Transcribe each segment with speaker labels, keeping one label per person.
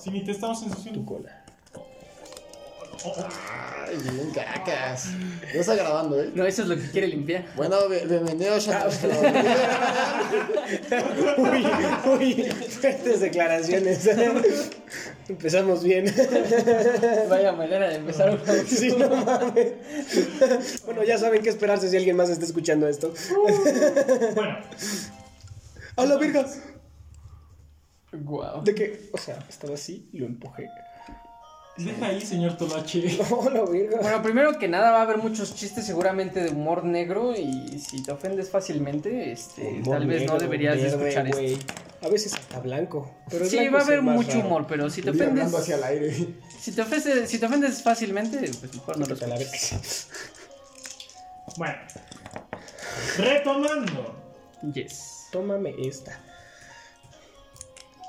Speaker 1: Si mi té estaba sensacional.
Speaker 2: tu cola.
Speaker 1: Oh, oh.
Speaker 2: Ay, bien cacas. Ya está grabando, ¿eh?
Speaker 3: No, eso es lo que quiere limpiar.
Speaker 2: Bueno, bien- bienvenidos a nuestro... uy, uy, fuertes declaraciones. Empezamos bien.
Speaker 3: Vaya manera de empezar un
Speaker 2: Sí, no mames. Bueno, ya saben qué esperarse si alguien más está escuchando esto.
Speaker 1: Bueno,
Speaker 2: ¡A la verga!
Speaker 3: Guau.
Speaker 2: De que, o sea, estaba así y lo empujé.
Speaker 1: deja ahí, señor Tolache.
Speaker 2: ¡A la verga!
Speaker 3: Bueno, primero que nada va a haber muchos chistes seguramente de humor negro y si te ofendes fácilmente, este,
Speaker 2: Humor
Speaker 3: tal vez no
Speaker 2: negro,
Speaker 3: deberías de
Speaker 2: verde,
Speaker 3: escuchar esto.
Speaker 2: güey. A veces hasta blanco. Pero el
Speaker 3: Sí,
Speaker 2: blanco
Speaker 3: va a
Speaker 2: es
Speaker 3: haber
Speaker 2: el más
Speaker 3: mucho
Speaker 2: raro.
Speaker 3: humor, pero si te
Speaker 4: Estoy hablando
Speaker 3: ofendes,
Speaker 4: hacia el aire.
Speaker 3: si te ofendes, si te ofendes fácilmente, pues mejor no lo
Speaker 2: A la verga.
Speaker 3: escuches.
Speaker 1: Bueno, retomando.
Speaker 3: Yes,
Speaker 2: Tómame esta.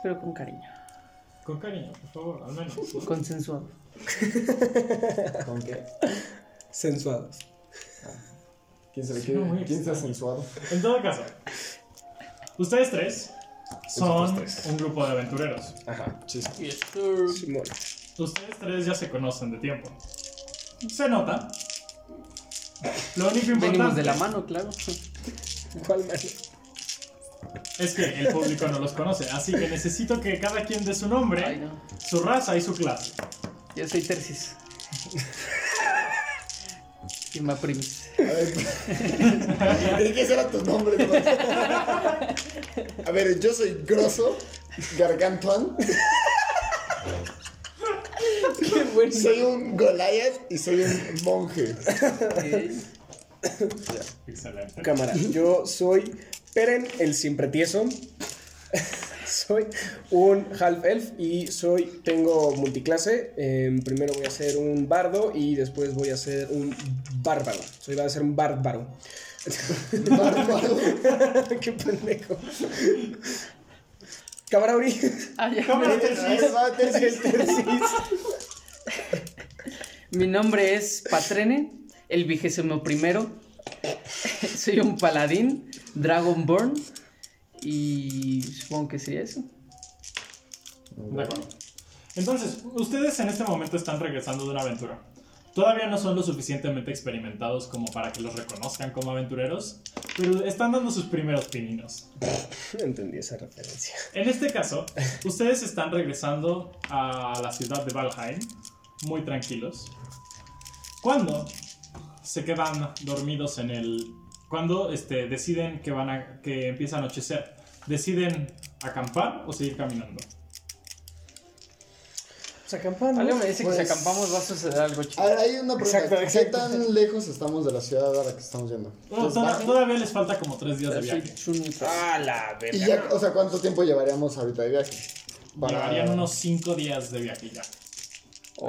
Speaker 3: pero con cariño,
Speaker 1: Con cariño, por favor, al menos.
Speaker 3: consensuado.
Speaker 4: ¿Con qué?
Speaker 2: Sensuados.
Speaker 4: ¿Quién se le
Speaker 1: Suena muy
Speaker 4: quiere? ¿Quién se ha
Speaker 1: extraño.
Speaker 4: sensuado?
Speaker 1: En todo caso, ustedes tres son
Speaker 4: Nosotros tres.
Speaker 1: un grupo de aventureros.
Speaker 4: Ajá, sí. sí.
Speaker 3: Yes,
Speaker 2: Simón.
Speaker 1: Ustedes tres ya se conocen de tiempo. Se nota. Lo único
Speaker 3: Venimos
Speaker 1: importante
Speaker 3: de la mano, claro.
Speaker 2: ¿Cuál mano?
Speaker 1: es que el público no los conoce, así que necesito que cada quien dé su nombre,
Speaker 3: Ay, no.
Speaker 1: su raza y su clase.
Speaker 3: Yo soy Tercis. y me primis.
Speaker 4: A ver. Es que ese era tu nombre, ¿no? A ver, yo soy Grosso, Gargantuan,
Speaker 3: Qué bueno.
Speaker 4: soy un Goliath y soy un monje.
Speaker 2: Eh,
Speaker 1: Excelente.
Speaker 2: Cámara. Yo soy Peren el siempre tieso. soy un half elf y soy tengo multiclase. Em, primero voy a ser un bardo y después voy a ser un bárbaro. Soy va a ser un bárbaro.
Speaker 4: Bárbaro.
Speaker 2: Qué pendejo. Cámara Uri.
Speaker 3: Ah, ya
Speaker 1: Cámara,
Speaker 3: me-
Speaker 4: Ahí se va, Tercis.
Speaker 3: Mi nombre es Patrene, el vigésimo primero. Soy un paladín, Dragonborn. Y supongo que sería eso.
Speaker 1: De acuerdo. Entonces, ustedes en este momento están regresando de una aventura. Todavía no son lo suficientemente experimentados como para que los reconozcan como aventureros, pero están dando sus primeros pininos.
Speaker 2: No entendí esa referencia.
Speaker 1: En este caso, ustedes están regresando a la ciudad de Valheim, muy tranquilos, cuando se quedan dormidos en el... cuando este, deciden que, van a, que empieza a anochecer. ¿Deciden acampar o seguir caminando?
Speaker 2: Pues acampando.
Speaker 3: Algo me dice que
Speaker 4: Pues- ah,
Speaker 3: si acampamos va a suceder algo
Speaker 4: A
Speaker 3: chido.
Speaker 4: ver, hay una
Speaker 2: Exacto,
Speaker 4: pregunta. ¿Qué
Speaker 2: exacto.
Speaker 4: tan lejos estamos de la ciudad a la que estamos yendo?
Speaker 1: Bueno,
Speaker 4: Pues,
Speaker 1: toda-
Speaker 4: va-
Speaker 1: todavía les falta como tres días de
Speaker 3: Soy
Speaker 1: viaje.
Speaker 3: Chunifa.
Speaker 2: A Ah, la
Speaker 4: Y
Speaker 2: verga.
Speaker 4: ya, o sea, ¿cuánto tiempo llevaríamos ahorita de viaje?
Speaker 1: Llevarían unos cinco días de viaje ya.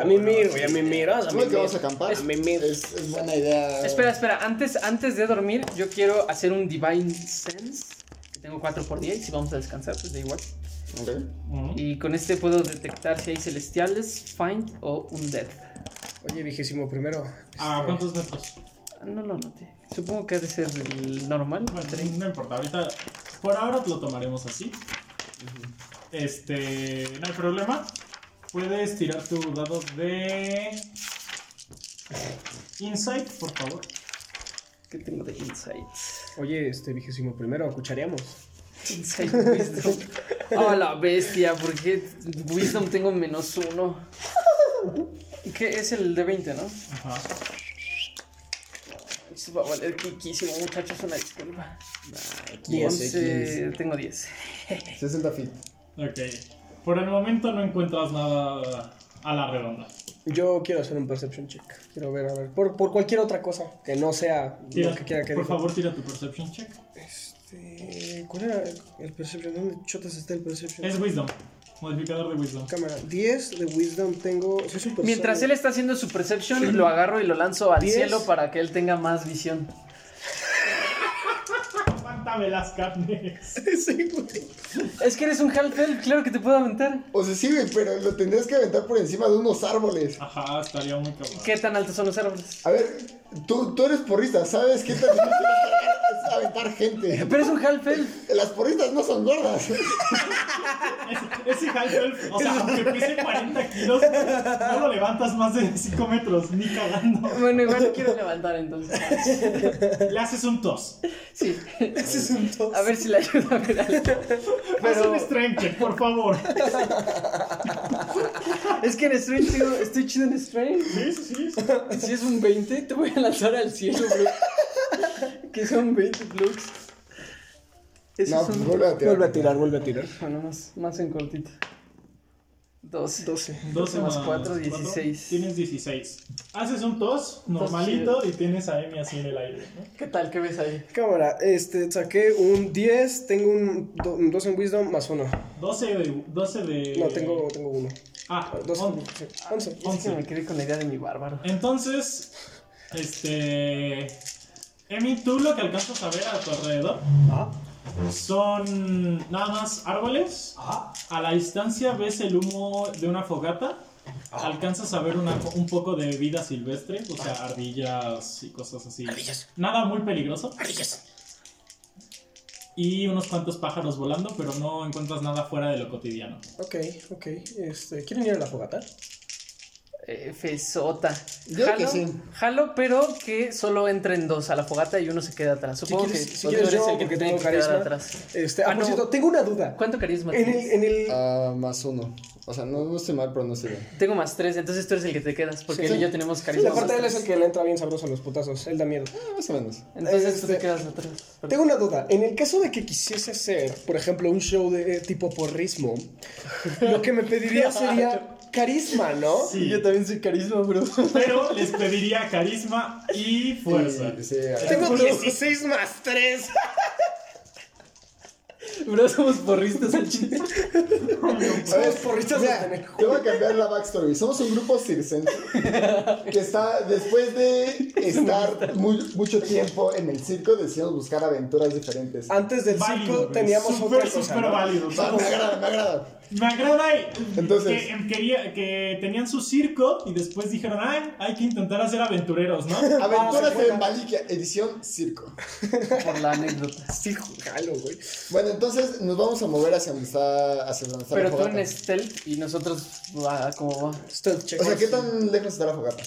Speaker 2: A mí miro, ya me miras. A mí
Speaker 4: Supongo Oh, que vamos a acampar.
Speaker 2: Es-
Speaker 4: Es, es buena idea.
Speaker 3: Espera, espera, antes, antes de dormir, yo quiero hacer un Divine Sense. Que tengo 4 por día y si vamos a descansar, pues da igual.
Speaker 4: Ok.
Speaker 1: Ujú.
Speaker 3: Y con este puedo detectar si hay celestiales, find o undead.
Speaker 2: Oye, vigésimo primero.
Speaker 1: ¿A cuántos metros?
Speaker 3: Ah, No lo noté. Supongo que ha de ser el normal.
Speaker 1: Bueno,
Speaker 3: trein-
Speaker 1: no importa, ahorita. Por ahora lo tomaremos así. Este. No hay problema. Puedes tirar tu dado de. Insight, por favor.
Speaker 3: ¿Qué tengo de insights?
Speaker 2: Oye, este vigésimo primero, escucharíamos.
Speaker 3: Insight Wisdom. Oh, la bestia, porque Wisdom tengo menos uno. ¿Qué es el de 20, no?
Speaker 1: Ajá.
Speaker 3: Eso va a valer quiquísimo, muchachos, una disculpa.
Speaker 2: Diez,
Speaker 3: 11, tengo 10.
Speaker 4: 60 feet.
Speaker 1: Ok. Por el momento no encuentras nada a la redonda.
Speaker 2: Yo quiero hacer un perception check. Quiero ver, a ver. Por, por cualquier otra cosa que no sea
Speaker 1: Tira-
Speaker 2: lo que quiera que
Speaker 1: por
Speaker 2: diga.
Speaker 1: favor, tira tu perception check.
Speaker 2: Este, ¿Cuál era el perception? ¿Dónde chotas está el perception?
Speaker 1: Es Wisdom. Modificador de Wisdom.
Speaker 2: Cámara. 10 de wisdom tengo. Soy super
Speaker 3: Mientras él está haciendo su perception, lo agarro y lo lanzo al
Speaker 2: Diez.
Speaker 3: cielo para que él tenga más visión.
Speaker 1: Cuántame las carnes.
Speaker 2: sí, güey.
Speaker 3: Es que eres un half-elf, claro que te puedo aventar.
Speaker 4: O sea, sí, güey, pero lo tendrías que aventar por encima de unos árboles.
Speaker 1: Ajá, estaría muy cabrón.
Speaker 3: ¿Qué tan altos son los árboles?
Speaker 4: A ver, Tú, tú eres porrista, ¿sabes qué tan difícil es aventar gente?
Speaker 3: Pero es un half elf.
Speaker 4: Las porristas no son gordas.
Speaker 1: Ese half elf, o sea, aunque pese 40 kilos, no lo levantas más de 5 metros, ni cagando.
Speaker 3: Bueno, igual lo quiero levantar entonces.
Speaker 1: Le haces un tos.
Speaker 3: Sí.
Speaker 2: Ese es un tos.
Speaker 3: A ver si le ayuda a ver algo.
Speaker 1: Haz
Speaker 3: Pero
Speaker 1: un strength check, por favor.
Speaker 3: es que en Strange tengo- estoy chido en Strange.
Speaker 1: Sí, sí, sí.
Speaker 3: Si es un 20, te voy a lanzar al cielo, bro. que son 20 flux. Eso
Speaker 4: No,
Speaker 3: son.
Speaker 4: pues vuelve a tirar.
Speaker 2: Vuelve a tirar, vuelve a tirar.
Speaker 3: Bueno, más, más en cortito. 12.
Speaker 2: 12.
Speaker 1: 12
Speaker 3: más 4, 16.
Speaker 1: Tienes 16. Haces un tos normalito y tienes a Emi así en el aire. ¿no?
Speaker 3: ¿Qué tal? ¿Qué ves ahí?
Speaker 2: Cámara, este, saqué un 10, tengo un, do- un 2 en Wisdom más 1.
Speaker 1: 12 de. 12 de...
Speaker 2: No, tengo, tengo 1.
Speaker 1: Ah,
Speaker 2: 2
Speaker 1: on-
Speaker 2: 11.
Speaker 3: Es que
Speaker 1: Once.
Speaker 3: me quedé con la idea de mi bárbaro.
Speaker 1: Entonces, este. Emi, tú lo que alcanzas a ver a tu alrededor
Speaker 2: Ah,
Speaker 1: son nada más árboles. A la distancia ves el humo de una fogata. Alcanzas a ver una- un poco de vida silvestre, o sea, ardillas y cosas así. Nada muy peligroso. Y unos cuantos pájaros volando, pero no encuentras nada fuera de lo cotidiano.
Speaker 2: Ok, ok. Este, ¿Quieren ir a la fogata?
Speaker 3: Eh, Fesota.
Speaker 4: Yo
Speaker 3: Jalo-
Speaker 4: que sí.
Speaker 3: Jalo, pero que solo entren dos a la fogata y uno se queda atrás.
Speaker 2: Si
Speaker 3: Supongo
Speaker 2: quieres,
Speaker 3: que
Speaker 2: si
Speaker 3: tú
Speaker 2: quieres
Speaker 3: eres
Speaker 2: yo,
Speaker 3: el que
Speaker 2: porque
Speaker 3: tiene
Speaker 2: tengo
Speaker 3: que quedar
Speaker 2: carisma.
Speaker 3: atrás.
Speaker 2: Este, ah,
Speaker 3: Ah,
Speaker 2: por
Speaker 3: no.
Speaker 2: cierto, tengo una duda.
Speaker 3: ¿Cuánto carisma
Speaker 2: En el,
Speaker 3: tienes?
Speaker 2: en el,
Speaker 4: Ah, más uno. O sea, no, no estoy mal pronunciado.
Speaker 3: Tengo más tres, entonces tú eres el que te quedas, porque
Speaker 4: Sí.
Speaker 3: él y yo tenemos
Speaker 2: Sí,
Speaker 3: carisma.
Speaker 2: aparte
Speaker 3: más
Speaker 2: él es el
Speaker 3: tres.
Speaker 2: que le entra bien sabroso a los putazos, él da miedo.
Speaker 4: Ah, Más o menos.
Speaker 3: Entonces tú te
Speaker 2: Este-
Speaker 3: quedas atrás.
Speaker 2: Tengo una duda, en el caso de que quisiese hacer, por ejemplo, un show de eh, tipo porrismo, lo que me pediría sería carisma, ¿no?
Speaker 1: Sí. Yo
Speaker 3: también soy carisma, bro.
Speaker 1: Pero les pediría carisma y fuerza.
Speaker 4: Sí, sí, ah,
Speaker 2: Tengo 16 más 3.
Speaker 3: Bro, somos porristas al chile.
Speaker 2: Somos porristas de
Speaker 4: Mira, te voy a cambiar la backstory. Somos un grupo circense que está, después de estar muy- mucho tiempo en el circo, decidimos buscar aventuras diferentes.
Speaker 2: Antes del
Speaker 1: Válido,
Speaker 2: circo
Speaker 1: güey.
Speaker 2: teníamos
Speaker 1: súper,
Speaker 2: otra cosa,
Speaker 1: súper
Speaker 2: ¿no?
Speaker 1: válido.
Speaker 4: Va, me agrada, me agrada.
Speaker 1: Me agrada eh,
Speaker 4: Entonces.
Speaker 1: que, em, quería- que tenían su circo y después dijeron, ay, hay que intentar hacer aventureros, ¿no?
Speaker 4: Aventuras en Baliquia, edición circo.
Speaker 3: Por la anécdota.
Speaker 2: Sí, jalo, güey.
Speaker 4: Bueno, entonces nos vamos a mover hacia donde está, hacia donde está
Speaker 3: Pero
Speaker 4: la
Speaker 3: tú
Speaker 4: fogata.
Speaker 3: en este stealth y nosotros, va, ¿cómo va?
Speaker 2: Stealth check.
Speaker 4: O sea, ¿qué tan lejos está la fogata?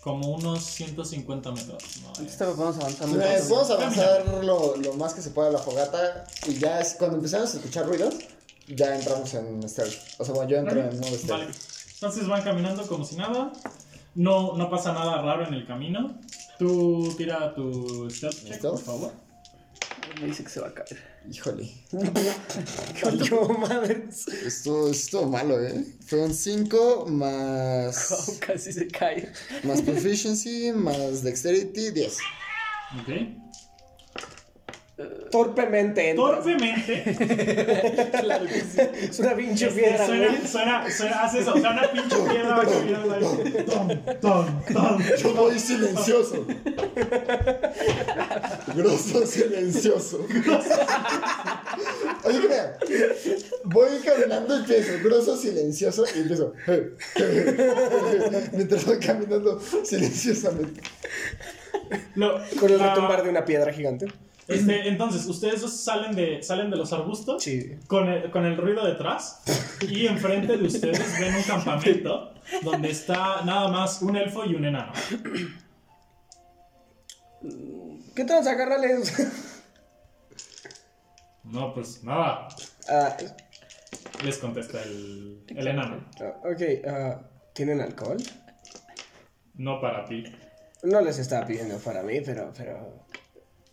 Speaker 1: Como unos 150 metros. ¿no?
Speaker 3: Entonces todavía podemos avanzar un
Speaker 4: Eh,
Speaker 3: poco.
Speaker 4: Vamos a avanzar lo, lo más que se pueda a la fogata y ya es, cuando empezamos a escuchar ruidos, ya entramos en stealth. O sea, bueno, yo entro en modo este.
Speaker 1: Vale.
Speaker 4: stealth.
Speaker 1: Entonces van caminando como si nada. No, no pasa nada raro en el camino. Tú tira tu stealth check, por
Speaker 4: ¿Stealth?
Speaker 1: favor.
Speaker 3: Me dice que se va a caer.
Speaker 4: Híjole,
Speaker 2: Cayó, madres.
Speaker 4: esto estuvo malo, ¿eh? Fue un 5 más,
Speaker 3: Casi se cae.
Speaker 4: más proficiency, más dexterity, 10.
Speaker 1: Ok.
Speaker 2: Torpemente entra.
Speaker 1: Torpemente. Este,
Speaker 3: Claro que sí.
Speaker 2: Es una pinche
Speaker 1: Suena,
Speaker 2: fiera, güey.
Speaker 1: Este, suena, suena, hace eso. O sea, una pinche piedra va caminando ahí. Tom, tom, tom.
Speaker 4: Yo voy silencioso. Grosso silencioso. Oye, mira, voy caminando y empiezo, grosso silencioso y empiezo. Mientras voy caminando silenciosamente.
Speaker 1: Lo-
Speaker 2: Con el
Speaker 1: la-
Speaker 2: retumbar de una piedra gigante.
Speaker 1: Este, entonces, ustedes dos salen de, salen de los arbustos
Speaker 2: Sí.
Speaker 1: con, el, con el ruido detrás y enfrente de ustedes ven un campamento donde está nada más un elfo y un enano.
Speaker 2: ¿Qué tranza, carnales?
Speaker 1: No, pues nada,
Speaker 2: Ah,
Speaker 1: les contesta el, el enano.
Speaker 2: ah, ok, ah, ¿tienen alcohol?
Speaker 1: No para ti.
Speaker 2: No les estaba pidiendo para mí, pero, pero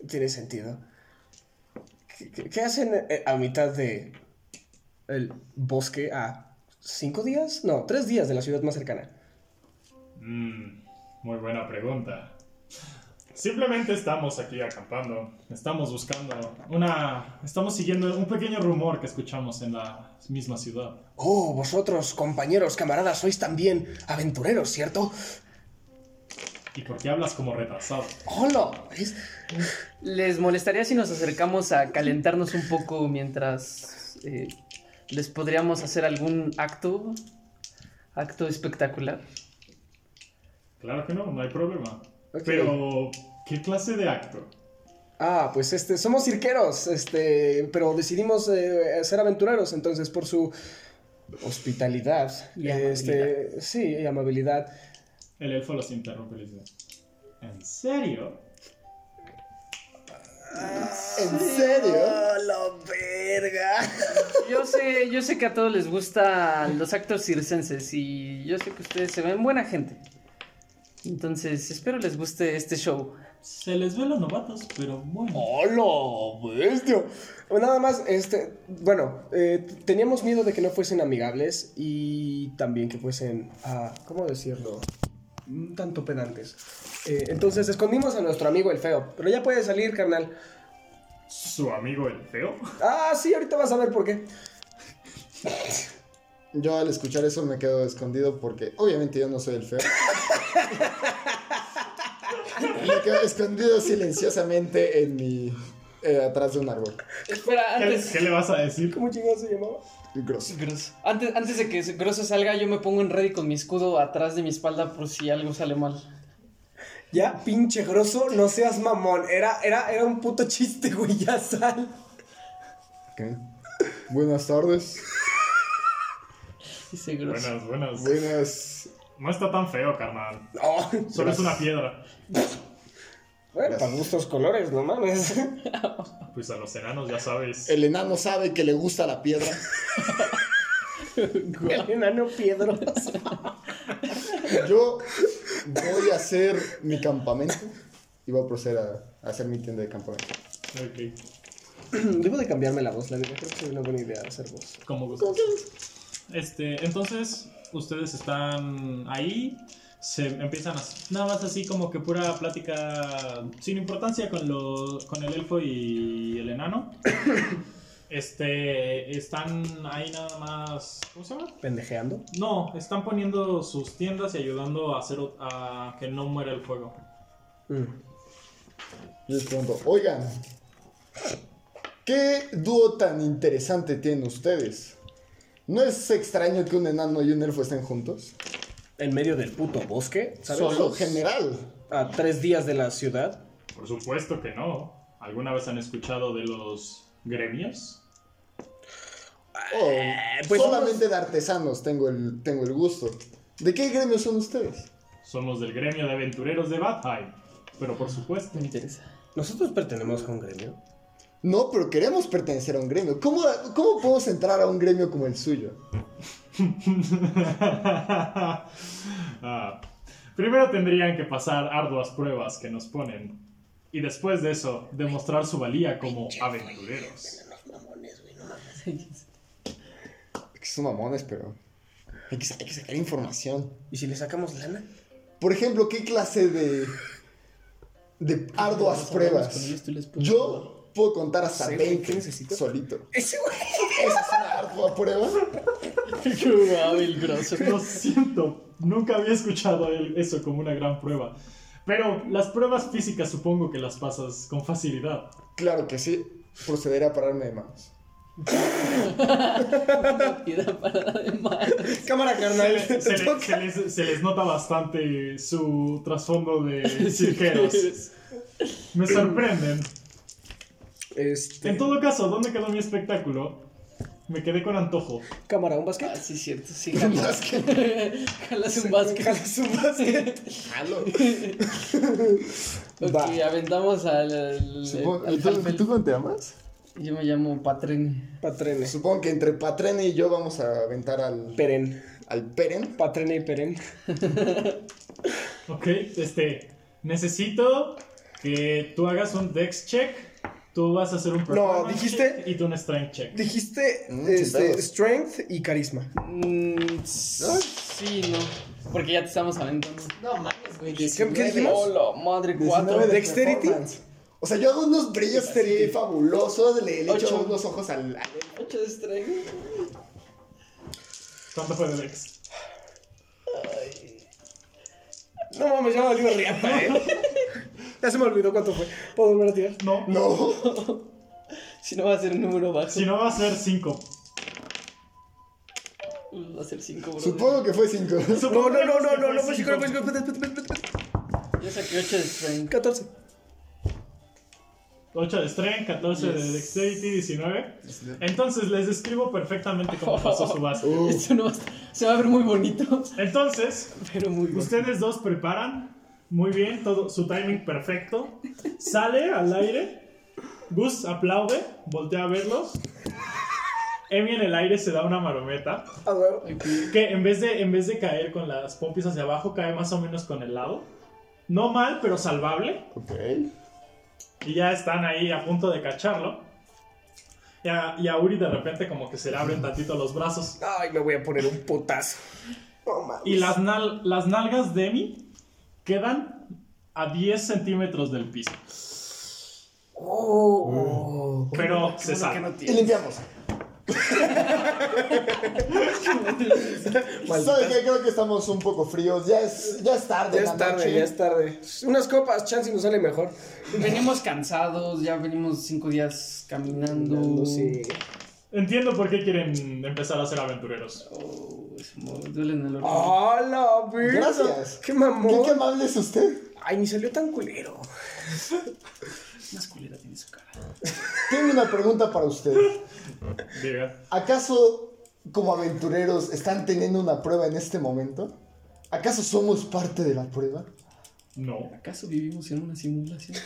Speaker 2: tiene sentido. ¿Qué, qué- qué hacen eh, a mitad de el bosque a cinco días? No, tres días de la ciudad más cercana.
Speaker 1: Mm, muy buena pregunta. Simplemente estamos aquí acampando. Estamos buscando una. Estamos siguiendo un pequeño rumor que escuchamos en la misma ciudad.
Speaker 2: Oh, vosotros, compañeros, camaradas, sois también aventureros, ¿cierto?
Speaker 1: ¿Y por qué hablas como retrasado?
Speaker 2: ¡Hola! ¿ves?
Speaker 3: ¿Les molestaría si nos acercamos a calentarnos un poco mientras eh, les podríamos hacer algún acto? Acto espectacular.
Speaker 1: Claro que no, no hay problema.
Speaker 2: Ok.
Speaker 1: Pero, ¿qué clase de acto?
Speaker 2: Ah, pues este, somos cirqueros, este, pero decidimos eh, ser aventureros, entonces por su hospitalidad,
Speaker 3: Y
Speaker 2: este, sí, y amabilidad.
Speaker 1: El elfo los interrumpe y les dice: ¿En serio?
Speaker 4: ¿En serio?
Speaker 2: ¡Oh, la verga!
Speaker 3: Yo sé, yo sé que a todos les gustan los actos circenses y yo sé que ustedes se ven buena gente. Entonces, espero les guste este show.
Speaker 1: Se les ve los novatos, pero bueno.
Speaker 2: ¡Hola, ¡Oh, bestia! Nada más, este, bueno, eh, teníamos miedo de que no fuesen amigables y también que fuesen, ah, ¿cómo decirlo? Un tanto pedantes. Eh, entonces escondimos a nuestro amigo el feo, pero ya puede salir, carnal.
Speaker 1: ¿Su amigo el feo?
Speaker 2: Ah, sí, ahorita vas a ver por qué.
Speaker 4: Yo al escuchar eso me quedo escondido porque obviamente yo no soy el feo. me quedo escondido silenciosamente en mi. eh, atrás de un árbol.
Speaker 3: Espera,
Speaker 1: ¿Qué,
Speaker 3: antes,
Speaker 1: qué le vas a decir?
Speaker 2: ¿Cómo chingado se llamaba?
Speaker 4: Grosso.
Speaker 3: Grosso. antes, antes de que Grosso salga, yo me pongo en ready con mi escudo atrás de mi espalda por si algo sale mal.
Speaker 2: Ya, pinche grosso, no seas mamón. Era, era, era un puto chiste, güey, ya sal.
Speaker 4: Ok. Buenas tardes.
Speaker 3: Dice Grosso.
Speaker 1: Buenas, buenas.
Speaker 4: Buenas.
Speaker 1: No está tan feo, carnal.
Speaker 2: No.
Speaker 1: Solo es una piedra.
Speaker 2: Bueno, para gustos colores, no mames.
Speaker 1: Pues a los enanos ya sabes.
Speaker 4: El enano sabe que le gusta la piedra.
Speaker 2: El enano Piedro.
Speaker 4: Yo voy a hacer mi campamento y voy a proceder a, a hacer mi tienda de campamento.
Speaker 1: Ok,
Speaker 2: Debo de cambiarme la voz, la verdad. Creo que es una buena idea hacer voz.
Speaker 1: como gustas. Este, entonces, ustedes están ahí. Se empiezan a, nada más así como que pura plática sin importancia con, los, con el elfo y el enano. Este, están ahí nada más. ¿Cómo se llama?
Speaker 2: ¿Pendejeando?
Speaker 1: No, están poniendo sus tiendas y ayudando a hacer o- a que no muera el fuego.
Speaker 2: Mm.
Speaker 4: Yo les pregunto, oigan, ¿qué dúo tan interesante tienen ustedes? ¿No es extraño que un enano y un elfo estén juntos?
Speaker 2: En medio del puto bosque, ¿sabes?
Speaker 4: Solo general.
Speaker 2: A tres días de la ciudad.
Speaker 1: Por supuesto que no. ¿Alguna vez han escuchado de los gremios?
Speaker 4: Oh,
Speaker 2: pues
Speaker 4: solamente de artesanos tengo el, tengo el gusto. ¿De qué gremio son ustedes?
Speaker 1: Somos del gremio de aventureros de Badheim. Pero por supuesto.
Speaker 3: Me interesa.
Speaker 2: Nosotros pertenecemos a un gremio.
Speaker 4: No, pero queremos pertenecer a un gremio. ¿Cómo, ¿Cómo podemos entrar a un gremio como el suyo?
Speaker 1: Ah, primero tendrían que pasar arduas pruebas que nos ponen. Y después de eso, demostrar su valía como aventureros.
Speaker 4: Que son mamones, pero hay que, sa- hay que sacar información.
Speaker 2: ¿Y si le sacamos lana?
Speaker 4: Por ejemplo, ¿qué clase de, de arduas pruebas? Yo puedo contar hasta
Speaker 2: Sí,
Speaker 4: 20
Speaker 2: ¿qué necesito?
Speaker 4: solito.
Speaker 2: Ese güey.
Speaker 4: ¿Esa es una ardua prueba?
Speaker 3: el Grosso.
Speaker 1: Lo siento, nunca había escuchado el- eso como una gran prueba. Pero las pruebas físicas supongo que las pasas con facilidad.
Speaker 4: Claro que sí. Procederé a pararme de manos.
Speaker 3: Tira parada de madre.
Speaker 2: Cámara,
Speaker 1: Se,
Speaker 2: carnal.
Speaker 1: le- se le- se les, se les nota bastante su trasfondo de cirqueros. Me sorprenden.
Speaker 2: Este.
Speaker 1: En todo caso, ¿dónde quedó mi espectáculo? Me quedé con antojo.
Speaker 2: Cámara, un
Speaker 3: Ah,
Speaker 2: basquete.
Speaker 3: sí, cierto. Sí,
Speaker 4: Un
Speaker 3: jalas.
Speaker 4: básquet.
Speaker 3: jalas un básquet.
Speaker 2: Jalas un basquete.
Speaker 4: Jalo.
Speaker 3: Ok,
Speaker 2: Va.
Speaker 3: aventamos al. al-
Speaker 4: Supongo-
Speaker 3: al
Speaker 4: ¿Tú,
Speaker 3: Halfel.
Speaker 4: tú cómo te llamas?
Speaker 3: Yo me llamo Patren.
Speaker 2: Patrene.
Speaker 4: Supongo que entre Patrene y yo vamos a aventar al,
Speaker 2: Peren.
Speaker 4: al Peren.
Speaker 2: Patrene y Peren.
Speaker 1: Ok, este. Necesito que tú hagas un dex check. Tú vas a hacer un performance
Speaker 2: dijiste-
Speaker 1: check y tú un strength check.
Speaker 2: Dijiste
Speaker 4: Mm, sin
Speaker 2: este,
Speaker 4: pedos.
Speaker 2: strength y carisma.
Speaker 3: Mm, sí, no. Porque ya te estamos aventando.
Speaker 4: No mames, güey.
Speaker 2: ¿Qué- qué dijimos?
Speaker 3: Hola, madre, cuatro.
Speaker 4: 19 de
Speaker 2: Dexterity.
Speaker 4: performance. O sea, yo hago unos brillos así fabulosos, le, le echo
Speaker 3: Ocho.
Speaker 4: unos ojos al, al
Speaker 3: Ocho de strength.
Speaker 1: ¿Cuánto fue de dex?
Speaker 2: No mames, ya me valió riata, eh. ya se me olvidó cuánto fue. ¿Puedo volver a tirar?
Speaker 1: No.
Speaker 4: No.
Speaker 3: Si no va a ser un número bajo.
Speaker 1: Si no, va a ser 5.
Speaker 3: uh, Va a ser 5, bro.
Speaker 4: Supongo que fue 5.
Speaker 2: No, no, no, no, no, no, pues, cinco, pues, pues, pues, pues, pues,
Speaker 3: Yo saqué 8 de strength.
Speaker 2: 14.
Speaker 1: 8 de strength, 14 de
Speaker 3: Yes.
Speaker 1: dexterity, 19. Entonces les describo perfectamente cómo pasó su base.
Speaker 3: Esto no va a estar- se va a ver muy bonito,
Speaker 1: Entonces,
Speaker 3: pero muy bonito.
Speaker 1: ustedes dos preparan muy bien, todo su timing perfecto. Sale al aire. Gus aplaude, voltea a verlos. Emi en el aire se da una marometa.
Speaker 2: Ah, huevo.
Speaker 1: Que en vez de, en vez de caer con las pompis hacia abajo, cae más o menos con el lado. No mal, pero salvable.
Speaker 4: Ok.
Speaker 1: Y ya están ahí a punto de cacharlo. Y a, y a Uri de repente como que se le abren tantito los brazos.
Speaker 2: Ay, me voy a poner un putazo. No
Speaker 1: Y
Speaker 2: mames.
Speaker 1: las, nal- las nalgas de Emi quedan a 10 centímetros del piso.
Speaker 2: Oh.
Speaker 1: Pero se
Speaker 2: Que
Speaker 1: sale.
Speaker 2: no
Speaker 4: Y
Speaker 2: tiene.
Speaker 4: limpiamos. ¿Sabes qué? Creo que estamos un poco fríos. Ya es, ya es tarde.
Speaker 2: Ya
Speaker 4: en la
Speaker 2: es tarde,
Speaker 4: noche.
Speaker 2: ya es tarde. Unas copas, chance y nos sale mejor.
Speaker 3: Venimos cansados, ya venimos 5 días caminando.
Speaker 2: No sé.
Speaker 1: Entiendo por qué quieren empezar a ser aventureros.
Speaker 3: Oh, eso me duele en el orgullo.
Speaker 2: Ah. ¡Hola, verga!
Speaker 4: Gracias.
Speaker 2: ¡Qué
Speaker 4: ¿Qué,
Speaker 2: mamón!
Speaker 4: qué amable es usted?
Speaker 2: Ay, ni salió tan culero.
Speaker 3: Una esculera tiene su cara.
Speaker 4: Tengo una pregunta para usted.
Speaker 1: Diga.
Speaker 4: ¿Acaso, como aventureros, están teniendo una prueba en este momento? ¿Acaso somos parte de la prueba?
Speaker 1: No.
Speaker 3: ¿Acaso vivimos en una simulación?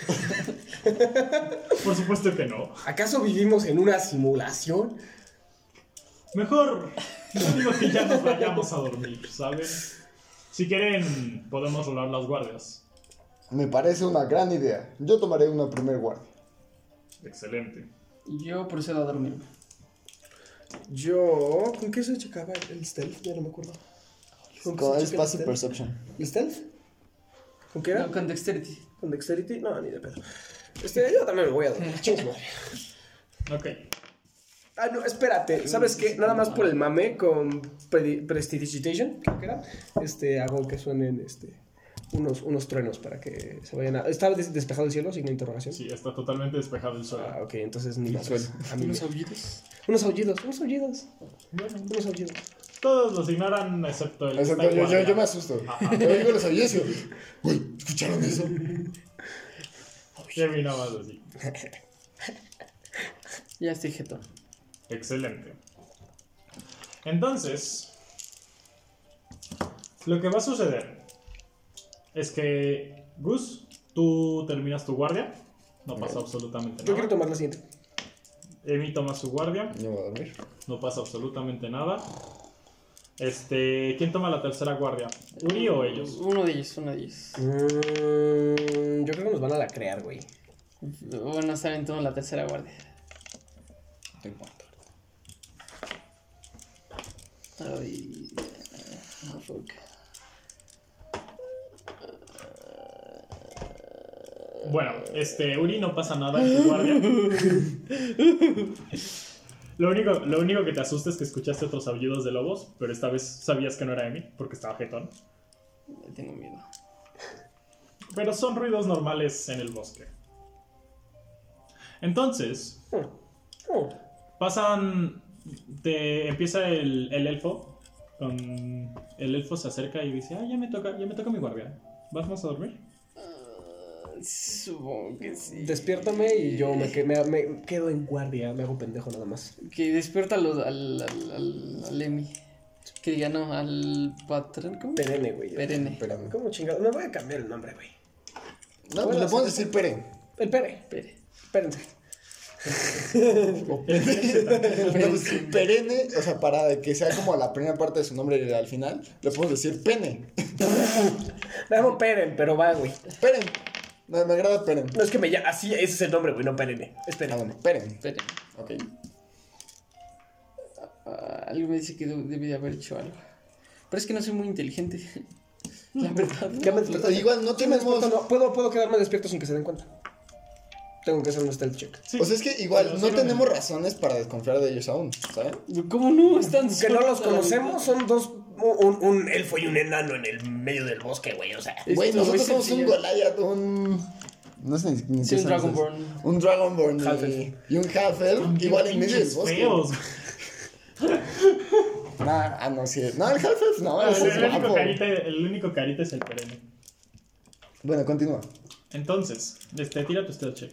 Speaker 1: Por supuesto que no.
Speaker 2: ¿Acaso vivimos en una simulación?
Speaker 1: Mejor yo digo que ya nos vayamos a dormir, ¿saben? Si quieren, podemos rolar las guardias.
Speaker 4: Me parece una gran idea. Yo tomaré una primer guardia.
Speaker 1: Excelente.
Speaker 3: Yo procedo a dormirme.
Speaker 2: Yo. ¿Con qué se checaba el stealth? Ya no me acuerdo. ¿Con qué se
Speaker 4: Con el
Speaker 2: checa el
Speaker 4: Passive
Speaker 2: stealth?
Speaker 4: Perception.
Speaker 2: ¿El stealth? ¿Con qué era?
Speaker 3: No, con dexterity.
Speaker 2: ¿Con dexterity? No, ni de pedo. Este, yo también me voy a dormir. Chingos madre.
Speaker 1: Ok.
Speaker 2: Ah, no, espérate. ¿Sabes qué? Nada más por el mame con pre- Prestidigitation, creo que era. Este, hago que suenen este, unos, unos truenos para que se vayan a. ¿Está des- despejado el cielo? Signo de interrogación.
Speaker 1: Sí, está totalmente despejado el suelo.
Speaker 2: Ah, ok, entonces ni más. A mí
Speaker 3: ¿Unos
Speaker 2: me-
Speaker 3: aullidos?
Speaker 2: unos aullidos, unos aullidos,
Speaker 1: Bueno,
Speaker 2: unos aullidos.
Speaker 1: todos los ignoran excepto el. que
Speaker 4: Exacto,
Speaker 1: está en
Speaker 4: yo, yo-
Speaker 1: guardia.
Speaker 4: yo me asusto. Yo digo los avisos. Güey, ¿escucharon eso?
Speaker 1: Jimmy nada más así.
Speaker 3: Ya estoy jetón.
Speaker 1: Excelente. Entonces, lo que va a suceder es que, Gus, tú terminas tu guardia. No pasa absolutamente
Speaker 2: Yo
Speaker 1: nada.
Speaker 2: quiero tomar la siguiente.
Speaker 1: Emi toma su guardia.
Speaker 4: No voy a dormir.
Speaker 1: No pasa absolutamente nada. Este, ¿quién toma la tercera guardia? ¿Uri o ellos?
Speaker 3: Uno de ellos, uno de ellos.
Speaker 2: Mm, yo creo que nos van a la crear, güey.
Speaker 3: Bueno, estar en toda la tercera guardia.
Speaker 2: No importa.
Speaker 3: Ay, ah, fuck.
Speaker 1: Bueno, este, Uri no pasa nada en tu guardia. Lo único, lo único que te asusta es que escuchaste otros aullidos de lobos, pero esta vez sabías que no era Emi, porque estaba jetón.
Speaker 3: Le tengo miedo.
Speaker 1: Pero son ruidos normales en el bosque. Entonces,
Speaker 2: Oh,
Speaker 1: pasan. Te empieza el, el elfo. con- el elfo se acerca y dice: Ah, ya me toca, ya me toca mi guardia. ¿Vas más a dormir?
Speaker 3: Supongo que sí.
Speaker 2: Despiértame y yo me, que- me- me quedo en guardia, me hago pendejo nada más.
Speaker 3: que despierta a los- al, al, al, al Emi. Que diga, no, al patrón. ¿Cómo?
Speaker 2: Perenne, güey.
Speaker 3: Perenne.
Speaker 2: Perenne. ¿Cómo chingado? Me voy a cambiar el nombre, güey.
Speaker 4: No, pues le puedo decir Pere.
Speaker 2: El Pere.
Speaker 3: Pere.
Speaker 2: Espérense.
Speaker 4: Entonces, Perenne, o sea, para que sea como la primera parte de su nombre y al final, le podemos decir pene.
Speaker 2: Me llamo Peren, pero va, güey.
Speaker 4: Peren. No, me agrada Peren.
Speaker 2: No es que me llame. Así, ese es el nombre, güey, no Perenne. Es
Speaker 4: Ah,
Speaker 2: Peren.
Speaker 4: bueno, Peren.
Speaker 3: Pere.
Speaker 4: Ok.
Speaker 3: Ah, algo me dice que de- debe de haber hecho algo. Pero es que no soy muy inteligente. La verdad.
Speaker 2: Ya me
Speaker 4: Pero Igual no
Speaker 2: Sí, me
Speaker 4: tenemos.
Speaker 2: despierto, no. ¿Puedo, puedo quedarme despierto sin que se den cuenta. Tengo que hacer un stealth check.
Speaker 1: Sí.
Speaker 4: O sea, es que igual
Speaker 1: Pero
Speaker 4: no
Speaker 1: sí,
Speaker 4: tenemos razones para desconfiar de ellos aún, ¿saben?
Speaker 3: ¿Cómo no? Están
Speaker 2: Que no
Speaker 3: solos
Speaker 2: los
Speaker 3: a la
Speaker 2: conocemos,
Speaker 3: mitad.
Speaker 2: son dos. Un, un elfo y un enano en el medio del bosque, güey, o sea.
Speaker 3: Es
Speaker 4: Güey,
Speaker 3: que
Speaker 4: nosotros
Speaker 3: muy
Speaker 4: somos un
Speaker 3: sencillo.
Speaker 4: Goliath, un. No sé ni, ni
Speaker 3: Sí,
Speaker 4: qué
Speaker 3: un
Speaker 4: son
Speaker 3: Dragonborn.
Speaker 4: esos. Un Dragonborn. y-
Speaker 2: Half-elf.
Speaker 4: Y un half
Speaker 1: Son
Speaker 4: Igual en medio del
Speaker 1: pinches
Speaker 4: bosque.
Speaker 1: feos.
Speaker 4: Nah, ah, no, sí. No, el Half-Elf no,
Speaker 3: Ah,
Speaker 1: El,
Speaker 4: ese es
Speaker 1: el único
Speaker 4: guapo.
Speaker 1: carita, el único carita es el perenne.
Speaker 4: Bueno, continúa.
Speaker 1: Entonces, este, tira tu stealth check.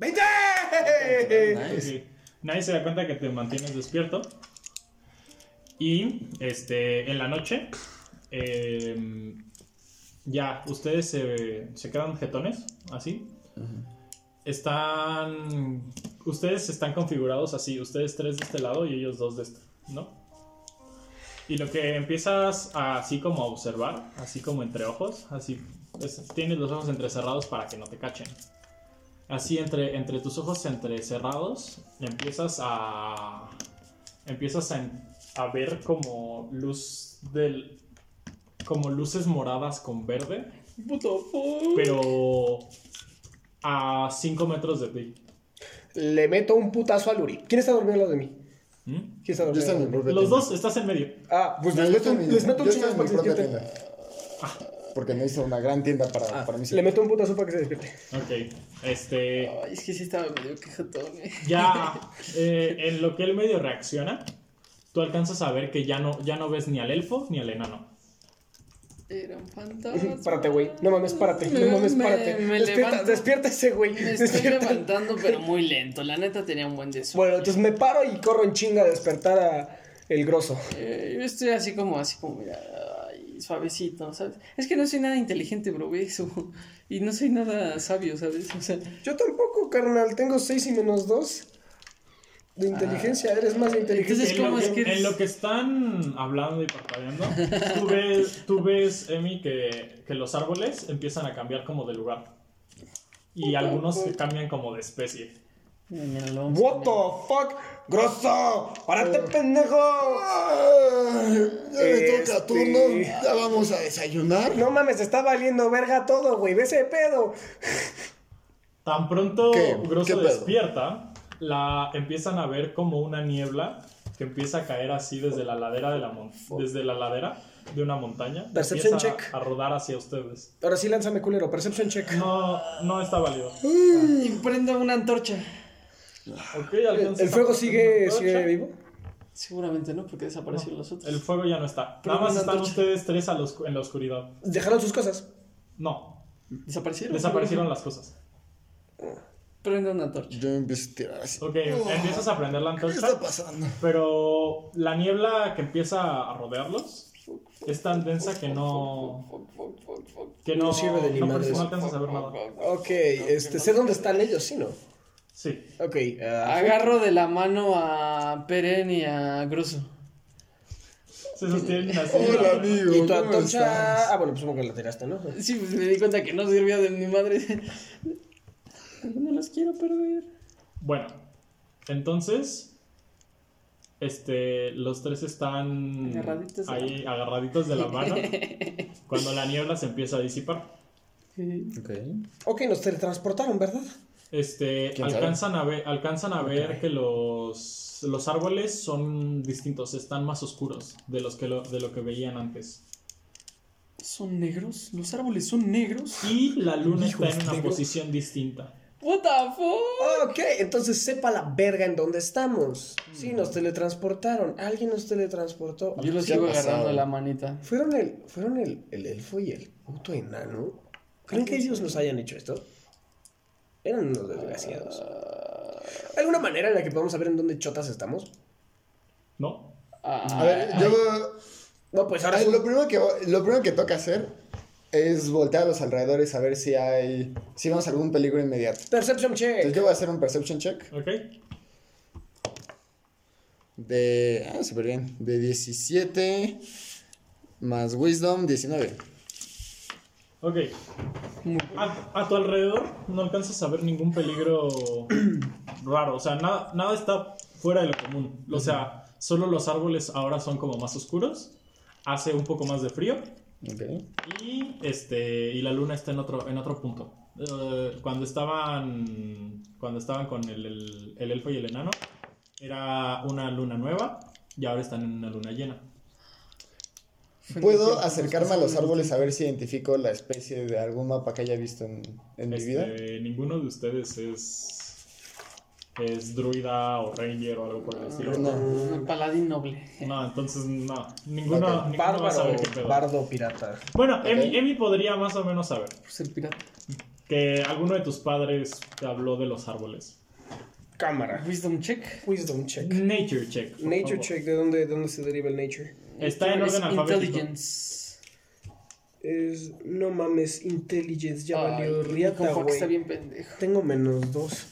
Speaker 3: Eh,
Speaker 2: ¡20!
Speaker 4: Nice.
Speaker 1: Sí. Nadie se da cuenta que te mantienes despierto. Y este, en la noche, eh, ya, ustedes se, se quedan jetones, así. Están. Ustedes están configurados así, ustedes tres de este lado y ellos dos de este, ¿no? Y lo que empiezas a- así como a observar, así como entre ojos, así. es- tienes los ojos entrecerrados para que no te cachen así entre, entre tus ojos entrecerrados, empiezas a. Empiezas a, en- a ver como luz del. como luces moradas con verde,
Speaker 3: Puto fuck.
Speaker 1: pero a 5 metros de ti.
Speaker 2: Le meto un putazo al Uri. ¿Quién está dormido al lado de mí?
Speaker 1: ¿Mm?
Speaker 2: ¿Quién está
Speaker 4: Yo
Speaker 2: dormido?
Speaker 4: estoy en
Speaker 2: al
Speaker 4: mi
Speaker 2: lado de mí?
Speaker 4: propia
Speaker 1: Los
Speaker 4: tienda.
Speaker 1: dos, estás en medio.
Speaker 2: Ah, pues
Speaker 4: No,
Speaker 2: les
Speaker 4: yo
Speaker 2: meto,
Speaker 4: estoy en
Speaker 2: un-
Speaker 4: mi-
Speaker 2: les meto un
Speaker 4: yo estoy en
Speaker 2: chingazo
Speaker 4: mi
Speaker 2: para que se
Speaker 4: propia
Speaker 2: despierten.
Speaker 4: tienda. Porque no hice una gran tienda para, para mí.
Speaker 2: Ah. Le meto un putazo para que se despierte.
Speaker 1: Ok. Este.
Speaker 3: Ay, es que sí estaba medio quejotón, eh.
Speaker 1: Ya, eh, en lo que él medio reacciona, tú alcanzas a ver que ya no, ya no ves ni al elfo ni al enano.
Speaker 3: Eran fantasmas.
Speaker 2: Párate, güey. No mames, párate.
Speaker 3: Ah, Me-
Speaker 2: No mames,
Speaker 3: me-
Speaker 2: párate.
Speaker 3: me
Speaker 2: Despierta,
Speaker 3: levanto.
Speaker 2: despierta ese güey.
Speaker 3: Me estoy
Speaker 2: Despierta.
Speaker 3: levantando, pero muy lento. La neta tenía un buen deseo.
Speaker 2: Bueno, entonces me paro y corro en chinga a despertar a el grosso.
Speaker 3: Eh, yo estoy así como, así como, mira, ay, suavecito, ¿sabes? Es que no soy nada inteligente, bro, güey, eso. Y no soy nada sabio, ¿sabes? O sea,
Speaker 2: Yo tampoco, carnal. Tengo 6 y menos 2 de
Speaker 4: Ah.
Speaker 2: inteligencia. Eres más inteligente.
Speaker 3: Entonces,
Speaker 1: en,
Speaker 3: ¿cómo
Speaker 1: lo
Speaker 3: es
Speaker 1: que,
Speaker 3: que eres?
Speaker 1: en lo que están hablando y parpadeando, tú ves, tú ves, Emi, que, que los árboles empiezan a cambiar como de lugar. Y algunos se cambian como de especie.
Speaker 3: me lo vamos a
Speaker 2: What the fuck, grosso. Párate,
Speaker 3: Ah.
Speaker 2: pendejo.
Speaker 4: Ya me toca
Speaker 2: Este-
Speaker 4: tú, ¿no? Ya vamos a desayunar.
Speaker 2: No mames, está valiendo verga todo, güey. Ve ese pedo.
Speaker 1: Tan pronto
Speaker 4: ¿Qué? ¿Qué
Speaker 1: Grosso
Speaker 4: pedo?
Speaker 1: despierta, la empiezan a ver como una niebla que empieza a caer así desde la ladera de la mon- desde la ladera de una montaña.
Speaker 2: Perception
Speaker 1: empieza
Speaker 2: check.
Speaker 1: a rodar hacia ustedes.
Speaker 2: Ahora sí, lánzame culero. Perception check.
Speaker 1: No, no está válido.
Speaker 3: comer. Y prendo una antorcha.
Speaker 1: Ok,
Speaker 2: ¿El
Speaker 1: alcanzas
Speaker 2: el
Speaker 1: a
Speaker 2: fuego
Speaker 1: prender
Speaker 2: sigue,
Speaker 1: una
Speaker 2: sigue
Speaker 1: antorcha.
Speaker 2: vivo?
Speaker 3: Seguramente no, porque desaparecieron los otros.
Speaker 1: El fuego ya no está.
Speaker 3: Pero
Speaker 1: Nada más
Speaker 3: una
Speaker 1: están
Speaker 3: antorcha.
Speaker 1: ustedes tres a los- en la oscuridad.
Speaker 2: Dejaron sus cosas.
Speaker 1: No,
Speaker 3: Desaparecieron.
Speaker 1: desaparecieron las cosas.
Speaker 3: Prendo una antorcha.
Speaker 4: Yo me empiezo a tirar así.
Speaker 1: Ok, empiezas a prender la
Speaker 4: ¿Qué está
Speaker 1: antorcha,
Speaker 4: pasando?
Speaker 1: pero la niebla que empieza a rodearlos es tan densa que no...
Speaker 3: Fuck, fuck, fuck, fuck.
Speaker 1: Que no,
Speaker 2: No sirve de ni
Speaker 1: no,
Speaker 2: madres.
Speaker 1: no alcanzas a ver nada.
Speaker 2: Ok, este, sé dónde están ellos, sí, ¿no?
Speaker 1: Sí.
Speaker 2: Ok. ah,
Speaker 3: Agarro de la mano a Peren y a Grosso.
Speaker 1: Se sostienen así.
Speaker 4: Hola, amigo.
Speaker 2: y tu
Speaker 4: ¿cómo
Speaker 2: antorcha.
Speaker 4: estás?
Speaker 2: Ah, bueno, pues supongo que la tiraste, ¿no?
Speaker 3: Sí, pues me di cuenta que no sirvió de mi madre. No los quiero perder.
Speaker 1: Bueno, entonces... Este, los tres están
Speaker 3: Agarraditos de la
Speaker 1: ahí agarraditos de la mano cuando la niebla se empieza a disipar.
Speaker 3: Eh,
Speaker 2: Ok, nos teletransportaron, ¿verdad?
Speaker 1: Este,
Speaker 4: ¿Quién sabe?
Speaker 1: alcanzan a ver, alcanzan a ver que los, los árboles son distintos, están más oscuros de los que lo, de lo que veían antes.
Speaker 3: ¿Son negros? ¿Los árboles son negros?
Speaker 1: Y la luna
Speaker 2: Hijo
Speaker 1: está en una
Speaker 2: de-
Speaker 1: posición distinta.
Speaker 3: What the fuck?
Speaker 2: Ok, entonces sepa la verga en dónde estamos. Sí, nos teletransportaron. Alguien nos teletransportó.
Speaker 3: Yo lo
Speaker 4: ¿Qué ha
Speaker 3: sigo agarrando
Speaker 4: pasado?
Speaker 3: la manita.
Speaker 2: ¿Fueron el, fueron el, el elfo y el puto enano? ¿Creen que ellos nos hayan hecho esto? Eran unos desgraciados. ¿Alguna manera en la que podamos saber en dónde chotas estamos?
Speaker 1: ¿No?
Speaker 3: Ah,
Speaker 4: A ver, yo.
Speaker 2: No, pues Ah, ahora
Speaker 4: Ay,
Speaker 2: es
Speaker 4: lo,
Speaker 2: un...
Speaker 4: primero que, lo primero que toca hacer es voltear a los alrededores a ver si hay. Si vemos algún peligro inmediato.
Speaker 2: Perception
Speaker 4: Entonces
Speaker 2: check.
Speaker 4: yo voy a hacer un perception check
Speaker 1: ¿Ok?
Speaker 4: de. Ah, súper bien. De 17 más wisdom, 19.
Speaker 1: Ok. A, a tu alrededor no alcanzas a ver ningún peligro raro. O sea, nada, nada está fuera de lo común. O sea, solo los árboles ahora son como más oscuros. Hace un poco más de frío.
Speaker 4: Ok.
Speaker 1: Y este. Y la luna está en otro, en otro punto. Eh, cuando estaban. Cuando estaban con el, el- el elfo y el enano. Era una luna nueva. Y ahora están en una luna llena.
Speaker 4: ¿Puedo acercarme a los árboles a ver si identifico la especie de algún mapa que haya visto en, en mi
Speaker 1: Este,
Speaker 4: vida?
Speaker 1: Ninguno de ustedes es. es druida o ranger o algo por el
Speaker 2: Ah,
Speaker 1: estilo.
Speaker 4: No.
Speaker 3: Un paladín noble.
Speaker 1: No, entonces no. Ninguno, ninguno va a
Speaker 2: Bárbaro,
Speaker 1: saber qué pedo.
Speaker 2: bardo pirata.
Speaker 1: Bueno,
Speaker 4: Ok.
Speaker 1: Emi, Emi podría más o menos saber
Speaker 3: Pues el pirata.
Speaker 1: que alguno de tus padres te habló de los árboles.
Speaker 2: Cámara.
Speaker 3: Wisdom check.
Speaker 2: Wisdom check.
Speaker 1: Nature check. por
Speaker 2: Nature
Speaker 1: favor.
Speaker 2: check, ¿de dónde, de dónde se deriva el nature?
Speaker 1: Está en
Speaker 3: Es
Speaker 1: orden alfabético.
Speaker 3: Intelligence.
Speaker 2: Es, no mames, intelligence, ya
Speaker 3: Ay,
Speaker 2: valió riata,
Speaker 3: como que está
Speaker 2: güey.
Speaker 3: bien pendejo.
Speaker 2: Tengo menos dos.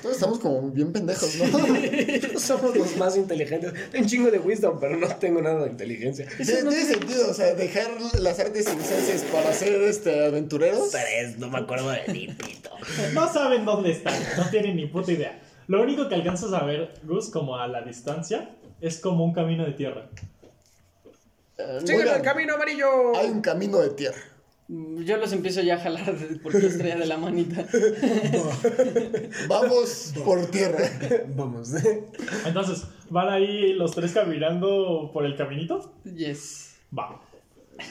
Speaker 4: Todos estamos como bien pendejos, ¿no?
Speaker 2: Somos los más inteligentes. Tengo un chingo de wisdom, pero no tengo nada de inteligencia.
Speaker 4: Tiene, tiene sentido, o sea, dejar las artes circenses para ser este, aventureros.
Speaker 2: no me acuerdo de ti, pito.
Speaker 1: No saben dónde están, no tienen ni puta idea. Lo único que alcanzas a ver, Gus, como a la distancia, es como un camino de tierra.
Speaker 3: Eh,
Speaker 4: Ah,
Speaker 2: ¡Sígueme
Speaker 4: Oigan.
Speaker 2: el camino amarillo!
Speaker 4: Hay un camino de tierra.
Speaker 3: no, Mm, yo los empiezo ya a jalar de- porque los traía de la manita.
Speaker 4: Vamos por tierra.
Speaker 2: Vamos.
Speaker 1: Entonces, ¿van ahí los tres caminando por el caminito?
Speaker 3: Yes.
Speaker 1: Va.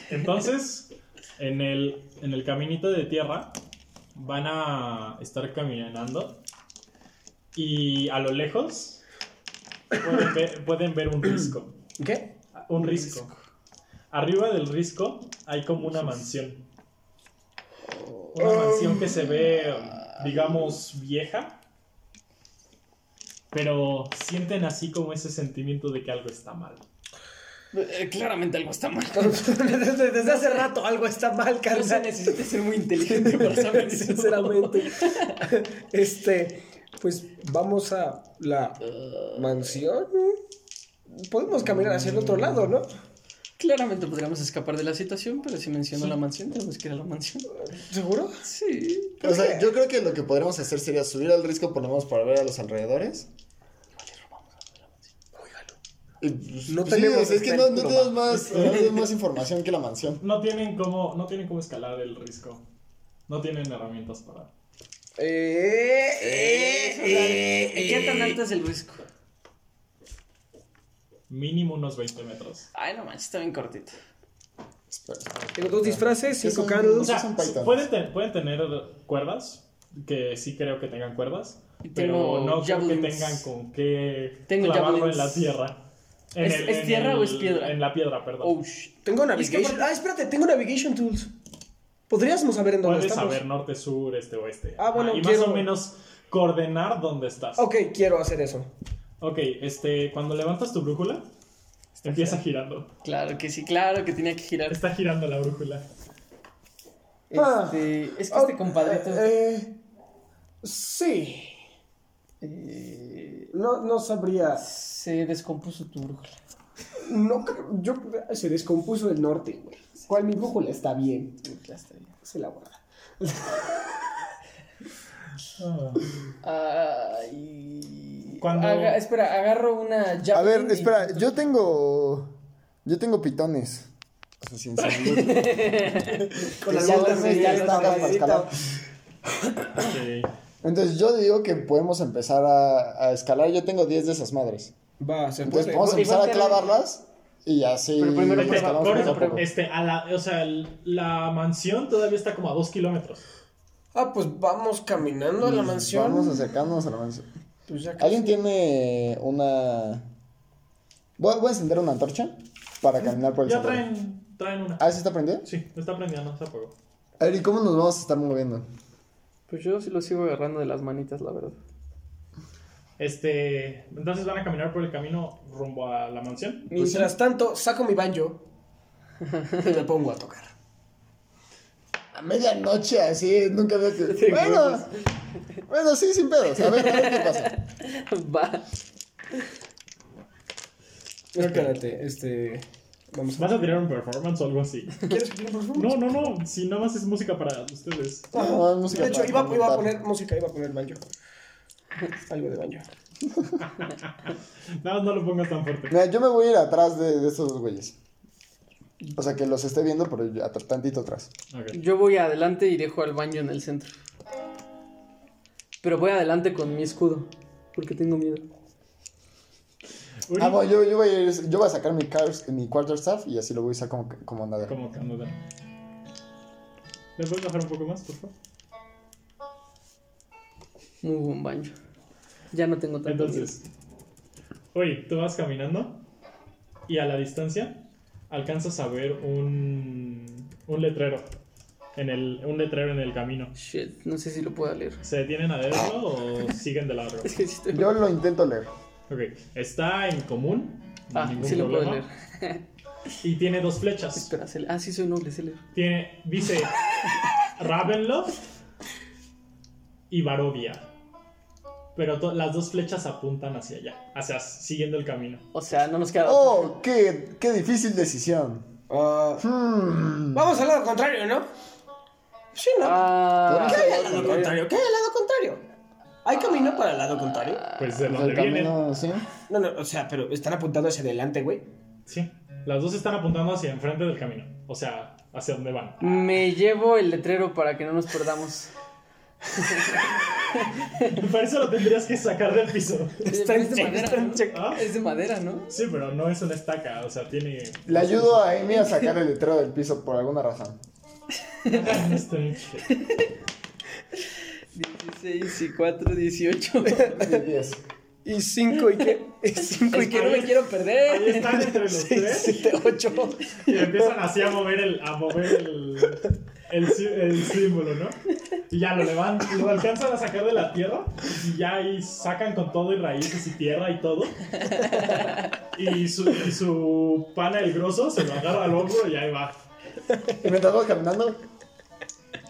Speaker 1: Entonces, en el, en el caminito de tierra van a estar caminando y a lo lejos pueden ver, pueden ver un risco.
Speaker 2: ¿Qué?
Speaker 1: Un risco. Arriba del risco hay como una mansión. Una mansión que se ve, digamos, vieja. Pero sienten así como ese sentimiento de que algo está mal.
Speaker 3: Eh, claramente algo está mal.
Speaker 2: pues, Desde, desde hace rato algo está mal,
Speaker 3: No se
Speaker 2: carnal.
Speaker 3: necesita ser muy inteligente para saber eso.
Speaker 2: Sinceramente. Este, pues vamos a la
Speaker 3: Eh,
Speaker 2: mansión. Podemos caminar hacia el otro lado, ¿no?
Speaker 3: Claramente podríamos escapar de la situación, pero si menciono la mansión, tenemos que ir a la mansión.
Speaker 2: ¿Seguro?
Speaker 3: Sí.
Speaker 4: O sea, yo creo que lo que podríamos hacer sería subir al risco por lo menos para ver a los alrededores. Y, pues,
Speaker 2: No
Speaker 4: pues, sí,
Speaker 2: tenemos
Speaker 4: o sea, es que
Speaker 2: este
Speaker 4: no, no
Speaker 2: altura.
Speaker 4: tenemos más, no tenemos más información que la mansión.
Speaker 1: No tienen cómo, no tienen cómo escalar el risco. No tienen herramientas para.
Speaker 2: Eh, eh, eh,
Speaker 3: ¿Qué tan alto es el risco?
Speaker 1: Mínimo unos 20 metros.
Speaker 3: Ay, no manches, está bien cortito.
Speaker 4: Espera.
Speaker 2: Tengo dos disfraces,
Speaker 4: ¿Qué
Speaker 2: cinco
Speaker 4: son?
Speaker 1: O
Speaker 2: caros.
Speaker 1: sea,
Speaker 4: son pythons.
Speaker 1: pueden, te- pueden tener cuerdas, que sí creo que tengan cuerdas,
Speaker 3: Y tengo
Speaker 1: pero no creo que
Speaker 3: javelins.
Speaker 1: tengan con qué
Speaker 3: Tengo
Speaker 1: clavarlo
Speaker 3: javelins.
Speaker 1: en la tierra. En
Speaker 3: ¿Es- es tierra o es piedra?
Speaker 1: En la piedra, perdón.
Speaker 3: Oh, sh-
Speaker 2: Tengo
Speaker 3: es que
Speaker 2: navigation. Ah, espérate, tengo navigation tools. Podríamos saber en dónde
Speaker 1: Puedes
Speaker 2: estamos.
Speaker 1: saber norte, sur, este, oeste.
Speaker 2: Ah, bueno,
Speaker 1: y más
Speaker 2: quiero-
Speaker 1: o menos coordenar dónde estás.
Speaker 2: Ok, quiero hacer eso.
Speaker 1: Ok, este, cuando levantas tu brújula, empieza girando.
Speaker 3: claro que sí, claro que tenía que girar.
Speaker 1: Está girando la brújula.
Speaker 2: Ah.
Speaker 3: Este, es que este
Speaker 2: Oh,
Speaker 3: compadrito.
Speaker 2: eh, sí.
Speaker 3: eh,
Speaker 2: No, no sabría.
Speaker 3: se descompuso tu brújula.
Speaker 2: No, creo- yo se descompuso el norte, güey. ¿Cuál mi brújula? Está bien.
Speaker 3: Ya está bien.
Speaker 2: Se la guarda.
Speaker 3: Ah. Ay.
Speaker 1: Cuando-
Speaker 3: Aga- espera, agarro una llave.
Speaker 4: A ver, espera, yo tengo. Yo tengo pitones. O sea, sin salud.
Speaker 2: Con
Speaker 4: Que
Speaker 2: la
Speaker 4: ya
Speaker 2: luz
Speaker 4: las-
Speaker 2: verde,
Speaker 4: ya
Speaker 2: la
Speaker 4: las hagas para
Speaker 2: paredita.
Speaker 4: escalar.
Speaker 1: Ok.
Speaker 4: Entonces yo digo que podemos empezar a, a escalar. Yo tengo 10 de esas madres.
Speaker 2: Va, se
Speaker 4: Entonces
Speaker 2: puede.
Speaker 4: Pues vamos a
Speaker 3: Igual
Speaker 4: empezar a
Speaker 3: te-
Speaker 4: clavarlas y así.
Speaker 3: Pero primero
Speaker 1: Este,
Speaker 4: escalamos
Speaker 1: por
Speaker 4: poco a
Speaker 1: eso,
Speaker 4: poco.
Speaker 1: este, a la, o sea, el- la mansión todavía está como a dos kilómetros.
Speaker 2: Ah, pues vamos caminando a la mansión.
Speaker 4: Pues Vamos acercándonos a la mansión.
Speaker 2: Pues ya casi.
Speaker 4: ¿Alguien tiene una. Voy, voy a encender una antorcha para caminar por el
Speaker 1: Ya
Speaker 4: sendero.
Speaker 1: traen, traen una.
Speaker 4: ¿Ah, sí está prendida?
Speaker 1: Sí, está prendiendo, se apagó.
Speaker 4: A ver, ¿y cómo nos vamos a estar moviendo?
Speaker 3: Pues yo sí lo sigo agarrando de las manitas, la verdad.
Speaker 1: Este, entonces van a caminar por el camino rumbo a la mansión.
Speaker 2: Mientras tanto, saco mi banjo y me pongo a tocar.
Speaker 4: A medianoche, así, nunca veo que. Bueno, bueno, sí, sin pedos. A ver, a ver qué pasa.
Speaker 3: Va.
Speaker 2: Espérate, este. Vamos
Speaker 1: ¿Vas a tirar un performance o algo así?
Speaker 2: ¿Quieres que tire por favor?
Speaker 1: No, no, no. Si nada más es música para ustedes.
Speaker 4: No, hay música
Speaker 2: De hecho,
Speaker 4: para
Speaker 2: iba, iba
Speaker 4: comentar.
Speaker 2: a poner música, iba a poner banjo. Algo de banjo.
Speaker 1: Nada más no lo pongas tan fuerte.
Speaker 4: Mira, yo me voy a ir atrás de, de estos dos güeyes. O sea, que los esté viendo, pero yo atr- tantito atrás.
Speaker 1: Ok.
Speaker 3: Yo voy adelante y dejo al baño en el centro. Pero voy adelante con mi escudo. Porque tengo miedo.
Speaker 1: Uri,
Speaker 4: Ah, bueno, yo, yo voy a ir- yo voy a sacar mi, car, mi quarterstaff y así lo voy a usar como, como andadera.
Speaker 1: Como que andan. ¿Le puedes bajar un poco más, por favor?
Speaker 3: Muy buen baño. Ya no tengo tanto
Speaker 1: Entonces, oye, tú vas caminando y a la distancia alcanzas a ver un, un letrero. En el, un letrero en el camino.
Speaker 3: miedo. Shit, no sé si lo puedo leer.
Speaker 1: ¿Se detienen a leerlo o siguen de largo?
Speaker 3: Es que sí estoy...
Speaker 4: Yo lo intento leer.
Speaker 1: Ok, está en común. no hay
Speaker 3: Ah,
Speaker 1: ningún
Speaker 3: sí lo puedo
Speaker 1: problema,
Speaker 3: leer.
Speaker 1: Y tiene dos flechas.
Speaker 3: Espera, se le- ah, sí soy noble, se leer.
Speaker 1: Tiene, dice Ravenloft y Barovia. Pero to- las dos flechas apuntan hacia allá, hacia siguiendo el camino.
Speaker 3: O sea, no nos queda... otra.
Speaker 4: Oh, qué, qué difícil decisión.
Speaker 2: Ah,
Speaker 4: Hmm.
Speaker 2: vamos al lado contrario, ¿no? Sí, ¿no?
Speaker 3: Ah,
Speaker 2: ¿Qué hay al lado contrario? ¿Qué hay al lado contrario? ¿Hay camino para el lado contrario?
Speaker 1: Pues de
Speaker 4: Pues
Speaker 1: donde
Speaker 4: el
Speaker 1: vienen.
Speaker 4: camino, sí.
Speaker 2: No, no, o sea, pero están apuntando hacia adelante, güey.
Speaker 1: Sí, las dos están apuntando hacia enfrente del camino. O sea, hacia donde van.
Speaker 3: me llevo el letrero para que no nos perdamos.
Speaker 1: Para eso lo tendrías que sacar del piso.
Speaker 2: Está en
Speaker 3: es de
Speaker 2: check,
Speaker 3: madera,
Speaker 2: está en
Speaker 3: ¿no?
Speaker 2: check.
Speaker 1: ¿Ah?
Speaker 3: Es de madera, ¿no?
Speaker 1: Sí, pero no es una estaca, o sea, tiene.
Speaker 4: Le ayudo a Amy a sacar el letrero del piso por alguna razón.
Speaker 1: No está bien chido.
Speaker 3: 16 y 4, 18.
Speaker 4: Sí, diez.
Speaker 2: Y cinco y qué. Y cinco
Speaker 3: Es
Speaker 2: y
Speaker 3: que
Speaker 2: qué.
Speaker 3: no me quiero perder.
Speaker 1: Ahí están entre los tres.
Speaker 2: Siete, ocho.
Speaker 1: Y empiezan así a mover el, a mover el, el, sí- el símbolo, ¿no? Y ya lo levantan, lo alcanzan a sacar de la tierra y ya ahí sacan con todo y raíces y tierra y todo. Y su, y su pana el grosso se lo agarra al hombro y ahí va.
Speaker 4: Y mientras vamos caminando.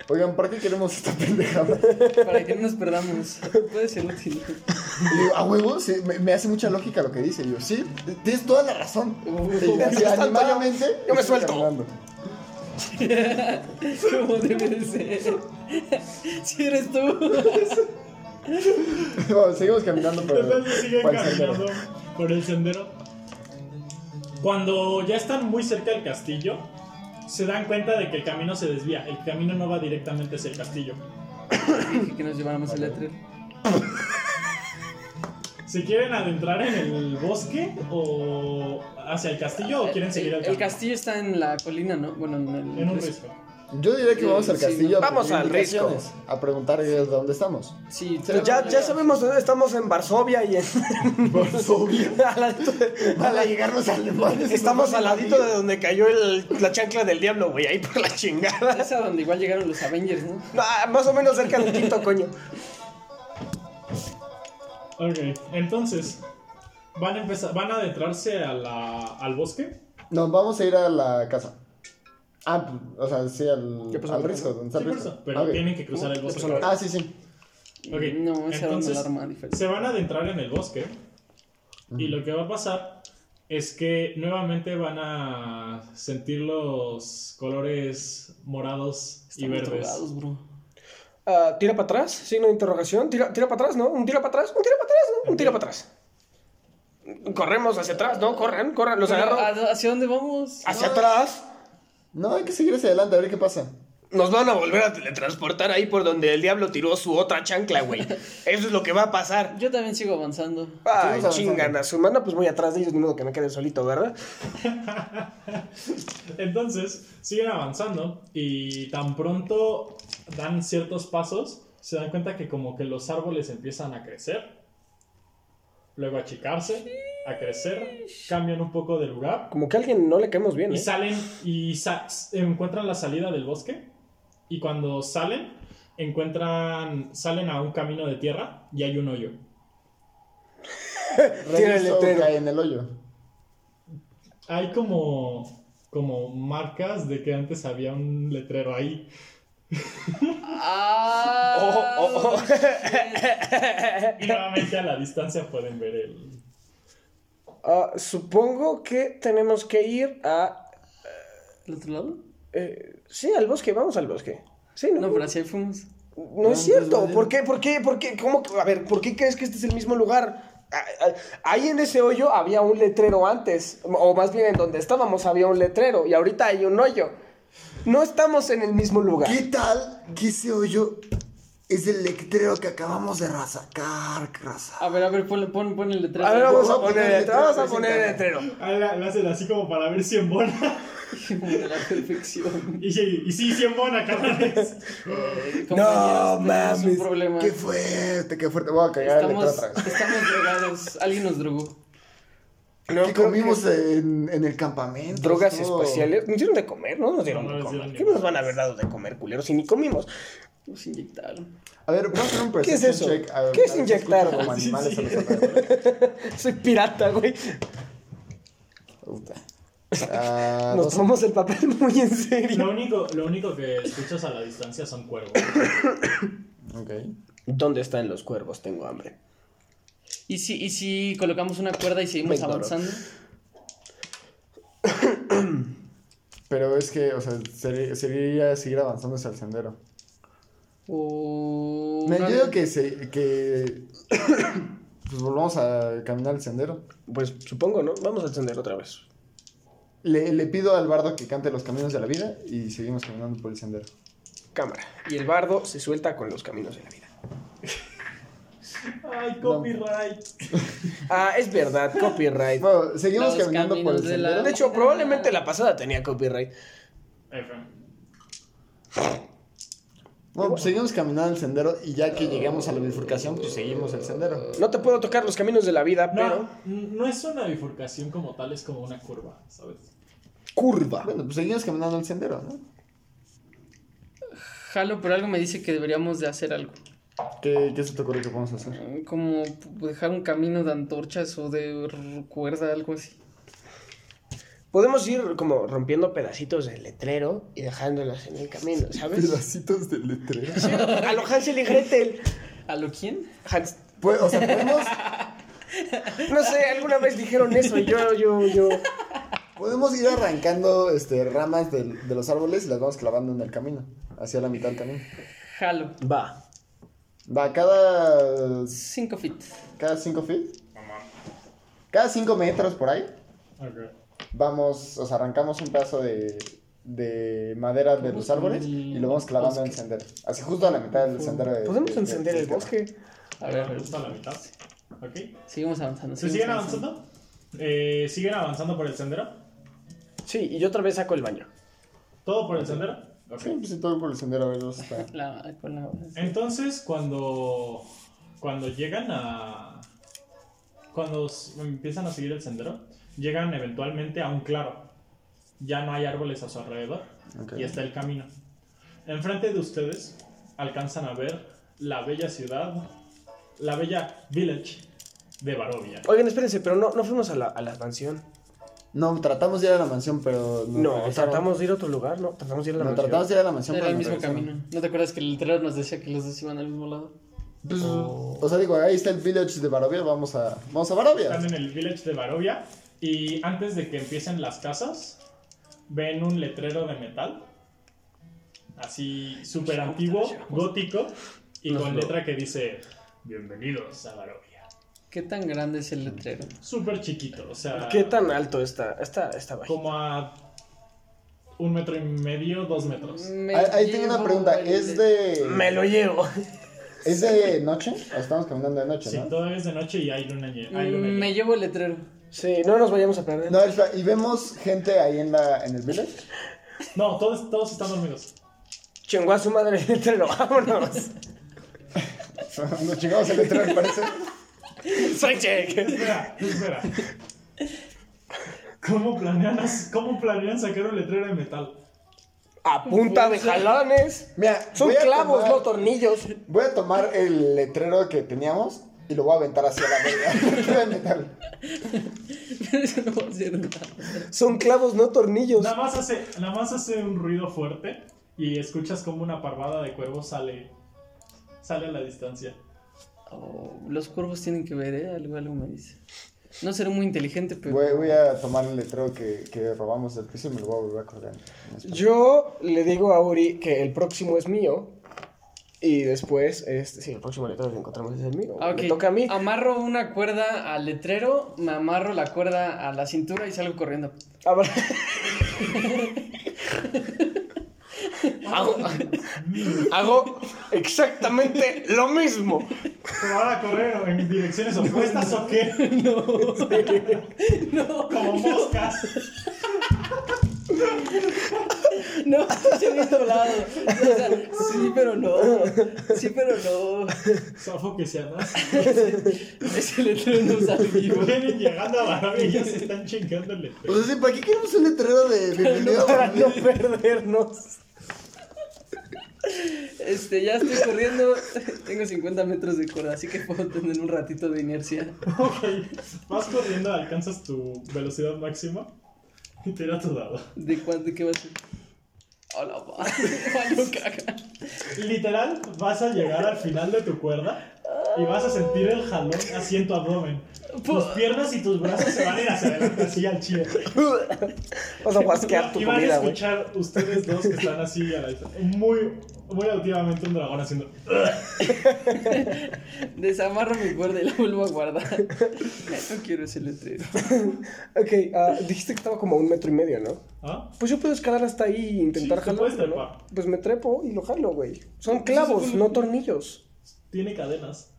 Speaker 4: Oigan, ¿para qué queremos esta pendejada?
Speaker 3: Para que no nos perdamos. Puede ser útil.
Speaker 4: Y digo, a huevo, sí, me, me hace mucha lógica lo que dice. Y yo, sí, t- tienes toda la razón. Y así,
Speaker 2: Mientras tanto,
Speaker 4: animadamente,
Speaker 2: yo me
Speaker 4: estoy
Speaker 2: suelto.
Speaker 4: caminando.
Speaker 3: Como debe de ser. Si eres tú.
Speaker 4: Bueno, seguimos caminando por el,
Speaker 1: Entonces siguen
Speaker 4: por el sendero.
Speaker 1: caminando por el sendero. Cuando ya están muy cerca del castillo, se dan cuenta de que el camino se desvía. El camino no va directamente hacia el castillo.
Speaker 3: Dije que nos lleváramos el letrero.
Speaker 1: ¿Se quieren adentrar en el bosque o hacia el castillo o quieren seguir al
Speaker 3: El
Speaker 1: camino?
Speaker 3: castillo está en la colina, ¿no? Bueno, en el.
Speaker 1: En un risco.
Speaker 4: Yo diría que
Speaker 3: Sí,
Speaker 4: vamos al
Speaker 3: sí,
Speaker 4: castillo. a
Speaker 2: vamos
Speaker 4: pedir
Speaker 2: al risco.
Speaker 4: indicaciones, A preguntar de dónde estamos.
Speaker 3: Sí,
Speaker 2: Pero ya, ya sabemos dónde estamos en Varsovia y en. al ladito de-
Speaker 4: Van a llegarnos alemanes.
Speaker 2: Estamos al ladito de donde cayó el- la chancla del diablo, güey. Ahí por la chingada.
Speaker 3: Es a donde igual llegaron los Avengers, ¿no?
Speaker 2: Ah, más o menos cerca del quinto, coño.
Speaker 1: Ok, entonces van a empezar, van a adentrarse a la- al bosque.
Speaker 4: Nos vamos a ir a la casa. Ah, pues, o sea, sí, al,
Speaker 2: Ya pasó
Speaker 4: al
Speaker 2: la
Speaker 4: risco.
Speaker 2: casa.
Speaker 4: ¿dónde está
Speaker 1: Sí,
Speaker 4: el
Speaker 1: por
Speaker 4: risco?
Speaker 1: eso, pero
Speaker 4: Ah, ok.
Speaker 1: tienen que cruzar el bosque.
Speaker 2: Pues,
Speaker 4: Ah, sí, sí.
Speaker 1: Ok,
Speaker 3: No, esa era una
Speaker 1: entonces,
Speaker 3: alarma diferente.
Speaker 1: Se van a adentrar en el bosque y lo que va a pasar es que nuevamente van a sentir los colores morados y
Speaker 3: Estamos
Speaker 1: verdes.
Speaker 3: drogados, bro.
Speaker 2: Ah, tira para atrás, signo de interrogación. Tira, tira para atrás, ¿no? Un tira para atrás, un tira para atrás, ¿no? Un tira para atrás. Corremos hacia atrás, ¿no? Corran, corran, los agarro.
Speaker 3: ¿A- ¿Hacia dónde vamos?
Speaker 2: Hacia atrás.
Speaker 4: No, hay que seguir hacia adelante, a ver qué pasa.
Speaker 2: Nos van a volver a teletransportar ahí por donde el diablo tiró su otra chancla, güey. Eso es lo que va a pasar.
Speaker 3: Yo también sigo avanzando.
Speaker 2: Ay,
Speaker 4: avanzando.
Speaker 2: chingan a su mano, pues voy atrás de ellos, ni modo que me quede solito, ¿verdad?
Speaker 1: Entonces, siguen avanzando y tan pronto dan ciertos pasos, se dan cuenta que como que los árboles empiezan a crecer, luego a achicarse, a crecer, cambian un poco de lugar
Speaker 2: Como que a alguien no le caemos bien,
Speaker 1: y
Speaker 2: ¿eh?
Speaker 1: salen y sa- encuentran la salida del bosque y cuando salen encuentran salen a un camino de tierra y hay un hoyo.
Speaker 2: Tira el
Speaker 4: Reviso,
Speaker 2: letrero.
Speaker 4: cae en el hoyo.
Speaker 1: Hay como como marcas de que antes había un letrero ahí.
Speaker 3: Ah,
Speaker 2: Oh, oh, oh.
Speaker 1: Y nuevamente a la distancia pueden ver el
Speaker 2: Ah, supongo que tenemos que ir a...
Speaker 3: ¿El otro lado?
Speaker 2: eh, sí, al bosque, vamos al bosque. Sí, ¿no?
Speaker 3: No, pero hacia ahí fuimos.
Speaker 2: No, es cierto. ¿Por qué? ¿Por qué? ¿Por qué? ¿Cómo? que- A ver, ¿por qué crees que este es el mismo lugar? Ah, ah, Ahí en ese hoyo había un letrero antes, o más bien en donde estábamos había un letrero y ahorita hay un hoyo. No estamos en el mismo lugar.
Speaker 4: ¿Qué tal que ese hoyo Es el letrero que acabamos de rasacar, raza.
Speaker 3: A ver, a ver, pon, pon, pon el letrero.
Speaker 2: A ver, vamos
Speaker 4: Voy
Speaker 2: a
Speaker 4: a
Speaker 2: poner
Speaker 4: poner
Speaker 2: el letrero. Vamos a
Speaker 4: letrero,
Speaker 2: poner el letrero.
Speaker 1: Ahí Ah, la, la hacen así como para ver 100 bonas.
Speaker 3: Como de la perfección.
Speaker 1: Y, y sí, 100 bonas, cabrones.
Speaker 3: Compañeros,
Speaker 4: Este,
Speaker 3: tenemos
Speaker 2: Oh, mames,
Speaker 3: un problema.
Speaker 4: Qué fuerte, qué fuerte. Voy a cagar el letrero
Speaker 3: Estamos,
Speaker 4: otra vez.
Speaker 3: estamos drogados. Alguien nos drogó.
Speaker 2: No,
Speaker 4: ¿Qué
Speaker 2: creo
Speaker 4: comimos eh, en, en el campamento?
Speaker 2: Drogas
Speaker 4: Estuvo-
Speaker 2: espaciales. Nos dieron de comer, ¿no? Nos dieron
Speaker 1: No,
Speaker 2: de
Speaker 1: no les
Speaker 2: comer.
Speaker 1: dieron
Speaker 2: ¿Qué
Speaker 1: de
Speaker 2: nos van a haber dado de comer, culeros? Si ni comimos.
Speaker 3: Nos inyectaron.
Speaker 4: A ver, vamos a hacer un
Speaker 2: ¿Qué es
Speaker 4: perception
Speaker 2: eso?
Speaker 4: check. A ver,
Speaker 2: ¿Qué es
Speaker 4: a ver si
Speaker 2: inyectar?
Speaker 4: escucho Como
Speaker 1: Sí,
Speaker 4: animales
Speaker 1: sí.
Speaker 4: a los alrededores.
Speaker 2: Soy pirata, güey.
Speaker 4: Puta. Ah,
Speaker 2: Nos
Speaker 4: dos-
Speaker 2: tomamos el papel muy en
Speaker 1: Lo
Speaker 2: serio.
Speaker 1: único, lo único que escuchas a la distancia son cuervos.
Speaker 4: Ok.
Speaker 2: ¿Dónde están los cuervos? Tengo hambre.
Speaker 3: ¿Y si, ¿Y si colocamos una cuerda y seguimos
Speaker 2: Me ignoro.
Speaker 3: avanzando?
Speaker 4: Pero es que, o sea, sería, sería seguir avanzando hacia el sendero.
Speaker 3: O...
Speaker 4: Me
Speaker 3: una-
Speaker 4: ayuda que, se, que pues volvamos a caminar el sendero.
Speaker 2: Pues supongo, ¿no? Vamos a atender otra vez.
Speaker 4: Le, le pido al bardo que cante los caminos de la vida y seguimos caminando por el sendero.
Speaker 2: Cámara. Y el bardo se suelta con los caminos de la vida.
Speaker 1: Ay, copyright.
Speaker 2: Ah, es verdad, copyright.
Speaker 4: Bueno, seguimos
Speaker 3: Los
Speaker 4: caminando por el
Speaker 3: caminos de la-
Speaker 4: sendero.
Speaker 2: De hecho, probablemente la pasada tenía copyright.
Speaker 1: F.
Speaker 4: Bueno, pues seguimos caminando el sendero y ya que llegamos a la bifurcación, pues seguimos el sendero.
Speaker 2: No te puedo tocar los caminos de la vida, pero.
Speaker 1: No, no es una bifurcación como tal, es como una curva, ¿sabes?
Speaker 2: Curva.
Speaker 4: Bueno, pues seguimos caminando el sendero, ¿no?
Speaker 3: Jalo, pero algo me dice que deberíamos de hacer algo.
Speaker 4: ¿Qué, qué se te ocurre que podemos hacer?
Speaker 3: Eh, Como dejar un camino de antorchas o de r- cuerda, algo así.
Speaker 2: Podemos ir como rompiendo pedacitos de letrero y dejándolas en el camino, ¿sabes?
Speaker 4: Pedacitos de letrero.
Speaker 2: A lo Hansel y Gretel.
Speaker 3: ¿A lo quién?
Speaker 2: Hans-
Speaker 4: Pues, o sea, podemos,
Speaker 2: No sé, alguna vez dijeron eso y yo, yo, yo.
Speaker 4: podemos ir arrancando este, ramas del- de, los árboles y las vamos clavando en el camino, hacia la mitad del camino.
Speaker 3: Jalo.
Speaker 2: Va.
Speaker 4: Va, cada,
Speaker 3: Cinco feet.
Speaker 4: cada cinco feet, cada cinco metros por ahí,
Speaker 1: Ok.
Speaker 4: vamos, o sea, arrancamos un pedazo de, de madera de los árboles y lo vamos clavando en el sendero. Así justo a la mitad del sendero. de-
Speaker 2: Podemos
Speaker 4: de-
Speaker 2: encender
Speaker 4: de-
Speaker 2: el bosque.
Speaker 3: A ver, a
Speaker 1: me
Speaker 3: ver.
Speaker 1: gusta la mitad. Ok.
Speaker 3: Seguimos avanzando.
Speaker 1: ¿Se
Speaker 3: seguimos
Speaker 1: siguen avanzando? Eh, ¿Siguen avanzando por el sendero?
Speaker 2: Sí, y yo otra vez saco el baño.
Speaker 1: ¿Todo por el sendero? Ok.
Speaker 4: Sí, pues sí, todo por el sendero, a ver, vamos hasta-
Speaker 3: La- con la-
Speaker 1: Entonces, cuando, cuando llegan a. Cuando s- empiezan a seguir el sendero, llegan eventualmente a un claro. Ya no hay árboles a su alrededor
Speaker 4: Ok.
Speaker 1: y está el camino. Enfrente de ustedes alcanzan a ver la bella ciudad, la bella village de Barovia.
Speaker 2: Oigan, espérense, pero no, no fuimos a la, a la mansión.
Speaker 4: No, tratamos de ir a la mansión, pero... nos
Speaker 2: No,
Speaker 4: regresaron.
Speaker 2: tratamos de ir a otro lugar, no, tratamos de ir a la
Speaker 4: No,
Speaker 2: mansión.
Speaker 4: tratamos de ir a la mansión,
Speaker 3: Era
Speaker 4: pero
Speaker 3: el
Speaker 4: nos
Speaker 3: mismo
Speaker 4: regresaron.
Speaker 3: camino. ¿No te acuerdas que el letrero nos decía que los dos iban al mismo lado?
Speaker 4: Pues, O sea, digo, ahí está el village de Barovia, vamos a, vamos a Barovia.
Speaker 1: Están en el village de Barovia y antes de que empiecen las casas, ven un letrero de metal, así súper antiguo, gótico, y
Speaker 2: Los
Speaker 1: con
Speaker 2: lo-
Speaker 1: letra que dice, bienvenidos a Barovia.
Speaker 3: ¿Qué tan grande es el letrero?
Speaker 1: Súper chiquito, o sea,
Speaker 2: ¿Qué tan alto está? Está, está bajito.
Speaker 1: como a un metro y medio, dos
Speaker 2: Mm,
Speaker 1: metros.
Speaker 3: Me
Speaker 4: Ahí, ahí tengo una
Speaker 3: llevo
Speaker 4: pregunta,
Speaker 3: el
Speaker 4: ¿es
Speaker 3: letrero.
Speaker 4: de,
Speaker 2: Me lo llevo.
Speaker 4: ¿es de noche? ¿O estamos caminando de noche,
Speaker 1: Si
Speaker 4: ¿no?
Speaker 1: todo es de noche y hay luna llena. hay luna
Speaker 3: Mm, Me
Speaker 1: llena.
Speaker 3: llevo el letrero.
Speaker 2: Sí, no nos vayamos a perder.
Speaker 4: No, espera, y vemos gente ahí en, la, en el village.
Speaker 1: No, todos, todos están dormidos.
Speaker 2: Chingó a su madre el letrero, vámonos.
Speaker 4: Nos chingamos el letrero, me parece.
Speaker 2: Soy check.
Speaker 1: Espera, espera. ¿Cómo planean, as- ¿Cómo planean sacar un letrero de metal?
Speaker 2: A punta de jalones.
Speaker 4: Mira,
Speaker 2: Son
Speaker 4: voy a
Speaker 2: clavos,
Speaker 4: tomar-
Speaker 2: no tornillos.
Speaker 4: Voy a tomar el letrero que teníamos y lo voy a aventar hacia la verga. de metal.
Speaker 3: Pero eso no va a ser nada.
Speaker 2: Son clavos, no tornillos.
Speaker 1: Nada más hace, nada más hace un ruido fuerte y escuchas como una parvada de cuervos sale, sale a la distancia.
Speaker 3: Oh, los cuervos tienen que ver, ¿eh? Algo, algo me dice. No seré muy inteligente, pero.
Speaker 4: Voy, voy a tomar el letrero que, que robamos del piso y me lo voy a volver a colgar.
Speaker 2: Yo le digo a Uri que el próximo es mío. Y después, este, sí, el próximo letrero que encontramos es el mío.
Speaker 3: Ah, ok.
Speaker 2: Me toca a mí.
Speaker 3: Amarro una cuerda al letrero, me amarro la cuerda a la cintura y salgo corriendo.
Speaker 2: Abra- Hago, hago exactamente lo mismo.
Speaker 1: ¿Pero van a correr en direcciones opuestas o qué?
Speaker 3: No,
Speaker 1: Como moscas.
Speaker 3: no, se ve doblado. O sea, sí, pero no. Sí, pero no.
Speaker 1: Sófocles y Anás
Speaker 3: Ese letrero no sale vivo.
Speaker 1: vienen llegando a Barabia y ya se están chingándole.
Speaker 4: O sea, sí, ¿para qué queremos un letrero de bienvenido?
Speaker 2: Para no perdernos.
Speaker 3: Este, ya estoy corriendo. Tengo 50 metros de cuerda, así que puedo tener un ratito de inercia.
Speaker 1: Ok, vas corriendo, alcanzas tu velocidad máxima y tira tu dado.
Speaker 3: ¿De cuánto? ¿Qué va a ser? Hola, va. Valió caca.
Speaker 1: Literal, vas a llegar al final de tu cuerda y vas a sentir el jalón así en tu abdomen. Tus piernas y tus brazos se van a ir hacia adelante, así al chile.
Speaker 2: Vas a guasquear tu
Speaker 1: y van a
Speaker 2: comida, güey.
Speaker 1: escuchar ustedes dos que están así a la distancia, muy, muy auditivamente un dragón haciendo.
Speaker 3: Desamarro mi cuerda y la vuelvo a guardar. No quiero ese letrero.
Speaker 2: Ok, ah, dijiste que estaba como a un metro y medio, ¿no?
Speaker 1: ¿Ah?
Speaker 2: Pues yo puedo escalar hasta ahí e intentar
Speaker 1: Sí, te
Speaker 2: jalarlo,
Speaker 1: puedes
Speaker 2: ¿no?
Speaker 1: trepar.
Speaker 2: Pues me trepo y lo jalo, güey. Son clavos, no tornillos.
Speaker 1: Tiene cadenas.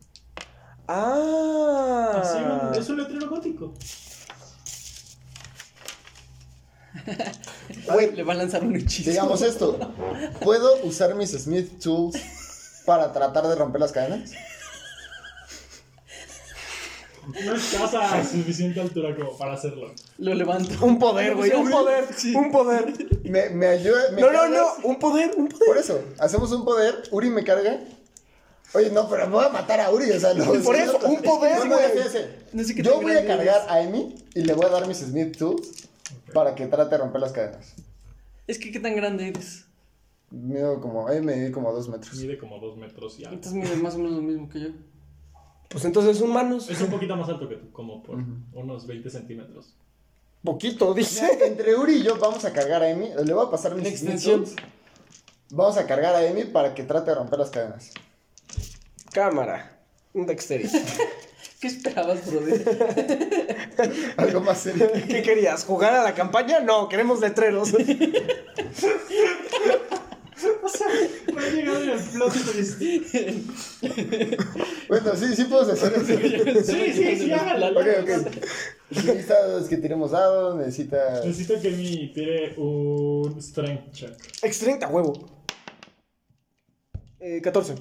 Speaker 1: Así
Speaker 2: Ah.
Speaker 1: un- es un letrero gótico.
Speaker 4: Güey,
Speaker 3: Le va a lanzar un hechizo.
Speaker 4: Digamos esto. ¿Puedo usar mis Smith Tools para tratar de romper las cadenas?
Speaker 1: No estás a suficiente altura como para hacerlo.
Speaker 3: Lo levanto.
Speaker 2: Un poder, güey, un
Speaker 3: Sí.
Speaker 2: poder, un poder.
Speaker 4: Me, me ayuda. me
Speaker 2: No, no, no,
Speaker 4: cargas-
Speaker 2: un poder, un poder.
Speaker 4: Por eso, hacemos un poder. Uri me carga. Oye, no, pero voy a matar a Uri. O sea, no.
Speaker 2: Por eso, un poder,
Speaker 4: No, no, ya
Speaker 2: güey.
Speaker 4: sé, ya sé.
Speaker 3: No sé qué
Speaker 4: Yo
Speaker 3: tan
Speaker 4: voy a
Speaker 3: grande
Speaker 4: cargar a Emi y le voy a dar mis Smith Tools para que trate de romper las cadenas.
Speaker 3: Es que qué tan grande eres.
Speaker 4: Mido como, Emi mide como dos metros.
Speaker 1: Mide como dos metros y algo.
Speaker 3: Entonces mides más o menos lo mismo que yo.
Speaker 2: Pues entonces son manos.
Speaker 1: Es un poquito más alto que tú, como por unos 20 centímetros.
Speaker 2: Poquito,
Speaker 4: Ya,
Speaker 2: dice.
Speaker 4: Entre Uri y yo vamos a cargar a Emi. Le voy a pasar mis
Speaker 3: La
Speaker 4: Smith
Speaker 3: extensión.
Speaker 4: Tools. Vamos a cargar a Emi para que trate de romper las cadenas.
Speaker 2: Cámara. Un dexterity.
Speaker 3: ¿Qué esperabas, brother?
Speaker 4: Algo más serio.
Speaker 2: ¿Qué querías? ¿Jugar a la campaña? No, queremos letreros.
Speaker 1: Me ha llegado en el plot twist. Sí,
Speaker 4: Bueno, sí, sí puedes hacer eso.
Speaker 1: sí, sí, hágalo.
Speaker 4: Ok, ok. Necesitas que tiremos dados, necesitas...
Speaker 1: Necesito que mi tire un strength check.
Speaker 2: Extreme a huevo. Eh, 14.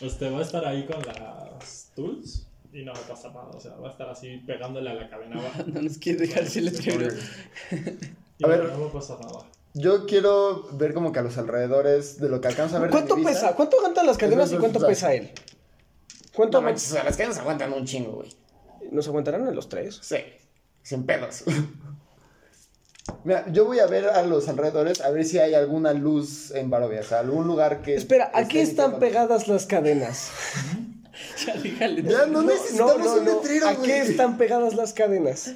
Speaker 1: Este va a estar ahí con las tools y no me pasa nada. O sea, va a estar así pegándole a la cadena abajo.
Speaker 3: No nos quiere dejar ese letrero.
Speaker 1: Y
Speaker 4: A ver.
Speaker 1: no me pasa nada.
Speaker 4: Yo quiero ver como que a los alrededores de lo que alcanza a ver. de
Speaker 2: ¿Cuánto
Speaker 4: mi vista.
Speaker 2: pesa? ¿Cuánto aguantan las cadenas y
Speaker 4: Entonces,
Speaker 2: cuánto
Speaker 4: o sea,
Speaker 2: pesa él? ¿Cuánto
Speaker 4: No
Speaker 2: aguan-
Speaker 4: manches, o sea, las cadenas aguantan un chingo, güey.
Speaker 2: ¿Nos aguantarán a los tres?
Speaker 4: Sí, sin pedos. Mira, yo voy a ver a los alrededores a ver si hay alguna luz en Barovia, o sea, algún lugar que...
Speaker 2: Espera,
Speaker 4: que
Speaker 2: aquí
Speaker 4: esté
Speaker 2: están
Speaker 4: indicando.
Speaker 2: pegadas las cadenas.
Speaker 3: Ya déjale.
Speaker 4: Ya no, necesitamos un letrero,
Speaker 2: Aquí
Speaker 4: güey.
Speaker 2: están pegadas las cadenas.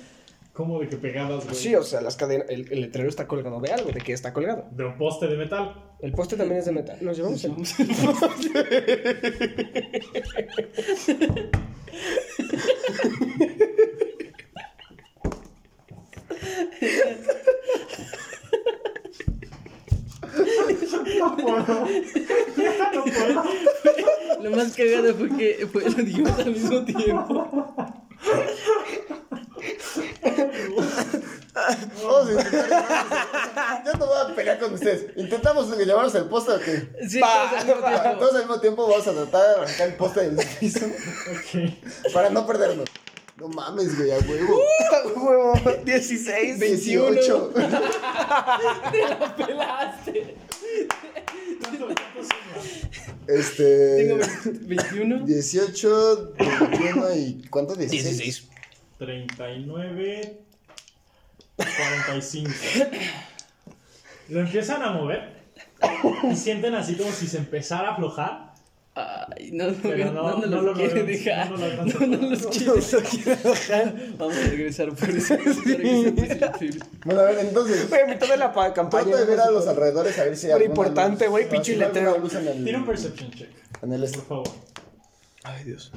Speaker 1: ¿Cómo de que pegadas, güey?
Speaker 2: Sí, o sea, las cadenas. El, el letrero está colgado de algo, de que está colgado.
Speaker 1: De un poste de metal.
Speaker 2: El poste también es de metal. Nos llevamos el.
Speaker 1: No puedo. No puedo.
Speaker 3: Lo más cagado fue que fue, lo dijimos al mismo tiempo.
Speaker 4: Vamos a intentar- Ya no voy a pelear con ustedes. ¿Intentamos llevarnos el poste o qué?
Speaker 3: Sí,
Speaker 2: Pa,
Speaker 3: todos al mismo
Speaker 2: pa.
Speaker 3: tiempo.
Speaker 4: Todos al mismo tiempo vamos a tratar de arrancar el poste del piso
Speaker 1: Ok.
Speaker 4: para no perdernos. No mames, güey, a huevo.
Speaker 2: huevo! 16,
Speaker 4: 18.
Speaker 3: Pelaste.
Speaker 1: ¿Cuánto, cuánto suma?
Speaker 4: Este.
Speaker 3: Tengo 21.
Speaker 4: 18, 21 y. ¿Cuánto? 16.
Speaker 1: 39, 45. Lo empiezan a mover y sienten así como si se empezara a aflojar.
Speaker 3: Ay, no, no,
Speaker 1: Pero
Speaker 3: no,
Speaker 1: no,
Speaker 3: nos
Speaker 1: no
Speaker 3: los
Speaker 1: lo
Speaker 3: quiere
Speaker 1: logramos,
Speaker 3: dejar.
Speaker 1: no
Speaker 3: No,
Speaker 1: lo logramos.
Speaker 3: no, los quiere dejar. Vamos a regresar por eso.
Speaker 4: Bueno, a ver, entonces.
Speaker 2: Güey, a mitad de la pa- campaña.
Speaker 4: Trato de ver a los alrededores a ver si hay.
Speaker 2: Pero
Speaker 4: alguna
Speaker 2: importante,
Speaker 4: luz.
Speaker 2: güey,
Speaker 4: No,
Speaker 2: pinche
Speaker 4: si no, alguna
Speaker 2: letrero.
Speaker 4: luz en el-
Speaker 1: Tira un perception check,
Speaker 4: en el este.
Speaker 1: por favor.
Speaker 2: Ay, Dios.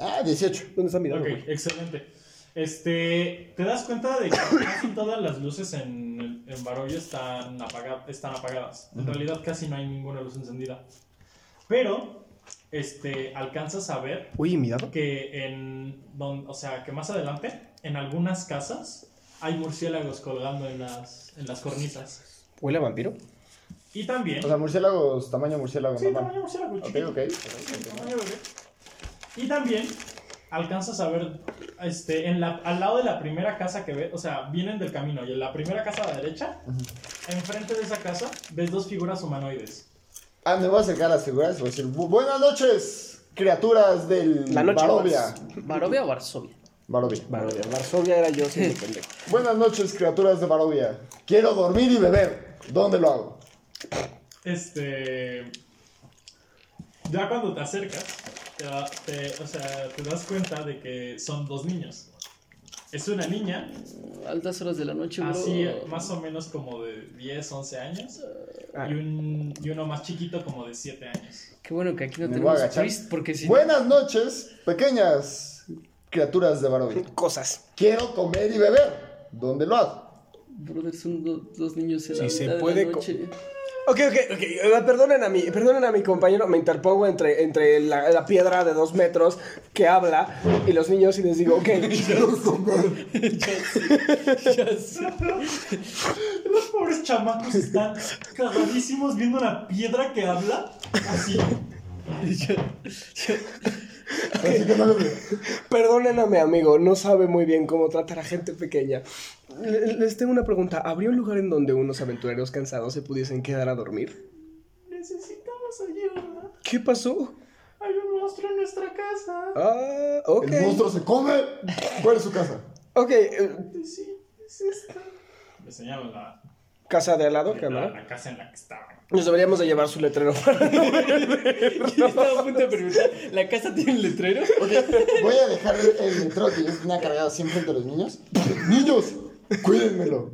Speaker 4: Ah, 18.
Speaker 2: ¿Dónde está mi dado,
Speaker 1: Ok,
Speaker 2: güey?
Speaker 1: excelente. Este, te das cuenta de que casi todas las luces en, el- en, en Barovia están, apaga- están apagadas. En realidad casi no hay ninguna luz encendida. Pero este, alcanzas a ver
Speaker 2: Uy, mi dado.
Speaker 1: que en don- o sea, que más adelante en algunas casas hay murciélagos colgando en las en las cornisas.
Speaker 2: Huele a vampiro.
Speaker 1: Y también
Speaker 4: O sea, murciélagos, tamaño murciélago
Speaker 1: Sí,
Speaker 4: normal.
Speaker 1: tamaño murciélago,
Speaker 4: Ok,
Speaker 1: chiquito.
Speaker 4: ok.
Speaker 1: Tamaño bebé. Y también alcanzas a ver este en la, al lado de la primera casa que ves, o sea, vienen del camino y en la primera casa a la derecha, enfrente de esa casa ves dos figuras humanoides.
Speaker 4: Ah, me voy a acercar a las figuras y voy a decir, "Bu- buenas noches, criaturas del
Speaker 2: La noche
Speaker 4: Barovia.
Speaker 3: ¿Varovia o Varsovia?
Speaker 4: Barovia.
Speaker 2: Varovia. Varsovia era yo siendo pendejo.
Speaker 4: Buenas noches, criaturas de Barovia. Quiero dormir y beber. ¿Dónde lo hago?
Speaker 1: Este. Ya cuando te acercas, te, da- te- o sea, te das cuenta de que son dos niños. Es una niña,
Speaker 3: Altas horas de la noche, bro.
Speaker 1: así más o menos como de 10, 11 años,
Speaker 2: Ah.
Speaker 1: y, un, y uno más chiquito como de 7 años.
Speaker 3: Qué bueno que aquí no
Speaker 4: Me voy a
Speaker 3: tenemos
Speaker 4: agachar.
Speaker 3: twist, porque si
Speaker 4: Buenas noches, pequeñas criaturas de Barovia.
Speaker 2: Cosas.
Speaker 4: Quiero comer y beber. ¿Dónde lo hago?
Speaker 3: Brother, son do- dos niños en la
Speaker 2: Si se
Speaker 3: mitad de
Speaker 2: puede
Speaker 3: la
Speaker 2: co-
Speaker 3: noche.
Speaker 2: Ok, ok, ok. eh, Perdonen a mi, perdonen a mi compañero. Me interpongo entre, entre la, la piedra de dos metros que habla y los niños y les digo, ok.
Speaker 1: Los pobres chamacos están cagadísimos viendo una piedra que habla así.
Speaker 4: Así que no lo veo.
Speaker 2: Perdonen a mi amigo, no sabe muy bien cómo tratar a gente pequeña. Le- Les tengo una pregunta. ¿Habría un lugar en donde unos aventureros cansados se pudiesen quedar a dormir?
Speaker 1: Necesitamos ayuda.
Speaker 2: ¿Qué pasó?
Speaker 1: Hay un monstruo en nuestra casa.
Speaker 2: Ah, ok.
Speaker 4: El monstruo se come. ¿Cuál es su casa?
Speaker 2: Ok, eh,
Speaker 1: Este Sí, es esta. Le señalo la,
Speaker 2: casa de al lado,
Speaker 1: la,
Speaker 2: cámara.
Speaker 1: la casa en la que estaban.
Speaker 2: Nos deberíamos de llevar su letrero para no
Speaker 3: Yo estaba a punto de preguntar, ¿la casa tiene un letrero?
Speaker 4: Voy a dejar el, el letrero que yo tenía cargado siempre entre los niños. ¡Niños! ¡Cuídenmelo!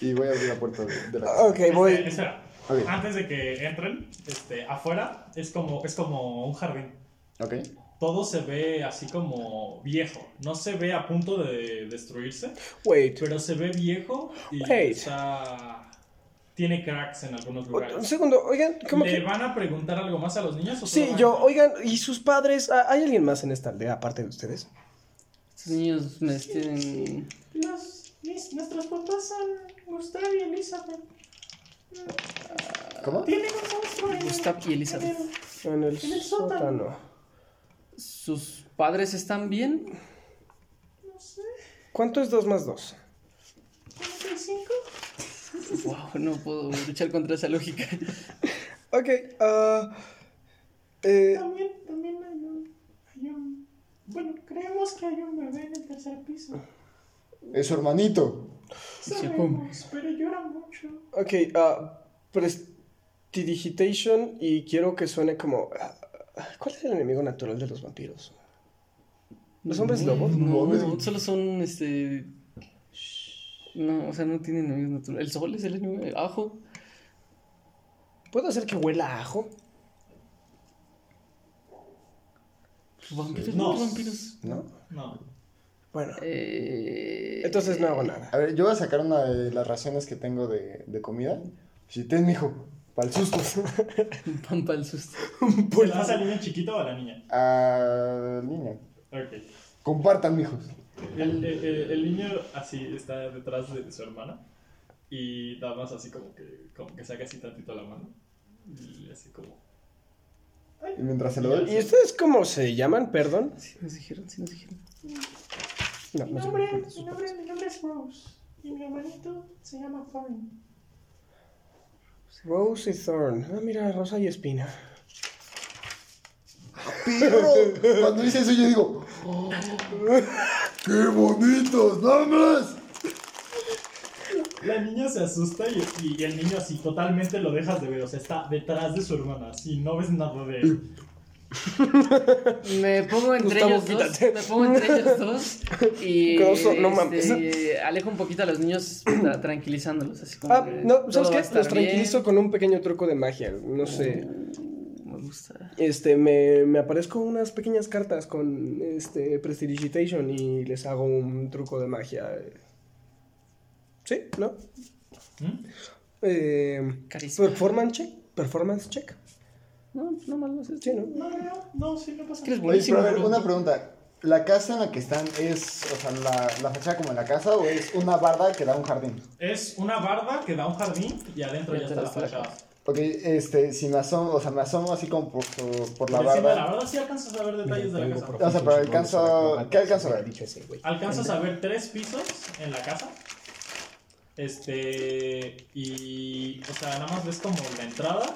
Speaker 4: Y voy a abrir la puerta de, de la casa.
Speaker 2: Ok,
Speaker 1: Este,
Speaker 2: voy.
Speaker 1: espera.
Speaker 4: Ok.
Speaker 1: Antes de que entren, este, afuera es como, es como un jardín.
Speaker 4: Ok.
Speaker 1: Todo se ve así como viejo. No se ve a punto de destruirse,
Speaker 2: Wait.
Speaker 1: pero se ve viejo y
Speaker 2: Wait.
Speaker 1: está... Tiene cracks en algunos
Speaker 2: Un
Speaker 1: lugares.
Speaker 2: segundo, oigan, ¿cómo
Speaker 1: ¿Le
Speaker 2: que...?
Speaker 1: van a preguntar algo más a los niños? O solo
Speaker 2: Sí,
Speaker 1: van a
Speaker 2: yo,
Speaker 1: entrar?
Speaker 2: oigan, ¿y sus padres? Ah, ¿Hay alguien más en esta aldea aparte de ustedes?
Speaker 3: Estos niños me tienen...
Speaker 1: Los- mis- nuestros papás son Gustav y Elizabeth.
Speaker 4: ¿Cómo?
Speaker 1: Tienen un monstruo en el-
Speaker 3: Gustav y
Speaker 1: en
Speaker 3: Elizabeth.
Speaker 1: el-
Speaker 2: En el,
Speaker 1: En el sótano.
Speaker 2: sótano.
Speaker 3: ¿Sus padres están bien?
Speaker 1: No sé,
Speaker 2: ¿Cuánto es 2 más 2?
Speaker 1: 45.
Speaker 3: Wow, no puedo luchar contra esa lógica.
Speaker 2: Ok, ah... eh,
Speaker 1: También, también hay un, hay un- Bueno, creemos que hay un bebé en el tercer piso.
Speaker 3: Ah,
Speaker 4: Es su hermanito.
Speaker 1: Sabemos, pero llora mucho.
Speaker 2: ok, ah... prestidigitation y quiero que suene como... ah, ¿Cuál es el enemigo natural de los vampiros? ¿Los hombres lobo?
Speaker 3: No, solo son, este... No, o sea, no tienen enemigos naturales. El sol es el enemigo, el ajo.
Speaker 2: ¿Puedo hacer que huela a ajo?
Speaker 3: Los vampiros,
Speaker 1: No.
Speaker 3: no, los vampiros.
Speaker 2: ¿No?
Speaker 1: No.
Speaker 2: Bueno,
Speaker 3: Eh,
Speaker 2: entonces no hago nada.
Speaker 4: A ver, yo voy a sacar una de las raciones que tengo de, de comida. Si ten, mijo, para el susto.
Speaker 3: Pan pa'l susto.
Speaker 4: Pues
Speaker 1: ¿Se la vas al niño chiquito o a la niña?
Speaker 4: Al niño.
Speaker 1: Ok.
Speaker 4: Compartan, mijos.
Speaker 1: El, el- el- el niño así está detrás de su hermana. Y nada más así como que, como que saca así tantito la mano. Y así como.
Speaker 4: Y mientras se lo doy.
Speaker 2: ¿Y ustedes cómo se llaman, perdón?
Speaker 3: Sí nos dijeron, sí nos dijeron.
Speaker 2: No,
Speaker 5: Mi
Speaker 2: no se
Speaker 5: nombre,
Speaker 2: preocupen,
Speaker 5: mi nombre, mi nombre es Rose y mi hermanito se llama Thorn.
Speaker 2: Rose y Thorn. Ah, mira, Rosa y Espina.
Speaker 4: Pero cuando dice eso, yo digo: "Oh, ¡Qué bonitos nombres!
Speaker 1: La niña se asusta y, y el niño así totalmente lo dejas de ver. O sea, está detrás de su hermana. Así no ves nada de él.
Speaker 3: Me pongo entre
Speaker 2: Gustavo,
Speaker 3: ellos
Speaker 2: quítate.
Speaker 3: dos. Me pongo entre ellos dos. Y
Speaker 2: Grosso, no
Speaker 3: este, alejo un poquito a los niños tra- tranquilizándolos. Así como
Speaker 2: Ah,
Speaker 3: que
Speaker 2: no,
Speaker 3: todo
Speaker 2: ¿sabes
Speaker 3: va a
Speaker 2: qué?
Speaker 3: estar
Speaker 2: Los tranquilizo
Speaker 3: bien.
Speaker 2: con un pequeño truco de magia. No sé.
Speaker 3: Me gusta.
Speaker 2: Este, me, me aparezco unas pequeñas cartas con este Prestidigitation y les hago un truco de magia.
Speaker 6: Sí, ¿no?
Speaker 7: ¿Mm?
Speaker 6: Eh,
Speaker 3: Carisma.
Speaker 6: performance check. Performance check. No, no más no sé. Sí, ¿no?
Speaker 8: No, no, no, no, sí, no pasa
Speaker 3: Es que eres
Speaker 8: nada.
Speaker 4: Oye,
Speaker 3: buenísimo.
Speaker 4: pero a ver,
Speaker 3: bro.
Speaker 4: una pregunta. ¿La casa en la que están es, o sea, la, la fachada como en la casa o es una barda que da a un jardín?
Speaker 7: Es una barda que da a un jardín y adentro ya
Speaker 3: Ya
Speaker 7: está la
Speaker 3: está la
Speaker 7: fachada.
Speaker 4: Porque, este, si me asomo, o sea, me asomo así como por, por- por la
Speaker 7: Por encima de la
Speaker 4: barda.
Speaker 7: barda sí alcanzas a ver detalles de la casa.
Speaker 4: O sea, pero alcanzo- ¿qué alcanzo a ver?
Speaker 2: Dicho ese, güey.
Speaker 7: Alcanzas a ver tres pisos en la casa. Este. Y. O sea, nada más ves como la entrada.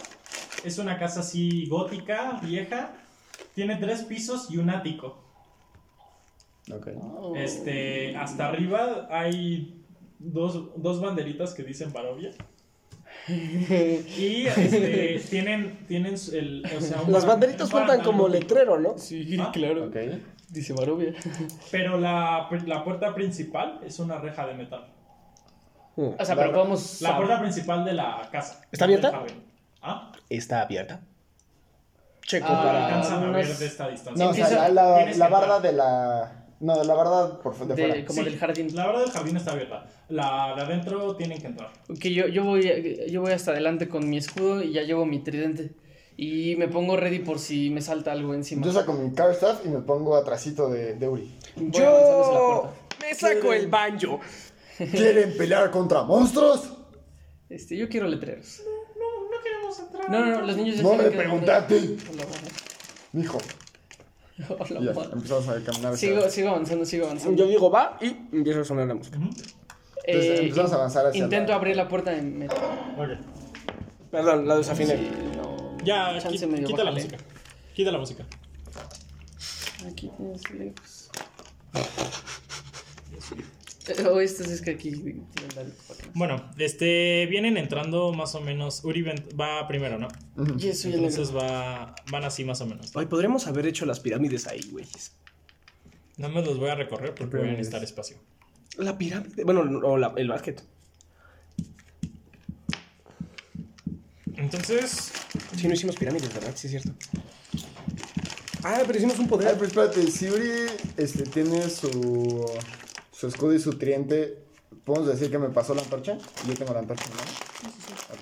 Speaker 7: Es una casa así gótica, vieja. Tiene tres pisos y un ático.
Speaker 4: Ok.
Speaker 7: Este. Hasta arriba hay dos, dos banderitas que dicen Barovia. Y este, tienen, tienen el. o sea, un-
Speaker 6: Las banderitas
Speaker 7: un pantalón.
Speaker 6: cuentan como letrero, ¿no?
Speaker 3: Sí,
Speaker 7: Ah,
Speaker 3: claro.
Speaker 4: Ok.
Speaker 3: Dice Barovia.
Speaker 7: Pero la, la puerta principal es una reja de metal.
Speaker 3: O sea, pero podemos.
Speaker 7: La puerta principal de la casa.
Speaker 2: ¿Está abierta?
Speaker 7: Del jardín. ¿Ah?
Speaker 2: Está abierta.
Speaker 6: Checo
Speaker 3: Ah,
Speaker 7: Para
Speaker 6: para.
Speaker 7: alcanzan a ver
Speaker 3: unos-
Speaker 7: de esta distancia.
Speaker 4: No, o sea, la,
Speaker 7: Empieza-
Speaker 4: la-
Speaker 7: tienes
Speaker 4: la
Speaker 7: que
Speaker 4: barda
Speaker 7: entrar.
Speaker 4: de la... No, la barda por fu- de,
Speaker 3: de-
Speaker 4: fuera.
Speaker 3: como del jardín.
Speaker 7: La barda del jardín está abierta. La de adentro tienen que entrar.
Speaker 3: Ok, yo, yo, voy, yo voy hasta adelante con mi escudo y ya llevo mi tridente. Y me pongo ready por si me salta algo encima.
Speaker 4: Yo saco mi car staff y me pongo atrasito de, de Uri.
Speaker 3: Voy avanzando hacia la
Speaker 6: Yo
Speaker 3: puerta.
Speaker 6: me saco el banjo.
Speaker 4: ¿Quieren pelear contra monstruos?
Speaker 3: Este, yo quiero letreros.
Speaker 8: No, no queremos entrar.
Speaker 3: No, no, no, los niños ya
Speaker 4: No
Speaker 3: saben
Speaker 4: me
Speaker 3: que-
Speaker 4: preguntaste.
Speaker 3: Hola, madre.
Speaker 4: Mijo.
Speaker 3: Hola,
Speaker 4: Y Ya,
Speaker 3: madre.
Speaker 4: empezamos a caminar. hacia-
Speaker 3: Sigo, sigo avanzando, sigo avanzando.
Speaker 6: Yo digo va y empieza a sonar la música.
Speaker 4: Entonces, empezamos a avanzar hacia
Speaker 3: Eh, Intento
Speaker 4: la-
Speaker 3: abrir la puta de me-
Speaker 6: Perdón, la desafiné.
Speaker 3: no,
Speaker 7: Ya,
Speaker 3: chance
Speaker 7: qui-
Speaker 3: medio
Speaker 7: quita la
Speaker 3: bájale.
Speaker 7: música. Quita la música.
Speaker 3: Aquí tienes lejos. O estas es que aquí tienen la para acá.
Speaker 7: Bueno, este, vienen entrando más o menos. Uri ven- va primero, ¿no?
Speaker 3: Y eso ya
Speaker 7: Entonces va, van así más o menos.
Speaker 2: Ay, podríamos haber hecho las pirámides ahí, güey.
Speaker 7: No me los voy a recorrer porque voy a necesitar espacio.
Speaker 2: La pirámide. Bueno, o la- el básquet.
Speaker 7: Entonces,
Speaker 2: Sí, no hicimos pirámides, ¿verdad? Sí, es cierto.
Speaker 6: Ah, pero hicimos un
Speaker 4: Ay,
Speaker 6: poder.
Speaker 4: pero espérate, si Uri este, tiene su, su escudo y su triente, ¿podemos decir que me pasó la antorcha? Yo tengo la antorcha, ¿no?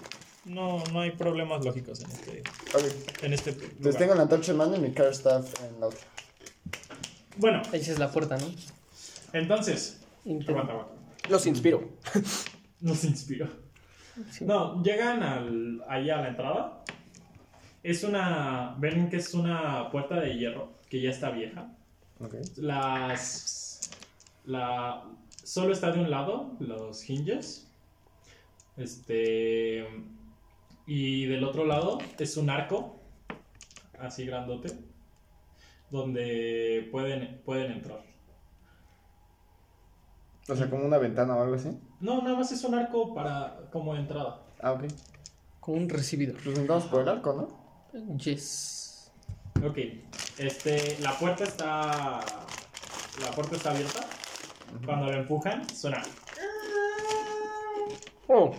Speaker 7: no, no hay problemas lógicos en este.
Speaker 4: Ok.
Speaker 7: En este
Speaker 4: Entonces
Speaker 7: lugar.
Speaker 4: tengo la antorcha en mano y mi car staff en la otra.
Speaker 7: Bueno,
Speaker 3: Ahí sí es la puerta, ¿no?
Speaker 7: entonces.
Speaker 3: Intento.
Speaker 7: Aguanta, aguanta.
Speaker 6: Los inspiro.
Speaker 7: Nos inspiró.
Speaker 3: Sí.
Speaker 7: No, llegan al, ahí a la entrada. Es una. Ven que es una puerta de hierro que ya está vieja.
Speaker 4: Ok.
Speaker 7: Las. La. Solo está de un lado, los hinges. Este. Y del otro lado es un arco. Así grandote. Donde pueden, pueden entrar.
Speaker 4: O sea, como una ventana o algo así.
Speaker 7: No, nada más es un arco para. como entrada.
Speaker 4: Ah, ok.
Speaker 3: Con un recibidor.
Speaker 4: Pues Nos sentamos por el arco, ¿no?
Speaker 3: Yes.
Speaker 7: Ok, este, la puerta está, la puerta está abierta. Cuando la empujan, suena.
Speaker 6: Oh,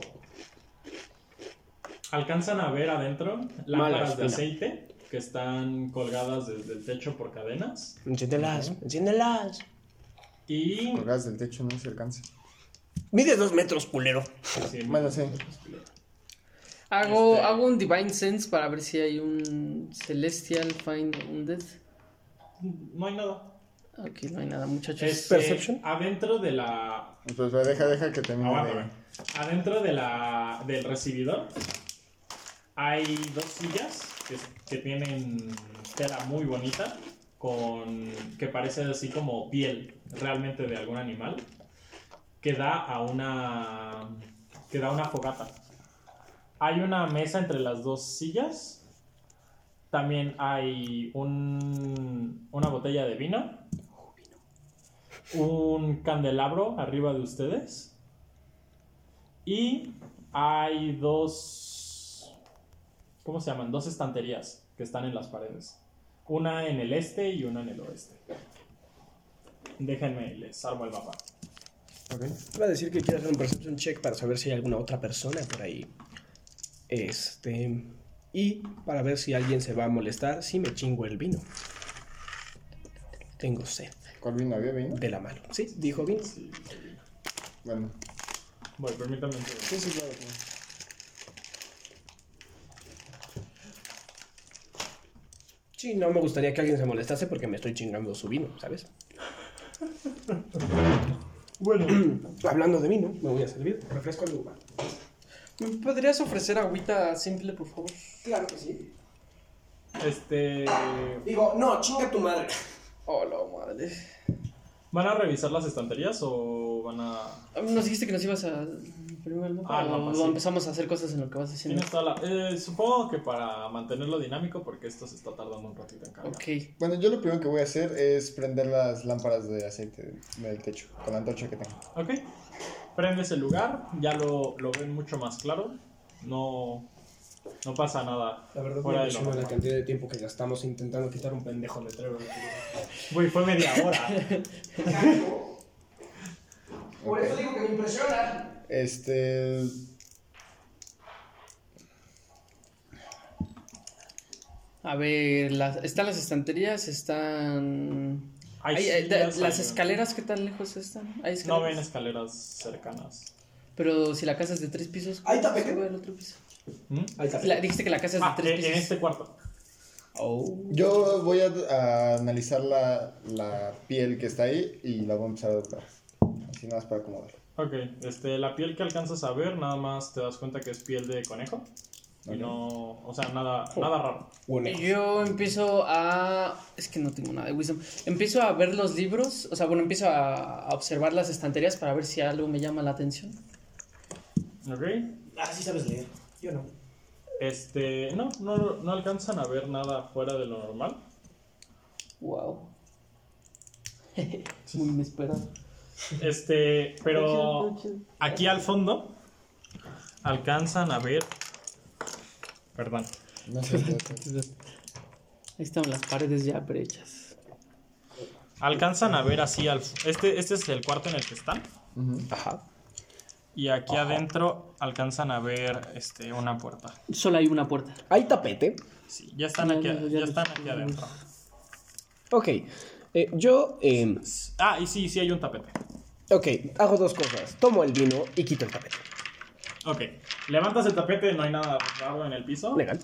Speaker 7: Alcanzan a ver adentro lámparas de
Speaker 6: espina.
Speaker 7: aceite que están colgadas desde el techo por cadenas
Speaker 6: enciéndelas, enciéndelas.
Speaker 7: y
Speaker 4: Colgadas del techo, no se alcanza.
Speaker 2: Mide dos metros, culero.
Speaker 7: pues, sí,
Speaker 4: Bueno, sí.
Speaker 3: Hago,
Speaker 7: Este-
Speaker 3: hago un Divine Sense para ver si hay un Celestial Find Undead.
Speaker 7: no hay nada.
Speaker 3: Aquí no hay nada, muchachos.
Speaker 7: Este,
Speaker 6: Perception.
Speaker 7: Adentro de la,
Speaker 4: Entonces, va, deja, deja que termine
Speaker 7: aguántame.
Speaker 4: de...
Speaker 7: Adentro de la, del recibidor hay dos sillas que, que tienen tela muy bonita con que parece así como piel realmente de algún animal que da a una que da a una fogata. Hay una mesa entre las dos sillas. También hay un, una botella de vino. Un candelabro arriba de ustedes. Y hay dos. ¿Cómo se llaman? Dos estanterías que están en las paredes. Una en el este y una en el oeste. Déjenme, les armo el mapa.
Speaker 2: Iba a decir que quiero hacer un perception check para saber si hay alguna otra persona por ahí. Este. Y para ver si alguien se va a molestar si me chingo el vino. Tengo sed
Speaker 4: ¿Cuál vino había vino?
Speaker 2: de la mano. Sí, dijo vino.
Speaker 4: Bueno.
Speaker 7: Voy, permítame un segundo.
Speaker 9: Sí, sí, claro. claro.
Speaker 2: Sí, no me gustaría que alguien se molestase porque me estoy chingando su vino, ¿sabes?
Speaker 7: Bueno,
Speaker 2: Hablando de vino, me voy a servir. Refresco al lugar.
Speaker 3: ¿Me podrías ofrecer agüita simple, por favor?
Speaker 2: Claro que sí.
Speaker 7: este.
Speaker 2: Digo, no, chinga tu madre.
Speaker 3: Hola, madre.
Speaker 7: ¿Van a revisar las estanterías o van a.?
Speaker 3: Nos dijiste que nos ibas a. Primero, ¿no?
Speaker 7: Ah,
Speaker 3: O
Speaker 7: no, pues,
Speaker 3: lo
Speaker 7: sí.
Speaker 3: empezamos a hacer cosas en lo que vas haciendo.
Speaker 7: Tienes toda la- eh, supongo que para mantenerlo dinámico, porque esto se está tardando un ratito en cargar.
Speaker 3: Ok.
Speaker 4: Bueno, yo lo primero que voy a hacer es prender las lámparas de aceite del techo, con la antorcha que tengo.
Speaker 7: Ok. Prendes el lugar, ya lo, lo ven mucho más claro. No, no pasa nada.
Speaker 2: La verdad,
Speaker 7: fuera
Speaker 2: me
Speaker 7: de lo
Speaker 2: impresiona la
Speaker 7: normal.
Speaker 2: cantidad de tiempo que gastamos intentando quitar un pendejo letrero.
Speaker 7: Güey, fue media hora.
Speaker 4: Por eso digo que me impresiona. Este.
Speaker 3: A ver, las- están las estanterías, están.
Speaker 7: Hay
Speaker 3: Ay, eh,
Speaker 7: sillas,
Speaker 3: las
Speaker 7: hay-
Speaker 3: escaleras, ¿qué tan lejos están? ¿Hay
Speaker 7: No
Speaker 3: escaleras?
Speaker 7: ven escaleras cercanas.
Speaker 3: Pero si la casa es de tres pisos,
Speaker 2: Ahí está,
Speaker 3: ¿cómo se
Speaker 2: pequeño.
Speaker 3: sube al otro piso?
Speaker 7: ¿Mm?
Speaker 2: Ahí está.
Speaker 3: La- dijiste que la casa es de
Speaker 7: Ah,
Speaker 3: tres
Speaker 7: en en
Speaker 3: pisos.
Speaker 7: este cuarto.
Speaker 3: Oh.
Speaker 4: Yo voy a, a analizar la, la piel que está ahí y la voy a empezar a adoptar. Así nada más para acomodar.
Speaker 7: Ok, este, la piel que alcanzas a ver, nada más te das cuenta que es piel de conejo. Y
Speaker 4: Ok.
Speaker 7: no, o sea, nada,
Speaker 10: Oh.
Speaker 7: nada raro.
Speaker 3: Yo empiezo a. Es que no tengo nada de wisdom. Empiezo a ver los libros, o sea, bueno, empiezo a, a observar las estanterías para ver si algo me llama la atención.
Speaker 7: Ok,
Speaker 10: Ah, sí sabes leer. Yo no.
Speaker 7: Este, no, no, no alcanzan a ver nada fuera de lo normal.
Speaker 3: Wow. Muy inesperado.
Speaker 7: Este, pero aquí al fondo alcanzan a ver. Perdón.
Speaker 4: No sé.
Speaker 3: Ahí están las paredes ya brechas.
Speaker 7: Alcanzan a ver así al. Este, este es el cuarto en el que están.
Speaker 2: Ajá.
Speaker 7: Y aquí adentro alcanzan a ver este, una puerta.
Speaker 3: Solo hay una puerta.
Speaker 2: Hay tapete.
Speaker 7: Sí, ya están aquí,
Speaker 3: Ya, ya, ya
Speaker 7: ya están
Speaker 3: lo
Speaker 7: aquí adentro.
Speaker 2: Ok. eh, yo, eh,
Speaker 7: Ah, y sí, sí hay un tapete.
Speaker 2: ok, hago dos cosas. Tomo el vino y quito el tapete.
Speaker 7: Ok. Levantas el tapete, no hay nada raro en el piso.
Speaker 2: Legal.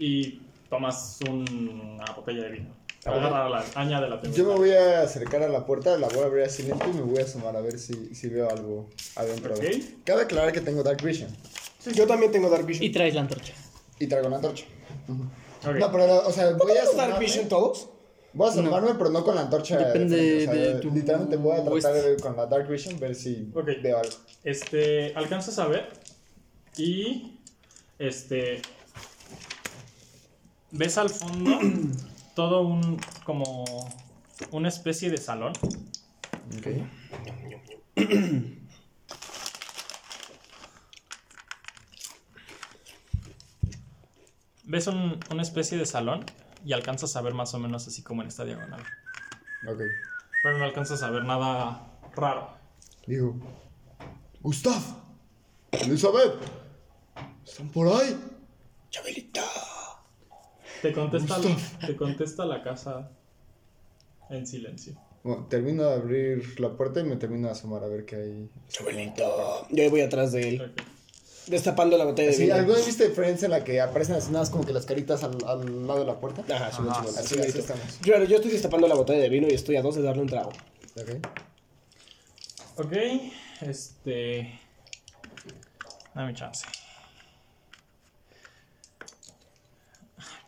Speaker 7: Y tomas una botella de vino.
Speaker 2: bueno.
Speaker 7: Agárrala, añádela.
Speaker 4: Yo me voy a acercar a la puerta, la voy a abrir así lento y me voy a asomar a ver si, si veo algo adentro.
Speaker 7: Ok.
Speaker 4: Cabe aclarar que tengo Dark Vision
Speaker 9: Yo también tengo Dark
Speaker 3: Y
Speaker 9: Vision.
Speaker 3: traes la antorcha.
Speaker 4: y traigo una antorcha.
Speaker 7: Ok.
Speaker 4: No, pero, o sea, voy a
Speaker 9: ¿Tenemos Dark
Speaker 4: asomarme,
Speaker 9: Vision todos?
Speaker 4: voy a asomarme pero no con la antorcha. de
Speaker 3: Depende
Speaker 4: frente, o sea,
Speaker 3: de tu-
Speaker 4: Literalmente voy a tratar de
Speaker 3: West.
Speaker 4: ver con la Dark Vision, ver si
Speaker 7: Ok.
Speaker 4: veo algo.
Speaker 7: Este, alcanzas a ver y este ves al fondo todo un como una especie de salón. Ves un- una especie de salón y alcanzas a ver más o menos así como en esta diagonal.
Speaker 4: Ok.
Speaker 7: Pero no alcanzas a ver nada raro.
Speaker 4: Digo, Gustav, Elizabeth, ¿están por ahí?
Speaker 7: Te contesta, la, te contesta la casa en silencio.
Speaker 4: Bueno, termino de abrir la puerta y me termino de asomar a ver qué hay.
Speaker 2: Yo ahí voy atrás de él,
Speaker 7: Ok.
Speaker 2: destapando la botella de
Speaker 4: Sí,
Speaker 2: vino.
Speaker 4: ¿alguna vez viste Friends en la que aparecen así nada más como que las caritas al, al lado de la puerta?
Speaker 2: Ajá, sí, lo
Speaker 7: Ajá,
Speaker 2: he hecho,
Speaker 4: Así,
Speaker 2: lo he
Speaker 4: así
Speaker 2: hecho.
Speaker 4: estamos.
Speaker 2: Claro, yo estoy destapando la botella de vino y estoy a dos de darle un trago.
Speaker 4: Ok.
Speaker 7: Ok, este. Dame chance.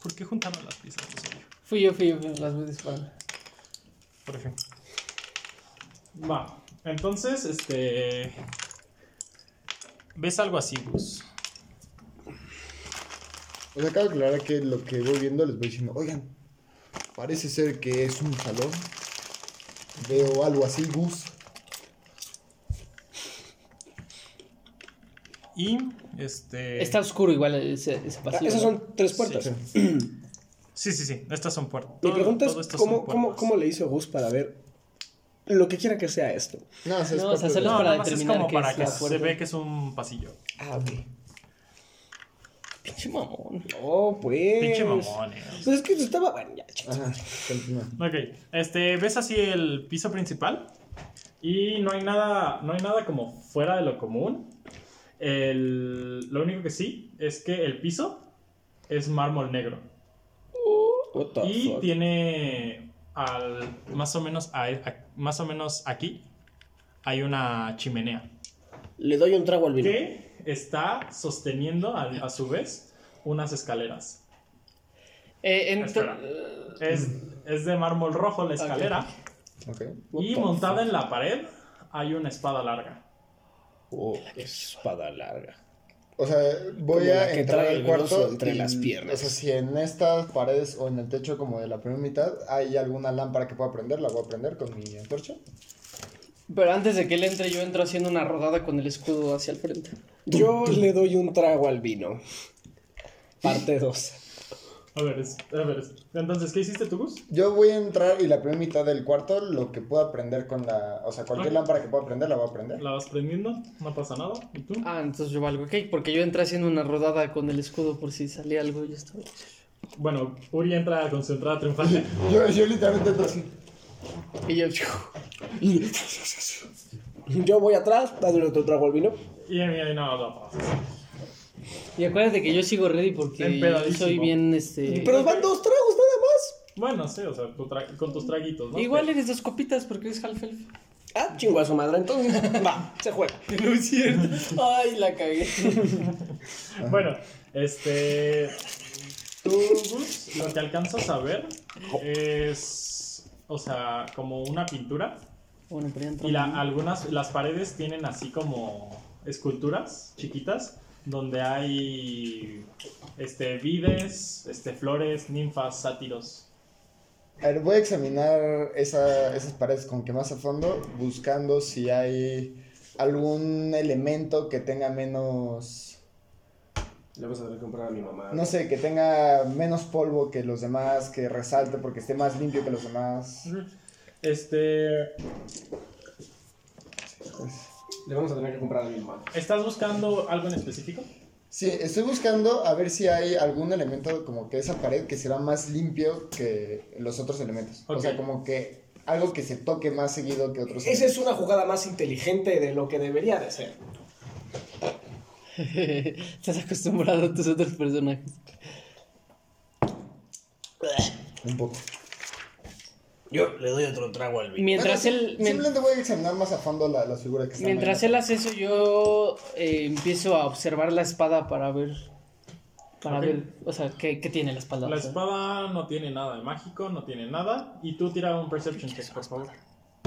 Speaker 7: ¿Por qué juntaron las piezas? No sé yo.
Speaker 3: Fui yo, fui yo, fui yo, las voy disparando.
Speaker 7: Por ejemplo. Va. Entonces, este. ¿Ves algo así, Gus?
Speaker 4: O sea, Pues acabo de aclarar que lo que voy viendo les voy diciendo, oigan, parece ser que es un salón. Veo algo así, Gus.
Speaker 7: Y, este.
Speaker 3: Está oscuro igual ese, ese
Speaker 2: Ah,
Speaker 3: pasillo.
Speaker 2: Esas
Speaker 3: ¿verdad?
Speaker 2: son tres puertas.
Speaker 7: Sí. Sí, sí, sí. Estas son puertas.
Speaker 2: Mi
Speaker 7: Todo-
Speaker 2: pregunta es,
Speaker 7: todo esto son
Speaker 2: ¿cómo, cómo,
Speaker 7: puertas.
Speaker 2: ¿cómo le hizo Gus para ver lo que quiera que sea esto?
Speaker 4: No, o sea, es
Speaker 3: No, o
Speaker 4: parte
Speaker 3: sea, se
Speaker 4: de-
Speaker 3: lo-
Speaker 7: No,
Speaker 3: para
Speaker 7: nada más es
Speaker 3: determinar
Speaker 7: como
Speaker 3: qué
Speaker 7: para
Speaker 3: es
Speaker 7: que
Speaker 3: la
Speaker 7: se
Speaker 3: puerta.
Speaker 7: ve que es un pasillo.
Speaker 2: Ah, ok.
Speaker 3: Pinche mamón.
Speaker 2: Oh, pues...
Speaker 7: Pinche mamón, eh.
Speaker 2: Pues es que yo estaba... Bueno, ya, chicos.
Speaker 4: Ajá, continúa.
Speaker 7: Ok, este, ves así el piso principal Y no hay nada, no hay nada como fuera de lo común. El- lo único que sí es que el piso es mármol negro.
Speaker 2: What the
Speaker 7: Y
Speaker 2: Ah, fuck?
Speaker 7: tiene al, más, o menos a- a- más o menos aquí hay una chimenea
Speaker 11: Le doy un trago al vino.
Speaker 7: que está sosteniendo a, a su vez unas escaleras.
Speaker 3: Eh, ento-
Speaker 7: Espera. Es, es de mármol rojo la escalera
Speaker 4: Ok.
Speaker 7: y montada en la pared hay una espada larga.
Speaker 2: Oh, espada larga.
Speaker 4: O sea, voy
Speaker 2: Como la
Speaker 4: a
Speaker 2: que
Speaker 4: entrar
Speaker 2: trae
Speaker 4: al
Speaker 2: el
Speaker 4: cuarto.
Speaker 2: grosso entre las piernas.
Speaker 4: O sea, si en estas paredes o en el techo, como de la primera mitad, hay alguna lámpara que pueda prender, la voy a prender con mi antorcha.
Speaker 3: Pero antes de que él entre, yo entro haciendo una rodada con el escudo hacia el frente.
Speaker 2: Yo le doy un trago al vino. Parte 2.
Speaker 7: A ver, es- a ver. es- Entonces, ¿qué hiciste tú, Gus?
Speaker 4: Yo voy a entrar y la primera mitad del cuarto, lo que pueda prender con la. O sea, cualquier
Speaker 3: Ah.
Speaker 7: Ok.
Speaker 4: lámpara que pueda prender, la voy a prender.
Speaker 7: La vas prendiendo, no pasa nada. ¿Y tú?
Speaker 3: Ah, entonces yo valgo, ok, porque yo entré haciendo una rodada con el escudo por si salía algo y esto.
Speaker 7: Bueno, Uri entra concentrada, triunfante.
Speaker 4: Yo, yo literalmente entro así.
Speaker 3: Y yo,
Speaker 2: Yo voy atrás, dándole otro trago al vino.
Speaker 7: Y a mí ahí no lo pasas.
Speaker 3: y acuérdate que yo sigo ready porque yo
Speaker 7: Empedadísimo.
Speaker 3: soy bien, este...
Speaker 2: Pero van dos tragos nada más.
Speaker 7: Bueno, sí, o sea, tu tra- con tus traguitos, ¿no?
Speaker 3: Igual eres dos copitas porque es half elf.
Speaker 2: Ah, chingo a su madre, entonces. Va, se juega.
Speaker 3: No es cierto. Ay, la cagué.
Speaker 7: Bueno, este. Tú, Gus, lo que alcanzas a ver es. O sea, como una pintura.
Speaker 3: Bueno, pero ya entró.
Speaker 7: Y la- algunas. Las paredes tienen así como esculturas chiquitas. Donde hay. Este, vides, este, flores, ninfas, sátiros.
Speaker 4: A ver, voy a examinar esa- esas paredes como que más a fondo, buscando si hay algún elemento que tenga menos.
Speaker 2: Le vas a dar que comprar a mi mamá.
Speaker 4: No sé, que tenga menos polvo que los demás, que resalte porque esté más limpio que los demás.
Speaker 7: Este.
Speaker 2: Le vamos a tener que comprar a mi mamá.
Speaker 7: ¿Estás buscando algo en específico?
Speaker 4: Sí, estoy buscando a ver si hay algún elemento como que esa pared que se vea más limpio que los otros elementos. O sea,
Speaker 7: Ok.
Speaker 4: como que algo que se toque más seguido que otros.
Speaker 2: Esa es una jugada más inteligente de lo que debería de ser.
Speaker 3: Estás acostumbrado a tus otros personajes.
Speaker 4: elementos. Un poco.
Speaker 11: Yo le doy otro trago al vino.
Speaker 3: Mientras
Speaker 4: Bueno,
Speaker 3: él... mien-
Speaker 4: Simplemente voy a examinar más a fondo la- las figuras que están.
Speaker 3: Mientras
Speaker 4: ahí.
Speaker 3: él hace eso, yo eh, empiezo a observar la espada para ver. Para
Speaker 7: Ok.
Speaker 3: ver, o sea, qué, qué tiene la espalda.
Speaker 7: La
Speaker 3: o sea.
Speaker 7: espada no tiene nada de mágico, no tiene nada. Y tú tira un perception check, por favor.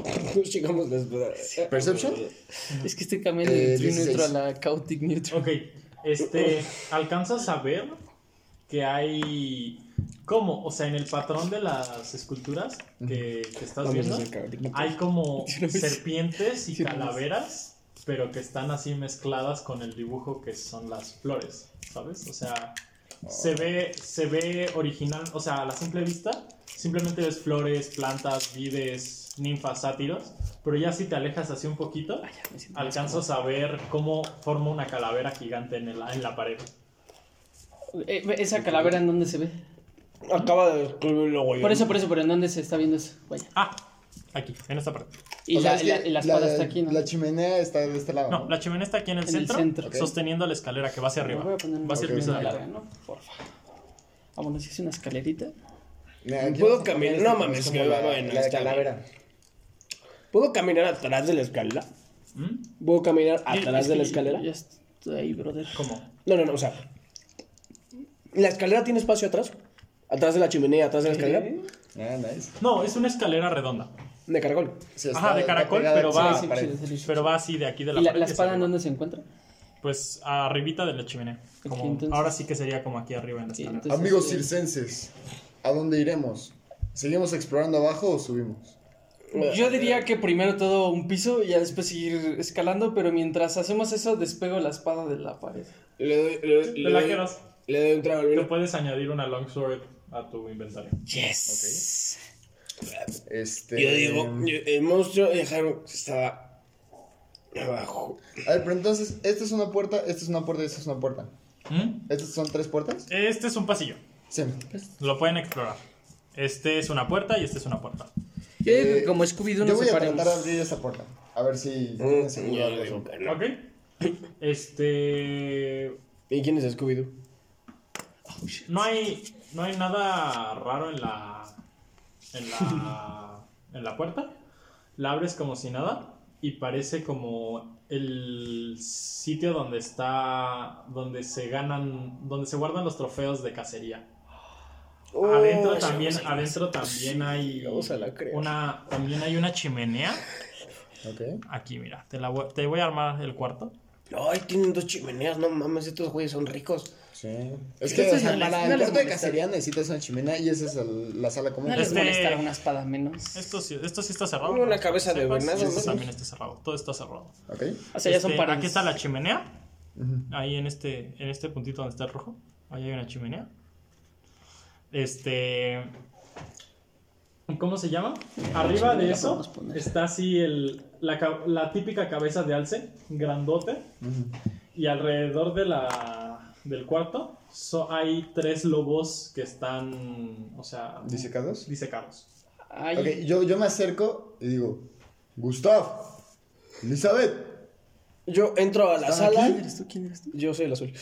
Speaker 2: Nos llegamos después.
Speaker 4: ¿Perception?
Speaker 3: Es que estoy cambiando
Speaker 4: Eh,
Speaker 3: de True
Speaker 4: 16.
Speaker 3: Neutral a Cautic Neutral.
Speaker 7: Ok, este, alcanzas a ver que hay, como, o sea, en el patrón de las esculturas que, que estás viendo, hay como serpientes y calaveras, pero que están así mezcladas con el dibujo que son las flores, ¿sabes? O sea, se ve, se ve original, o sea, a la simple vista, simplemente ves flores, plantas, vides, ninfas, sátiros, pero ya si te alejas así un poquito,
Speaker 3: Ya me siento más
Speaker 7: Alcanzas a ver cómo forma una calavera gigante en, el- en la pared.
Speaker 3: cómodo. Eh, ¿Esa calavera en dónde se ve?
Speaker 2: Acaba de escribirlo, güey.
Speaker 3: Por eso, por eso, pero ¿en dónde se está viendo eso? Vaya.
Speaker 7: Ah, aquí, en esta parte.
Speaker 3: Y
Speaker 4: O sea,
Speaker 3: la,
Speaker 4: es que
Speaker 3: la- la espada está aquí, ¿no?
Speaker 4: La chimenea está de este lado.
Speaker 3: Ah.
Speaker 7: No, la chimenea está aquí en el
Speaker 3: En el
Speaker 7: centro,
Speaker 3: centro. Ok.
Speaker 7: sosteniendo la escalera que va hacia arriba.
Speaker 3: Voy a poner
Speaker 7: Va hacia el piso de
Speaker 3: una
Speaker 7: arriba.
Speaker 3: calavera, ¿no? Porfa. Ah, bueno, si es una escalerita.
Speaker 4: Mira, aquí
Speaker 2: Puedo
Speaker 4: vamos a
Speaker 2: caminar-
Speaker 4: poner
Speaker 2: no
Speaker 4: esta
Speaker 2: mames,
Speaker 4: como
Speaker 2: que
Speaker 4: la,
Speaker 2: bueno,
Speaker 4: la de
Speaker 2: está bien.
Speaker 4: calavera.
Speaker 2: ¿Puedo caminar atrás de la escalera?
Speaker 7: ¿Mm?
Speaker 2: ¿Puedo caminar
Speaker 3: Yo-
Speaker 2: atrás
Speaker 3: es
Speaker 2: de
Speaker 3: que
Speaker 2: la
Speaker 3: yo-
Speaker 2: escalera?
Speaker 3: Ya estoy ahí, brother.
Speaker 7: ¿Cómo?
Speaker 2: No, no, no, o sea. ¿La escalera tiene espacio atrás? ¿Atrás de la chimenea, atrás de la escalera?
Speaker 4: Ah, nice.
Speaker 7: No, es una escalera redonda.
Speaker 2: De caracol.
Speaker 4: Sí,
Speaker 7: Ajá,
Speaker 4: está-
Speaker 7: de
Speaker 4: está
Speaker 7: caracol,
Speaker 4: pegada
Speaker 7: pero
Speaker 4: hacia
Speaker 7: va-
Speaker 4: la
Speaker 3: Sí,
Speaker 4: pared.
Speaker 3: sí, sí, sí.
Speaker 7: Pero va así de aquí de la
Speaker 3: ¿Y la,
Speaker 7: pared
Speaker 3: la
Speaker 7: hacia
Speaker 3: espada en
Speaker 7: arriba.
Speaker 3: dónde se encuentra?
Speaker 7: Pues arribita de la chimenea. Como-
Speaker 3: Aquí, entonces.
Speaker 7: ahora sí que sería como aquí arriba en la
Speaker 3: Sí,
Speaker 7: escalera.
Speaker 3: entonces- eh,
Speaker 4: Amigos
Speaker 3: sí.
Speaker 4: circenses, ¿a dónde iremos? ¿Seguimos explorando abajo o subimos?
Speaker 3: Yo diría que primero todo un piso y ya después seguir escalando, pero mientras hacemos eso despego la espada de la pared.
Speaker 2: Le doy, le doy-
Speaker 7: Te
Speaker 2: le
Speaker 7: la
Speaker 2: doy-
Speaker 7: quedas.
Speaker 2: le doy un trago al
Speaker 7: Tú
Speaker 2: vino.
Speaker 7: puedes añadir una longsword a tu inventario.
Speaker 2: Yes.
Speaker 4: Este,
Speaker 2: Yo digo, yo- el monstruo de Haru estaba abajo.
Speaker 4: A ver, pero entonces, esta es una puerta, esta es una puerta y esta es una puerta.
Speaker 7: ¿Mm?
Speaker 4: ¿Estas son tres puertas?
Speaker 7: Este es un pasillo.
Speaker 4: Sí.
Speaker 7: Lo pueden explorar. Este es una puerta y este es una puerta.
Speaker 3: Yo digo que
Speaker 4: Eh,
Speaker 3: como Scooby-Doo
Speaker 4: Yo
Speaker 3: nos
Speaker 4: voy a tratar
Speaker 3: separemos.
Speaker 4: de abrir esa puerta. A ver si
Speaker 2: Mm,
Speaker 4: tiene seguro algo eso.
Speaker 7: Ok. Este.
Speaker 2: ¿Y quién es Scooby-Doo?
Speaker 7: No hay. No hay nada raro en la. En la. En la puerta. La abres como si nada. Y parece como el sitio donde está. donde se ganan. donde se guardan los trofeos de cacería. Oh,
Speaker 2: Oh,
Speaker 7: adentro también, adentro también hay.
Speaker 2: Vamos a la creo.
Speaker 7: Una. También hay una chimenea.
Speaker 4: Ok.
Speaker 7: Aquí, mira. Te, la voy- te voy a armar el cuarto.
Speaker 12: Ay, tienen dos chimeneas, no mames, estos güeyes son ricos.
Speaker 4: Sí. Es
Speaker 3: Sí,
Speaker 4: que o
Speaker 3: sí,
Speaker 4: sea,
Speaker 3: les-
Speaker 4: para
Speaker 3: no
Speaker 4: el
Speaker 3: les
Speaker 4: cuarto de
Speaker 3: molesta.
Speaker 4: cacería necesitas una chimenea y esa es el- la sala común.
Speaker 3: No les
Speaker 7: Este-
Speaker 3: molestará una espada menos.
Speaker 7: Esto sí, esto sí está cerrado.
Speaker 2: Una
Speaker 7: para que
Speaker 2: cabeza de
Speaker 7: sepas,
Speaker 2: venado,
Speaker 7: Esto
Speaker 2: ¿no?
Speaker 7: también está cerrado. Todo está cerrado.
Speaker 4: Ok.
Speaker 3: O sea, ya son
Speaker 7: Este,
Speaker 3: para.
Speaker 7: Aquí está la chimenea. Ahí en este, en este puntito donde está el rojo. Ahí hay una chimenea. Este. ¿Cómo se llama? Arriba de
Speaker 3: chimenea
Speaker 7: eso
Speaker 3: podemos poner.
Speaker 7: está así el, la, ca- la típica cabeza de alce, grandote. Y alrededor de la, del cuarto so- hay tres lobos que están, o sea,
Speaker 4: ¿Disecados?
Speaker 7: disecados.
Speaker 3: Ay,
Speaker 4: Ok, yo, yo me acerco y digo, Gustav, Elizabeth,
Speaker 2: Yo entro a la
Speaker 4: ¿Están
Speaker 2: sala.
Speaker 4: aquí?
Speaker 2: Yo soy el azul.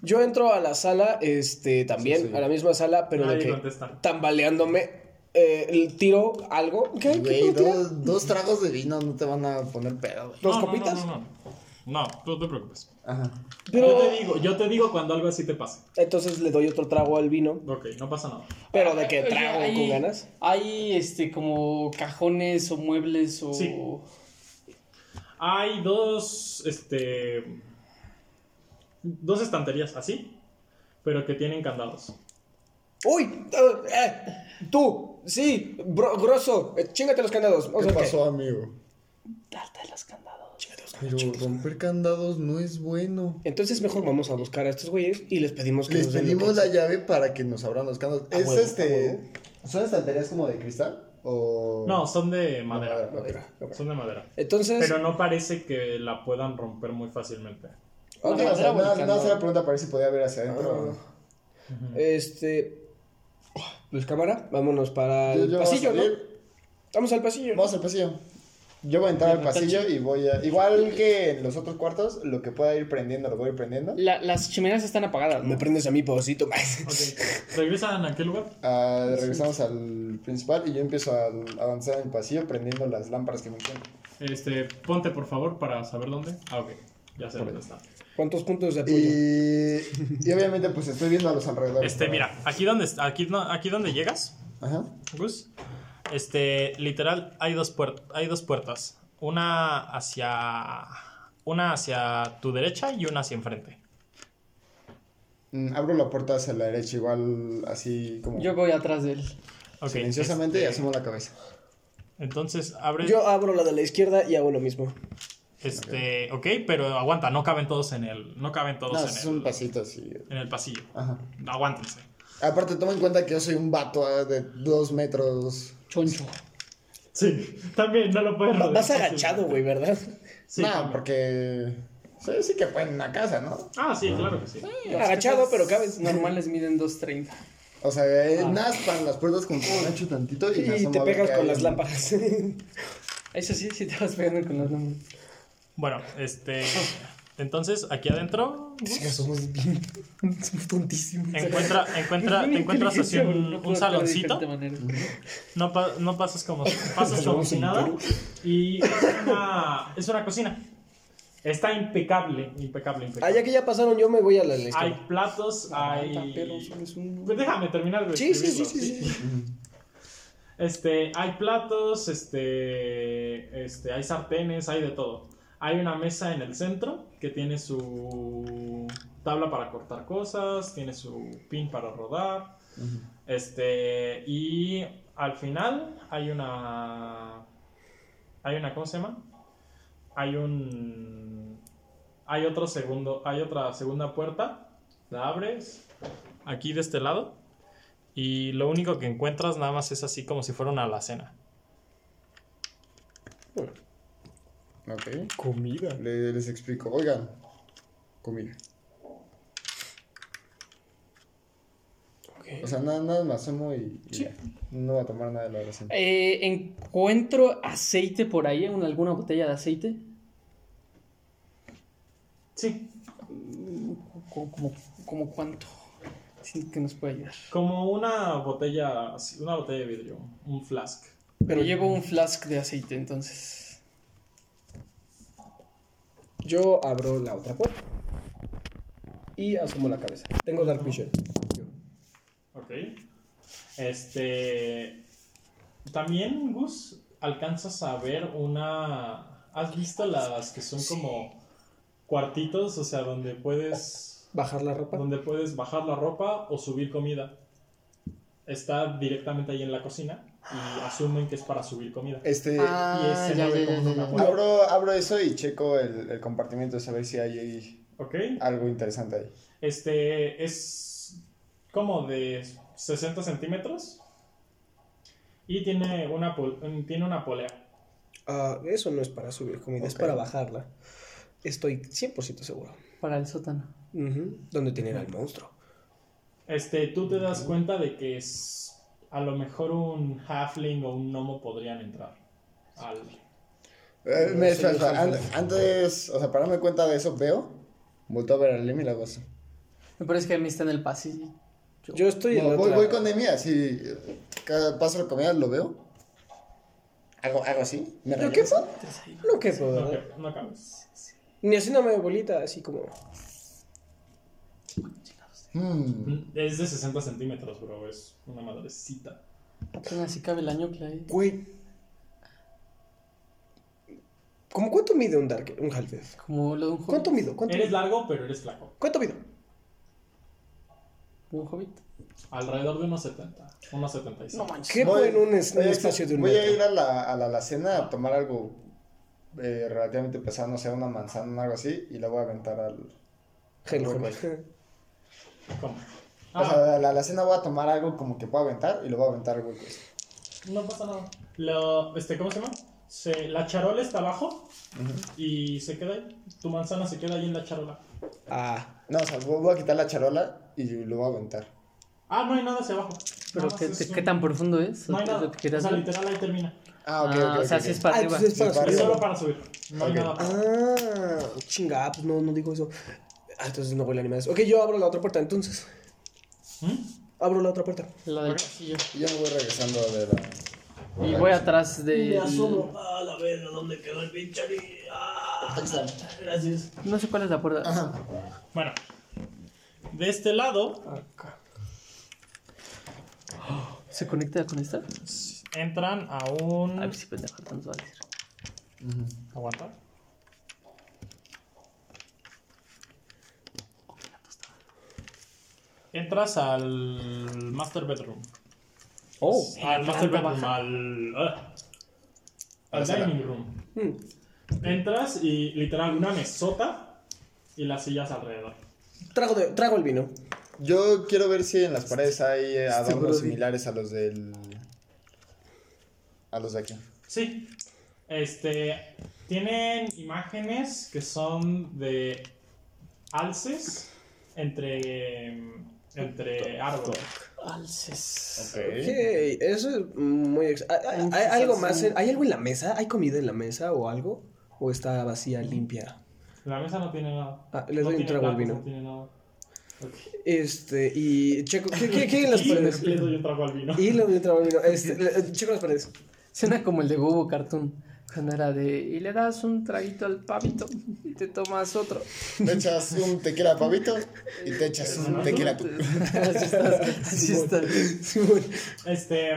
Speaker 2: Yo entro a la sala, este, también,
Speaker 4: Sí, sí.
Speaker 2: a la misma sala, pero
Speaker 7: Nadie
Speaker 2: de que
Speaker 7: contesta.
Speaker 2: tambaleándome, eh, el tiro algo. ¿Qué? ¿Qué
Speaker 4: güey,
Speaker 2: puedo tirar?
Speaker 4: dos, dos tragos de vino no te van a poner pedo, güey.
Speaker 2: ¿Dos
Speaker 7: No, no,
Speaker 2: copitas?
Speaker 7: No, no, no, no. no te preocupes.
Speaker 4: Ajá.
Speaker 7: Yo
Speaker 2: Pero
Speaker 7: te digo, yo te digo cuando algo así te pasa.
Speaker 2: entonces le doy otro trago al vino,
Speaker 7: Ok, no pasa nada.
Speaker 2: pero de que
Speaker 3: Oye,
Speaker 2: trago
Speaker 3: hay-
Speaker 2: con ganas.
Speaker 3: Hay este como cajones o muebles o.
Speaker 7: Sí. Hay dos, este, dos estanterías así, pero que tienen candados.
Speaker 2: ¡Uy! ah, eh, tú, sí, bro- grosso, eh, chingate los candados. Vamos
Speaker 4: ¿Qué
Speaker 2: a ver
Speaker 4: pasó, amigo?
Speaker 3: Darte los candados.
Speaker 4: Pero romper candados no es bueno.
Speaker 2: Entonces mejor vamos a buscar a estos güeyes y les pedimos que
Speaker 4: Les
Speaker 2: nos den lo
Speaker 4: pedimos
Speaker 2: que-
Speaker 4: la llave para que nos abran los candados.
Speaker 2: A
Speaker 4: es
Speaker 2: huevo, a
Speaker 4: este.
Speaker 2: huevo.
Speaker 4: ¿Son estanterías como de cristal? O.
Speaker 7: No, son de madera.
Speaker 4: No, madera,
Speaker 7: Son de madera.
Speaker 2: Entonces,
Speaker 7: Pero no parece que la puedan romper muy fácilmente.
Speaker 4: Ok,
Speaker 3: ¿La
Speaker 4: o sea,
Speaker 3: madera o el
Speaker 4: nada, nada
Speaker 3: candado?
Speaker 4: más era pregunta para ver si podía ver hacia adentro.
Speaker 2: este, pues cámara, vámonos para
Speaker 4: Yo-
Speaker 2: el
Speaker 4: yo voy a
Speaker 2: pasillo, ¿no?
Speaker 4: salir.
Speaker 2: Vamos al pasillo.
Speaker 4: Vamos al pasillo. Yo voy a entrar al pasillo y voy a. Igual que en los otros cuartos, lo que pueda ir prendiendo, lo voy a ir prendiendo.
Speaker 3: La- las chimeneas están apagadas. ¿no?
Speaker 2: Me prendes a mi pobrecito, más.
Speaker 7: Ok, ¿regresan a qué lugar?
Speaker 4: Ah, regresamos al principal y yo empiezo a avanzar en el pasillo prendiendo las lámparas que me encuentro.
Speaker 7: Este, ponte por favor para saber dónde. Ah, ok, ya sé dónde está.
Speaker 2: ¿Cuántos puntos de apoyo?
Speaker 4: Y, y obviamente, pues estoy viendo a los alrededores.
Speaker 7: Este,
Speaker 4: para-
Speaker 7: mira, aquí donde, aquí, no- aquí donde llegas,
Speaker 4: Ajá.
Speaker 7: Gus. Este, literal, hay dos, puer- hay dos puertas. Una hacia. Una hacia tu derecha y una hacia enfrente.
Speaker 4: Mm, Abro la puerta hacia la derecha, igual así como
Speaker 3: Yo voy atrás de él.
Speaker 7: Ok,
Speaker 4: silenciosamente y
Speaker 7: este,
Speaker 4: asomo la cabeza.
Speaker 7: Entonces abre.
Speaker 2: Yo abro la de la izquierda y hago lo mismo.
Speaker 7: Este. Ok, pero aguanta, no caben todos en el. No caben todos
Speaker 4: No,
Speaker 7: en,
Speaker 4: es
Speaker 7: el,
Speaker 4: un pasito así.
Speaker 7: en el pasillo.
Speaker 4: Ajá.
Speaker 7: Aguántense.
Speaker 4: Aparte, toma en cuenta que yo soy un vato ah, de dos metros.
Speaker 3: Choncho.
Speaker 7: Sí, también no lo puedes
Speaker 2: Va- Vas agachado, güey, ¿verdad?
Speaker 7: Sí,
Speaker 4: no,
Speaker 7: también.
Speaker 4: porque. Sí, sí que pueden en la casa, ¿no?
Speaker 7: Ah, sí, claro que sí.
Speaker 2: Agachado, pero cabes.
Speaker 3: Normales miden 2.30.
Speaker 4: O sea,
Speaker 7: Ah.
Speaker 4: eh, nada, para las puertas con un ancho tantito y, me
Speaker 2: Ah. Y
Speaker 4: asomo
Speaker 2: te
Speaker 4: a ver
Speaker 2: pegas
Speaker 4: qué
Speaker 2: con
Speaker 4: hay.
Speaker 2: las lámparas.
Speaker 3: Eso sí, sí te vas pegando con las manos.
Speaker 7: Bueno, este. Entonces, aquí adentro.
Speaker 2: somos bien. Somos tontísimos.
Speaker 7: Encuentra, encuentra, te encuentras así un- un saloncito. No, pa- no pasas como, pasas como si nada. Y es una, es una cocina. Está impecable, impecable,
Speaker 2: Ah,
Speaker 7: impecable.
Speaker 2: ya que ya pasaron, yo me voy a la de la
Speaker 7: Hay
Speaker 2: izquierda.
Speaker 7: platos,
Speaker 2: pero
Speaker 7: hay...
Speaker 2: solo es un-
Speaker 7: Pues déjame terminar de
Speaker 2: Sí, sí, sí,
Speaker 7: describirlo,
Speaker 2: sí, sí. sí.
Speaker 7: Este, hay platos, este, este, hay sartenes, hay de todo. Hay una mesa en el centro que tiene su tabla para cortar cosas, tiene su pin para rodar. Este, y al final hay una hay una ¿cómo se llama? Hay un hay otro segundo, hay otra segunda puerta. La abres aquí de este lado. Y lo único que encuentras nada más es así como si fuera una alacena.
Speaker 4: Ok.
Speaker 2: Comida.
Speaker 4: Le- les explico. Oigan, comida. O sea, nada, nada más, hacemos y, y ya. no va a tomar nada de la oración.
Speaker 3: Eh, ¿Encuentro aceite por ahí? ¿En alguna botella de aceite?
Speaker 7: Sí,
Speaker 3: ¿Cómo, cómo, cómo cuánto? Siento que nos puede ayudar.
Speaker 7: como una botella, así, una botella de vidrio, un flask.
Speaker 3: Pero llevo un flask de aceite, entonces.
Speaker 2: Yo abro la otra puerta. Y asomo la cabeza. Tengo Dark Vision.
Speaker 7: Ok. Este. También, Gus, alcanzas a ver una. ¿Has visto las que son como cuartitos? O sea, donde puedes.
Speaker 2: Bajar la ropa.
Speaker 7: Donde puedes bajar la ropa o subir comida. Está directamente ahí en la cocina. Y asumen que es para subir comida.
Speaker 4: Este,
Speaker 3: Ah,
Speaker 7: y ese
Speaker 3: ya,
Speaker 7: no ve
Speaker 3: ya,
Speaker 7: como
Speaker 3: ya,
Speaker 7: una
Speaker 3: ya, ya.
Speaker 7: puerta.
Speaker 4: abro, abro eso y checo el, el compartimiento, a ver si hay ahí
Speaker 7: Ok.
Speaker 4: algo interesante ahí.
Speaker 7: Este es como de 60 centímetros. Y tiene una, pol- tiene una polea.
Speaker 2: Ah, eso no es para subir comida, es
Speaker 4: Ok.
Speaker 2: para bajarla. Estoy 100% seguro.
Speaker 3: Para el sótano.
Speaker 2: Ujú, ¿Dónde tienen al monstruo?
Speaker 7: Este, tú te das cuenta de que es a lo mejor un halfling o un gnomo podrían entrar. Al...
Speaker 4: Eh, me-
Speaker 2: Eso
Speaker 4: espera,
Speaker 2: no
Speaker 4: espera,
Speaker 2: es
Speaker 4: an- antes, o sea, para darme cuenta de eso, veo, volto a ver a Lim y la gozo.
Speaker 3: Me parece que a mí está en el pasillo.
Speaker 2: Yo estoy en la
Speaker 4: voy,
Speaker 2: otra.
Speaker 4: voy con Emi, así, eh, cada paso la comida, lo veo. Hago, hago así, me
Speaker 2: ¿Pero qué
Speaker 4: regreso.
Speaker 2: fue? No quepo,
Speaker 7: No,
Speaker 2: ¿verdad?
Speaker 7: ca- no cabes.
Speaker 2: Ni así no me bolita, así como.
Speaker 4: Mm,
Speaker 7: Es de 60 centímetros, bro. Es una madrecita.
Speaker 3: Apenas si cabe la ñocla ahí.
Speaker 2: Güey. ¿Cómo cuánto mide un Dark, un half -Elf?
Speaker 3: Como lo de un hobbit.
Speaker 2: ¿Cuánto mido? ¿Cuánto,
Speaker 7: Eres largo, pero eres flaco.
Speaker 2: ¿Cuánto mido?
Speaker 3: Un hobbit.
Speaker 7: Alrededor de unos 70. Unos 75.
Speaker 2: ¿Qué
Speaker 4: voy-
Speaker 2: fue en un, es- un
Speaker 4: voy a-
Speaker 2: espacio de un
Speaker 4: Voy a ir
Speaker 2: metro?
Speaker 4: a la, a la alacena a tomar algo eh, relativamente pesado, no sé, una manzana, algo así, y la voy a aventar al...
Speaker 2: Hello, pues.
Speaker 4: Voy,
Speaker 2: hello.
Speaker 7: ¿Cómo?
Speaker 4: O
Speaker 7: Ah,
Speaker 4: sea, a la alacena voy a tomar algo como que puedo aventar y lo voy a aventar al hueco. ese.
Speaker 7: no pasa nada. Lo- este, ¿Cómo se llama? Se- la charola está abajo y se queda ahí. Tu manzana se queda ahí en la charola.
Speaker 2: Ah,
Speaker 4: No, o sea, voy voy a quitar la charola y lo voy a aventar.
Speaker 7: Ah, no hay nada hacia abajo.
Speaker 3: ¿Pero
Speaker 7: Nada
Speaker 3: qué,
Speaker 7: más
Speaker 3: te-
Speaker 7: es un-
Speaker 3: qué tan profundo es?
Speaker 7: No hay
Speaker 3: ¿Es lo
Speaker 7: nada.
Speaker 3: que
Speaker 7: O
Speaker 3: querías
Speaker 7: sea,
Speaker 3: ver?
Speaker 7: literal ahí termina.
Speaker 4: Ah, ok,
Speaker 3: Ah,
Speaker 4: ok,
Speaker 3: o sea,
Speaker 4: ok,
Speaker 3: si
Speaker 4: ok.
Speaker 3: es para
Speaker 2: Ah,
Speaker 3: arriba.
Speaker 2: entonces es
Speaker 4: Sí,
Speaker 2: para
Speaker 7: Es
Speaker 4: Arriba.
Speaker 7: solo
Speaker 2: subir.
Speaker 7: para subir. No hay
Speaker 4: Ok.
Speaker 7: nada para
Speaker 2: Ah, chinga, pues no, no digo eso. Ah, entonces no huele a animales. Ok, yo abro la otra puerta, entonces.
Speaker 7: ¿Mm?
Speaker 2: Abro la otra puerta.
Speaker 3: La del pasillo.
Speaker 4: Y Yo me voy regresando de la...
Speaker 3: Y voy atrás de.
Speaker 1: Me asomo. Ah, la verga, ¿dónde quedó el pinche Ari? Ah, gracias.
Speaker 3: No sé cuál es la puerta.
Speaker 7: Bueno. De este lado
Speaker 3: ¿Se conecta con esta?
Speaker 7: entran a
Speaker 3: A
Speaker 7: un.
Speaker 3: ver si pendejo nos va a decir.
Speaker 7: Aguanta. Entras al master bedroom.
Speaker 2: Oh.
Speaker 7: Al master
Speaker 3: planta
Speaker 7: bedroom,
Speaker 3: baja.
Speaker 7: al. ah, al
Speaker 4: la sala.
Speaker 7: dining room. Hmm. Entras y literal una mesota y las sillas alrededor.
Speaker 2: Trago, de- trago el vino.
Speaker 4: Yo quiero ver si en las paredes hay eh,
Speaker 2: Seguro
Speaker 4: adornos
Speaker 2: di-
Speaker 4: similares a los del... A los de aquí.
Speaker 7: Sí. Este. Tienen imágenes que son de alces entre. mm, entre árboles.
Speaker 3: Alces.
Speaker 2: Ok,
Speaker 4: Ok.
Speaker 2: eso es muy... ex- ¿Hay, hay- hay algo más? en- ¿Hay algo en la mesa? ¿Hay comida en la mesa o algo? ¿O está vacía, limpia?
Speaker 7: La mesa no tiene nada.
Speaker 2: Ah, les
Speaker 7: No
Speaker 2: doy un
Speaker 7: tiene
Speaker 2: trago al
Speaker 7: platos,
Speaker 2: vino.
Speaker 7: No tiene nada. Ok.
Speaker 2: Este, y checo... ¿Qué, qué, qué hay en las
Speaker 7: Y les,
Speaker 2: paredes?
Speaker 7: les doy un trago al vino.
Speaker 2: Y le doy un trago al vino. Este, le- checo las paredes.
Speaker 3: Suena como el de Bobo Cartoon. Cuando era de. Y le das un traguito al pavito y te tomas otro.
Speaker 4: Te echas un tequila a pavito y te echas un tequila tú.
Speaker 3: Así estás. Así estás.
Speaker 7: Este.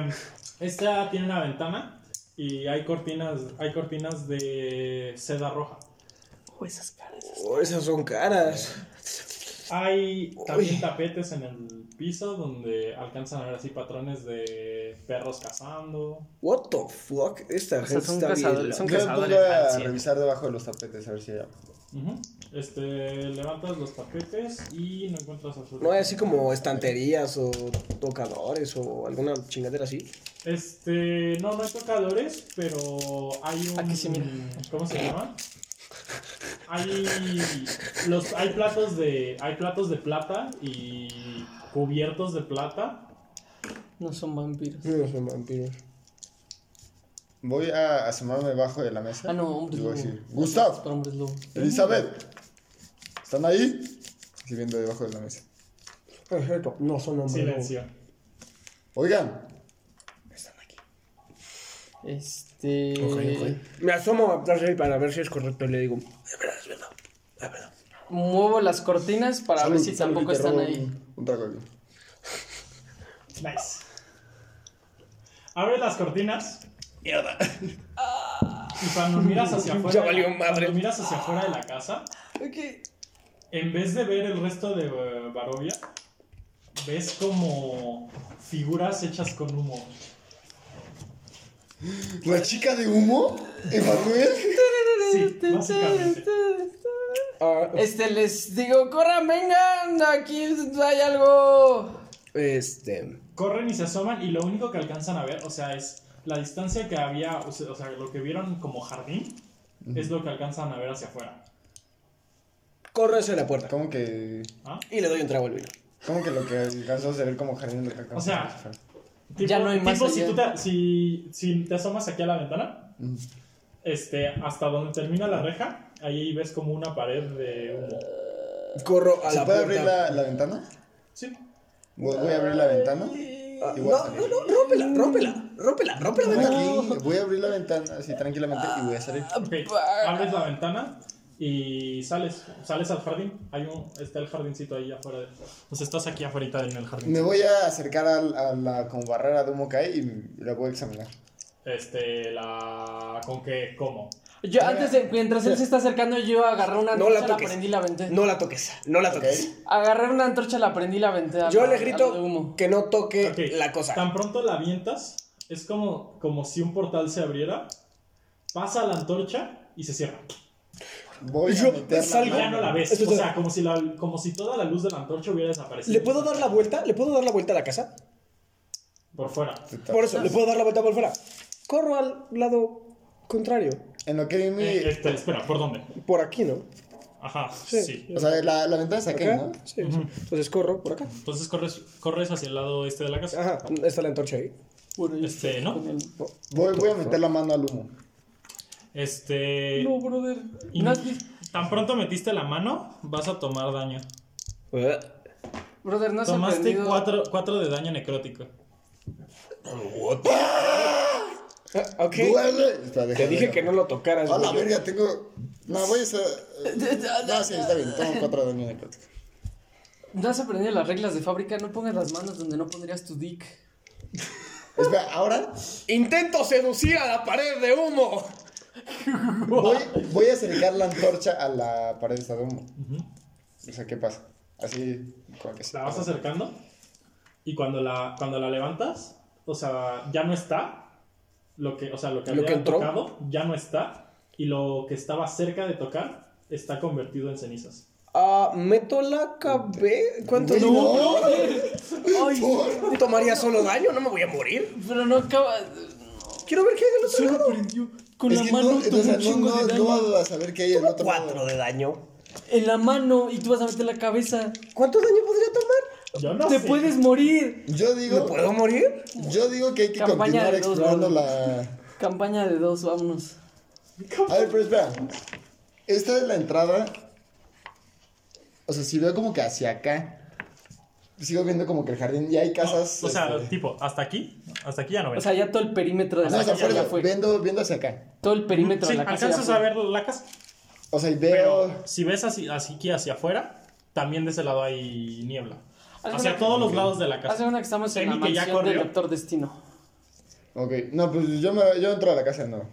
Speaker 7: Esta tiene una ventana y hay cortinas. Hay cortinas de seda roja.
Speaker 3: Oh, esas caras.
Speaker 2: Oh, esas son caras.
Speaker 7: Hay también tapetes en el piso donde alcanzan a ver así patrones de perros cazando.
Speaker 2: What the fuck?
Speaker 3: sea,
Speaker 2: Esta gente
Speaker 3: son
Speaker 2: está bien.
Speaker 3: cazadores, son-
Speaker 4: Yo me pongo
Speaker 3: cazadores al
Speaker 4: a
Speaker 3: cien.
Speaker 4: revisar debajo de los tapetes a ver si hay algo.
Speaker 7: Ujú. Este, levantas los tapetes y no encuentras azul.
Speaker 2: No hay así como estanterías o tocadores o alguna chingadera así.
Speaker 7: Este, no, no hay tocadores, pero hay un...
Speaker 3: Aquí sí, mira.
Speaker 7: ¿Cómo se llama? Hay, los, hay, platos de, hay platos de plata y cubiertos de plata.
Speaker 3: No son vampiros.
Speaker 13: No son vampiros.
Speaker 4: Voy a asomarme debajo de la mesa.
Speaker 3: Ah, no, hombres
Speaker 4: Y voy a
Speaker 3: lobo.
Speaker 4: decir, Gustav,
Speaker 3: Para hombres lobo.
Speaker 4: Elizabeth, ¿están ahí? Así viendo debajo de la mesa.
Speaker 2: Ah, Es cierto, no son hombres.
Speaker 7: Silencio.
Speaker 4: Oigan,
Speaker 3: Este.
Speaker 2: Me asomo atrás de él para ver si es correcto y le digo,
Speaker 3: Muevo las cortinas para ver
Speaker 4: salud,
Speaker 3: si
Speaker 4: salud,
Speaker 3: tampoco
Speaker 4: y te
Speaker 3: están
Speaker 4: robo
Speaker 3: ahí.
Speaker 4: Un, un trago de vino.
Speaker 7: Nice. Abre las cortinas. Mierda. Y cuando miras hacia afuera.
Speaker 2: Ya valió madre.
Speaker 7: Cuando miras hacia afuera de la casa, en vez de ver el resto de eh, Barovia, ves como figuras hechas con humo.
Speaker 4: ¿La chica de humo? ¿Emanuel?
Speaker 7: Sí, básicamente.
Speaker 2: ah,
Speaker 3: Este, les digo, corran, vengan, aquí hay algo.
Speaker 2: este,
Speaker 7: Corren y se asoman y lo único que alcanzan a ver, o sea, es la distancia que había, o sea, o sea, lo que vieron como jardín, es lo que alcanzan a ver hacia afuera.
Speaker 2: corre hacia la puerta
Speaker 4: ¿Cómo que,
Speaker 2: y le doy un trago al vino.
Speaker 4: ¿Cómo que lo que alcanzas a ver como jardín de caca?
Speaker 7: O sea, Tipo-
Speaker 3: Ya no hay más
Speaker 7: tipo, si,
Speaker 3: allá.
Speaker 7: tú te, si, si te asomas aquí a la ventana, este, hasta donde termina la reja, ahí ves como una pared de humo.
Speaker 2: Corro a
Speaker 4: ¿Se
Speaker 2: la
Speaker 4: puede abrir
Speaker 2: puerta.
Speaker 4: la, la ventana?
Speaker 7: Sí.
Speaker 4: Voy, voy a abrir la ventana.
Speaker 2: Ah,
Speaker 4: y voy a
Speaker 2: No,
Speaker 4: salir.
Speaker 2: no, no, rómpela, rómpela, rómpela, rómpela.
Speaker 4: Ven aquí, voy a abrir la ventana así tranquilamente y voy a salir.
Speaker 7: Ok, abres la ventana y sales, sales al jardín. Hay un, está el jardincito ahí afuera. De, pues estás aquí afuera en el jardín.
Speaker 4: Me voy a acercar a, la- a la como barrera de humo que hay y la voy a examinar.
Speaker 7: Este, la... ¿Con qué? ¿Cómo?
Speaker 3: Yo antes de, mientras él se está acercando, yo agarré una
Speaker 2: No
Speaker 3: antorcha,
Speaker 2: la
Speaker 3: la,
Speaker 2: toques.
Speaker 3: prendí y la aventé.
Speaker 2: No la toques, no la
Speaker 4: Ok.
Speaker 2: toques.
Speaker 3: Agarré una antorcha, la prendí y la aventé. a
Speaker 2: Yo
Speaker 3: la-
Speaker 2: le
Speaker 3: a lo de
Speaker 2: grito
Speaker 3: humo.
Speaker 2: que no toque
Speaker 7: Ok,
Speaker 2: la cosa.
Speaker 7: Tan pronto la avientas, es como, como si un portal se abriera, pasa la antorcha y se cierra.
Speaker 4: Voy
Speaker 2: Yo
Speaker 4: a meter
Speaker 7: Y
Speaker 2: salgo.
Speaker 4: la
Speaker 7: ya
Speaker 4: mano.
Speaker 7: no la ves.
Speaker 2: Eso
Speaker 7: O
Speaker 2: es-
Speaker 7: sea, como si, la- como si toda la luz de la antorcha hubiera desaparecido.
Speaker 2: ¿Le puedo dar la vuelta? ¿Le puedo dar la vuelta a la casa?
Speaker 7: Por fuera.
Speaker 2: Por eso, ¿le puedo dar la vuelta por fuera? Corro al lado contrario.
Speaker 4: En lo que Amy...
Speaker 7: Eh, este, espera, ¿por dónde?
Speaker 2: Por aquí, ¿no?
Speaker 7: Ajá, sí.
Speaker 4: O sea, la, la ventana es aquí,
Speaker 2: ¿Acá?
Speaker 4: ¿no?
Speaker 2: Sí, sí. Entonces corro por acá.
Speaker 7: Entonces corres, corres hacia el lado este de la casa.
Speaker 2: Ajá, está la antorcha ahí.
Speaker 7: Este, ¿no?
Speaker 4: Voy, voy a meter la mano al humo.
Speaker 7: Este.
Speaker 3: No, brother.
Speaker 7: y
Speaker 3: No has visto-
Speaker 7: Tan pronto metiste la mano, vas a tomar daño.
Speaker 2: Ah,
Speaker 3: brother, no has
Speaker 7: Tomaste
Speaker 3: aprendido.
Speaker 7: 4 de daño necrótico.
Speaker 2: Ah, Ok.
Speaker 4: Duele. Espera, deja
Speaker 2: Te dije
Speaker 4: verlo.
Speaker 2: que no lo tocaras.
Speaker 4: A la
Speaker 2: güey.
Speaker 4: verga, tengo... No, voy a... hacer- eh, No, sí, está bien. Tengo cuatro daños necróticos.
Speaker 3: No has aprendido las reglas de fábrica. No pongas las manos donde no pondrías tu dick.
Speaker 4: Espera, ahora
Speaker 2: Intento seducir a la pared de humo.
Speaker 4: voy, voy a acercar la antorcha a la pared esta de humo. O sea, ¿qué pasa? Así, como que se...
Speaker 7: La vas acercando. Y cuando la, cuando la levantas, o sea, ya no está. Lo que, o sea, lo que
Speaker 2: Lo
Speaker 7: había
Speaker 2: que entró.
Speaker 7: tocado ya no está. Y lo que estaba cerca de tocar está convertido en cenizas.
Speaker 2: Ah, meto la cabeza. ¿Cuánto
Speaker 4: ¡No!
Speaker 2: ¿Tomaría solo daño? No me voy a morir.
Speaker 3: Pero no acaba.
Speaker 2: Quiero ver qué hay del otro lado.
Speaker 3: Con
Speaker 4: Es
Speaker 3: la
Speaker 4: que
Speaker 3: mano
Speaker 4: no,
Speaker 3: tomó
Speaker 4: o sea,
Speaker 3: un
Speaker 4: no-
Speaker 3: chingo
Speaker 4: no,
Speaker 3: de daño.
Speaker 4: no vas a saber qué hay en el otro lado.
Speaker 14: Cuatro de daño.
Speaker 3: En la mano y tú vas a meter la cabeza.
Speaker 2: ¿Cuánto daño podría tomar?
Speaker 7: Yo no
Speaker 3: Te
Speaker 7: sé.
Speaker 3: puedes morir.
Speaker 4: Yo digo,
Speaker 2: ¿Puedo morir?
Speaker 4: yo digo que hay que
Speaker 3: Campaña
Speaker 4: continuar
Speaker 3: de dos,
Speaker 4: explorando
Speaker 3: Raúl.
Speaker 4: la...
Speaker 3: Campaña de dos, vámonos.
Speaker 4: A ver, pero espera. Esta es la entrada. O sea, si veo como que hacia acá, sigo viendo como que el jardín y hay casas.
Speaker 7: O sea,
Speaker 4: este,
Speaker 7: tipo, hasta aquí, hasta aquí ya no
Speaker 3: O
Speaker 7: ves.
Speaker 3: sea, ya todo el perímetro de
Speaker 4: no,
Speaker 3: la
Speaker 4: o sea,
Speaker 3: casa
Speaker 4: por
Speaker 3: ya
Speaker 4: eso,
Speaker 3: fue.
Speaker 4: viendo, viendo hacia acá.
Speaker 3: Todo el perímetro
Speaker 7: sí,
Speaker 3: de la casa.
Speaker 7: alcanzas
Speaker 3: ya
Speaker 7: a
Speaker 3: fue.
Speaker 7: ver la casa.
Speaker 4: O sea, y
Speaker 7: Pero
Speaker 4: veo.
Speaker 7: si ves así, así aquí hacia afuera, también de ese lado hay niebla.
Speaker 3: Haz
Speaker 7: Hacia
Speaker 3: una-
Speaker 7: todos los lados de la
Speaker 3: Hace
Speaker 7: casa.
Speaker 3: una que estamos en la
Speaker 7: Sammy, que ya
Speaker 3: mansión del
Speaker 7: corrió.
Speaker 3: Doctor Destino.
Speaker 4: Ok, no, pues yo, me, yo entro a la casa de nuevo.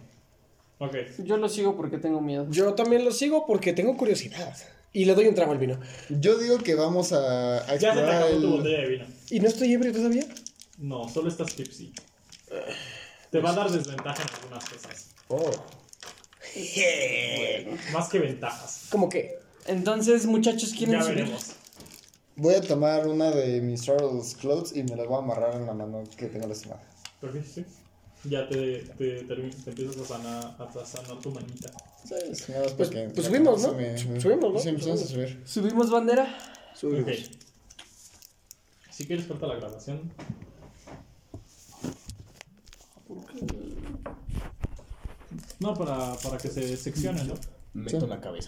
Speaker 7: Ok.
Speaker 3: Yo lo sigo porque tengo miedo.
Speaker 2: Yo también lo sigo porque tengo curiosidad. Y le doy un trago al vino.
Speaker 4: Yo digo que vamos a, a
Speaker 7: Ya se te
Speaker 4: explorar
Speaker 7: acabó tu
Speaker 4: el.
Speaker 7: botella de vino.
Speaker 2: ¿Y no estoy ebrio todavía?
Speaker 7: No, solo estás tipsy. Te va a dar desventaja en algunas cosas.
Speaker 2: Oh.
Speaker 7: Más que ventajas.
Speaker 2: ¿Cómo qué?
Speaker 3: Entonces, muchachos, ¿quieren
Speaker 7: Ya
Speaker 3: subir?
Speaker 7: veremos.
Speaker 4: Voy a tomar una de mis Charles clothes y me las voy a amarrar en la mano que tengo lastimada.
Speaker 7: Ok, sí. Ya te, te, termi- te empiezas a sanar, a sanar tu manita.
Speaker 4: Sí, nada más
Speaker 2: Pues-
Speaker 4: porque-
Speaker 2: pues subimos, ¿no?
Speaker 4: se me-
Speaker 2: Subimos, ¿no?
Speaker 4: Sí, empezamos a subir.
Speaker 3: ¿Subimos bandera?
Speaker 7: Ok. Si quieres, corta la grabación. No, para, para que se seccione, ¿no?
Speaker 15: Meto la cabeza.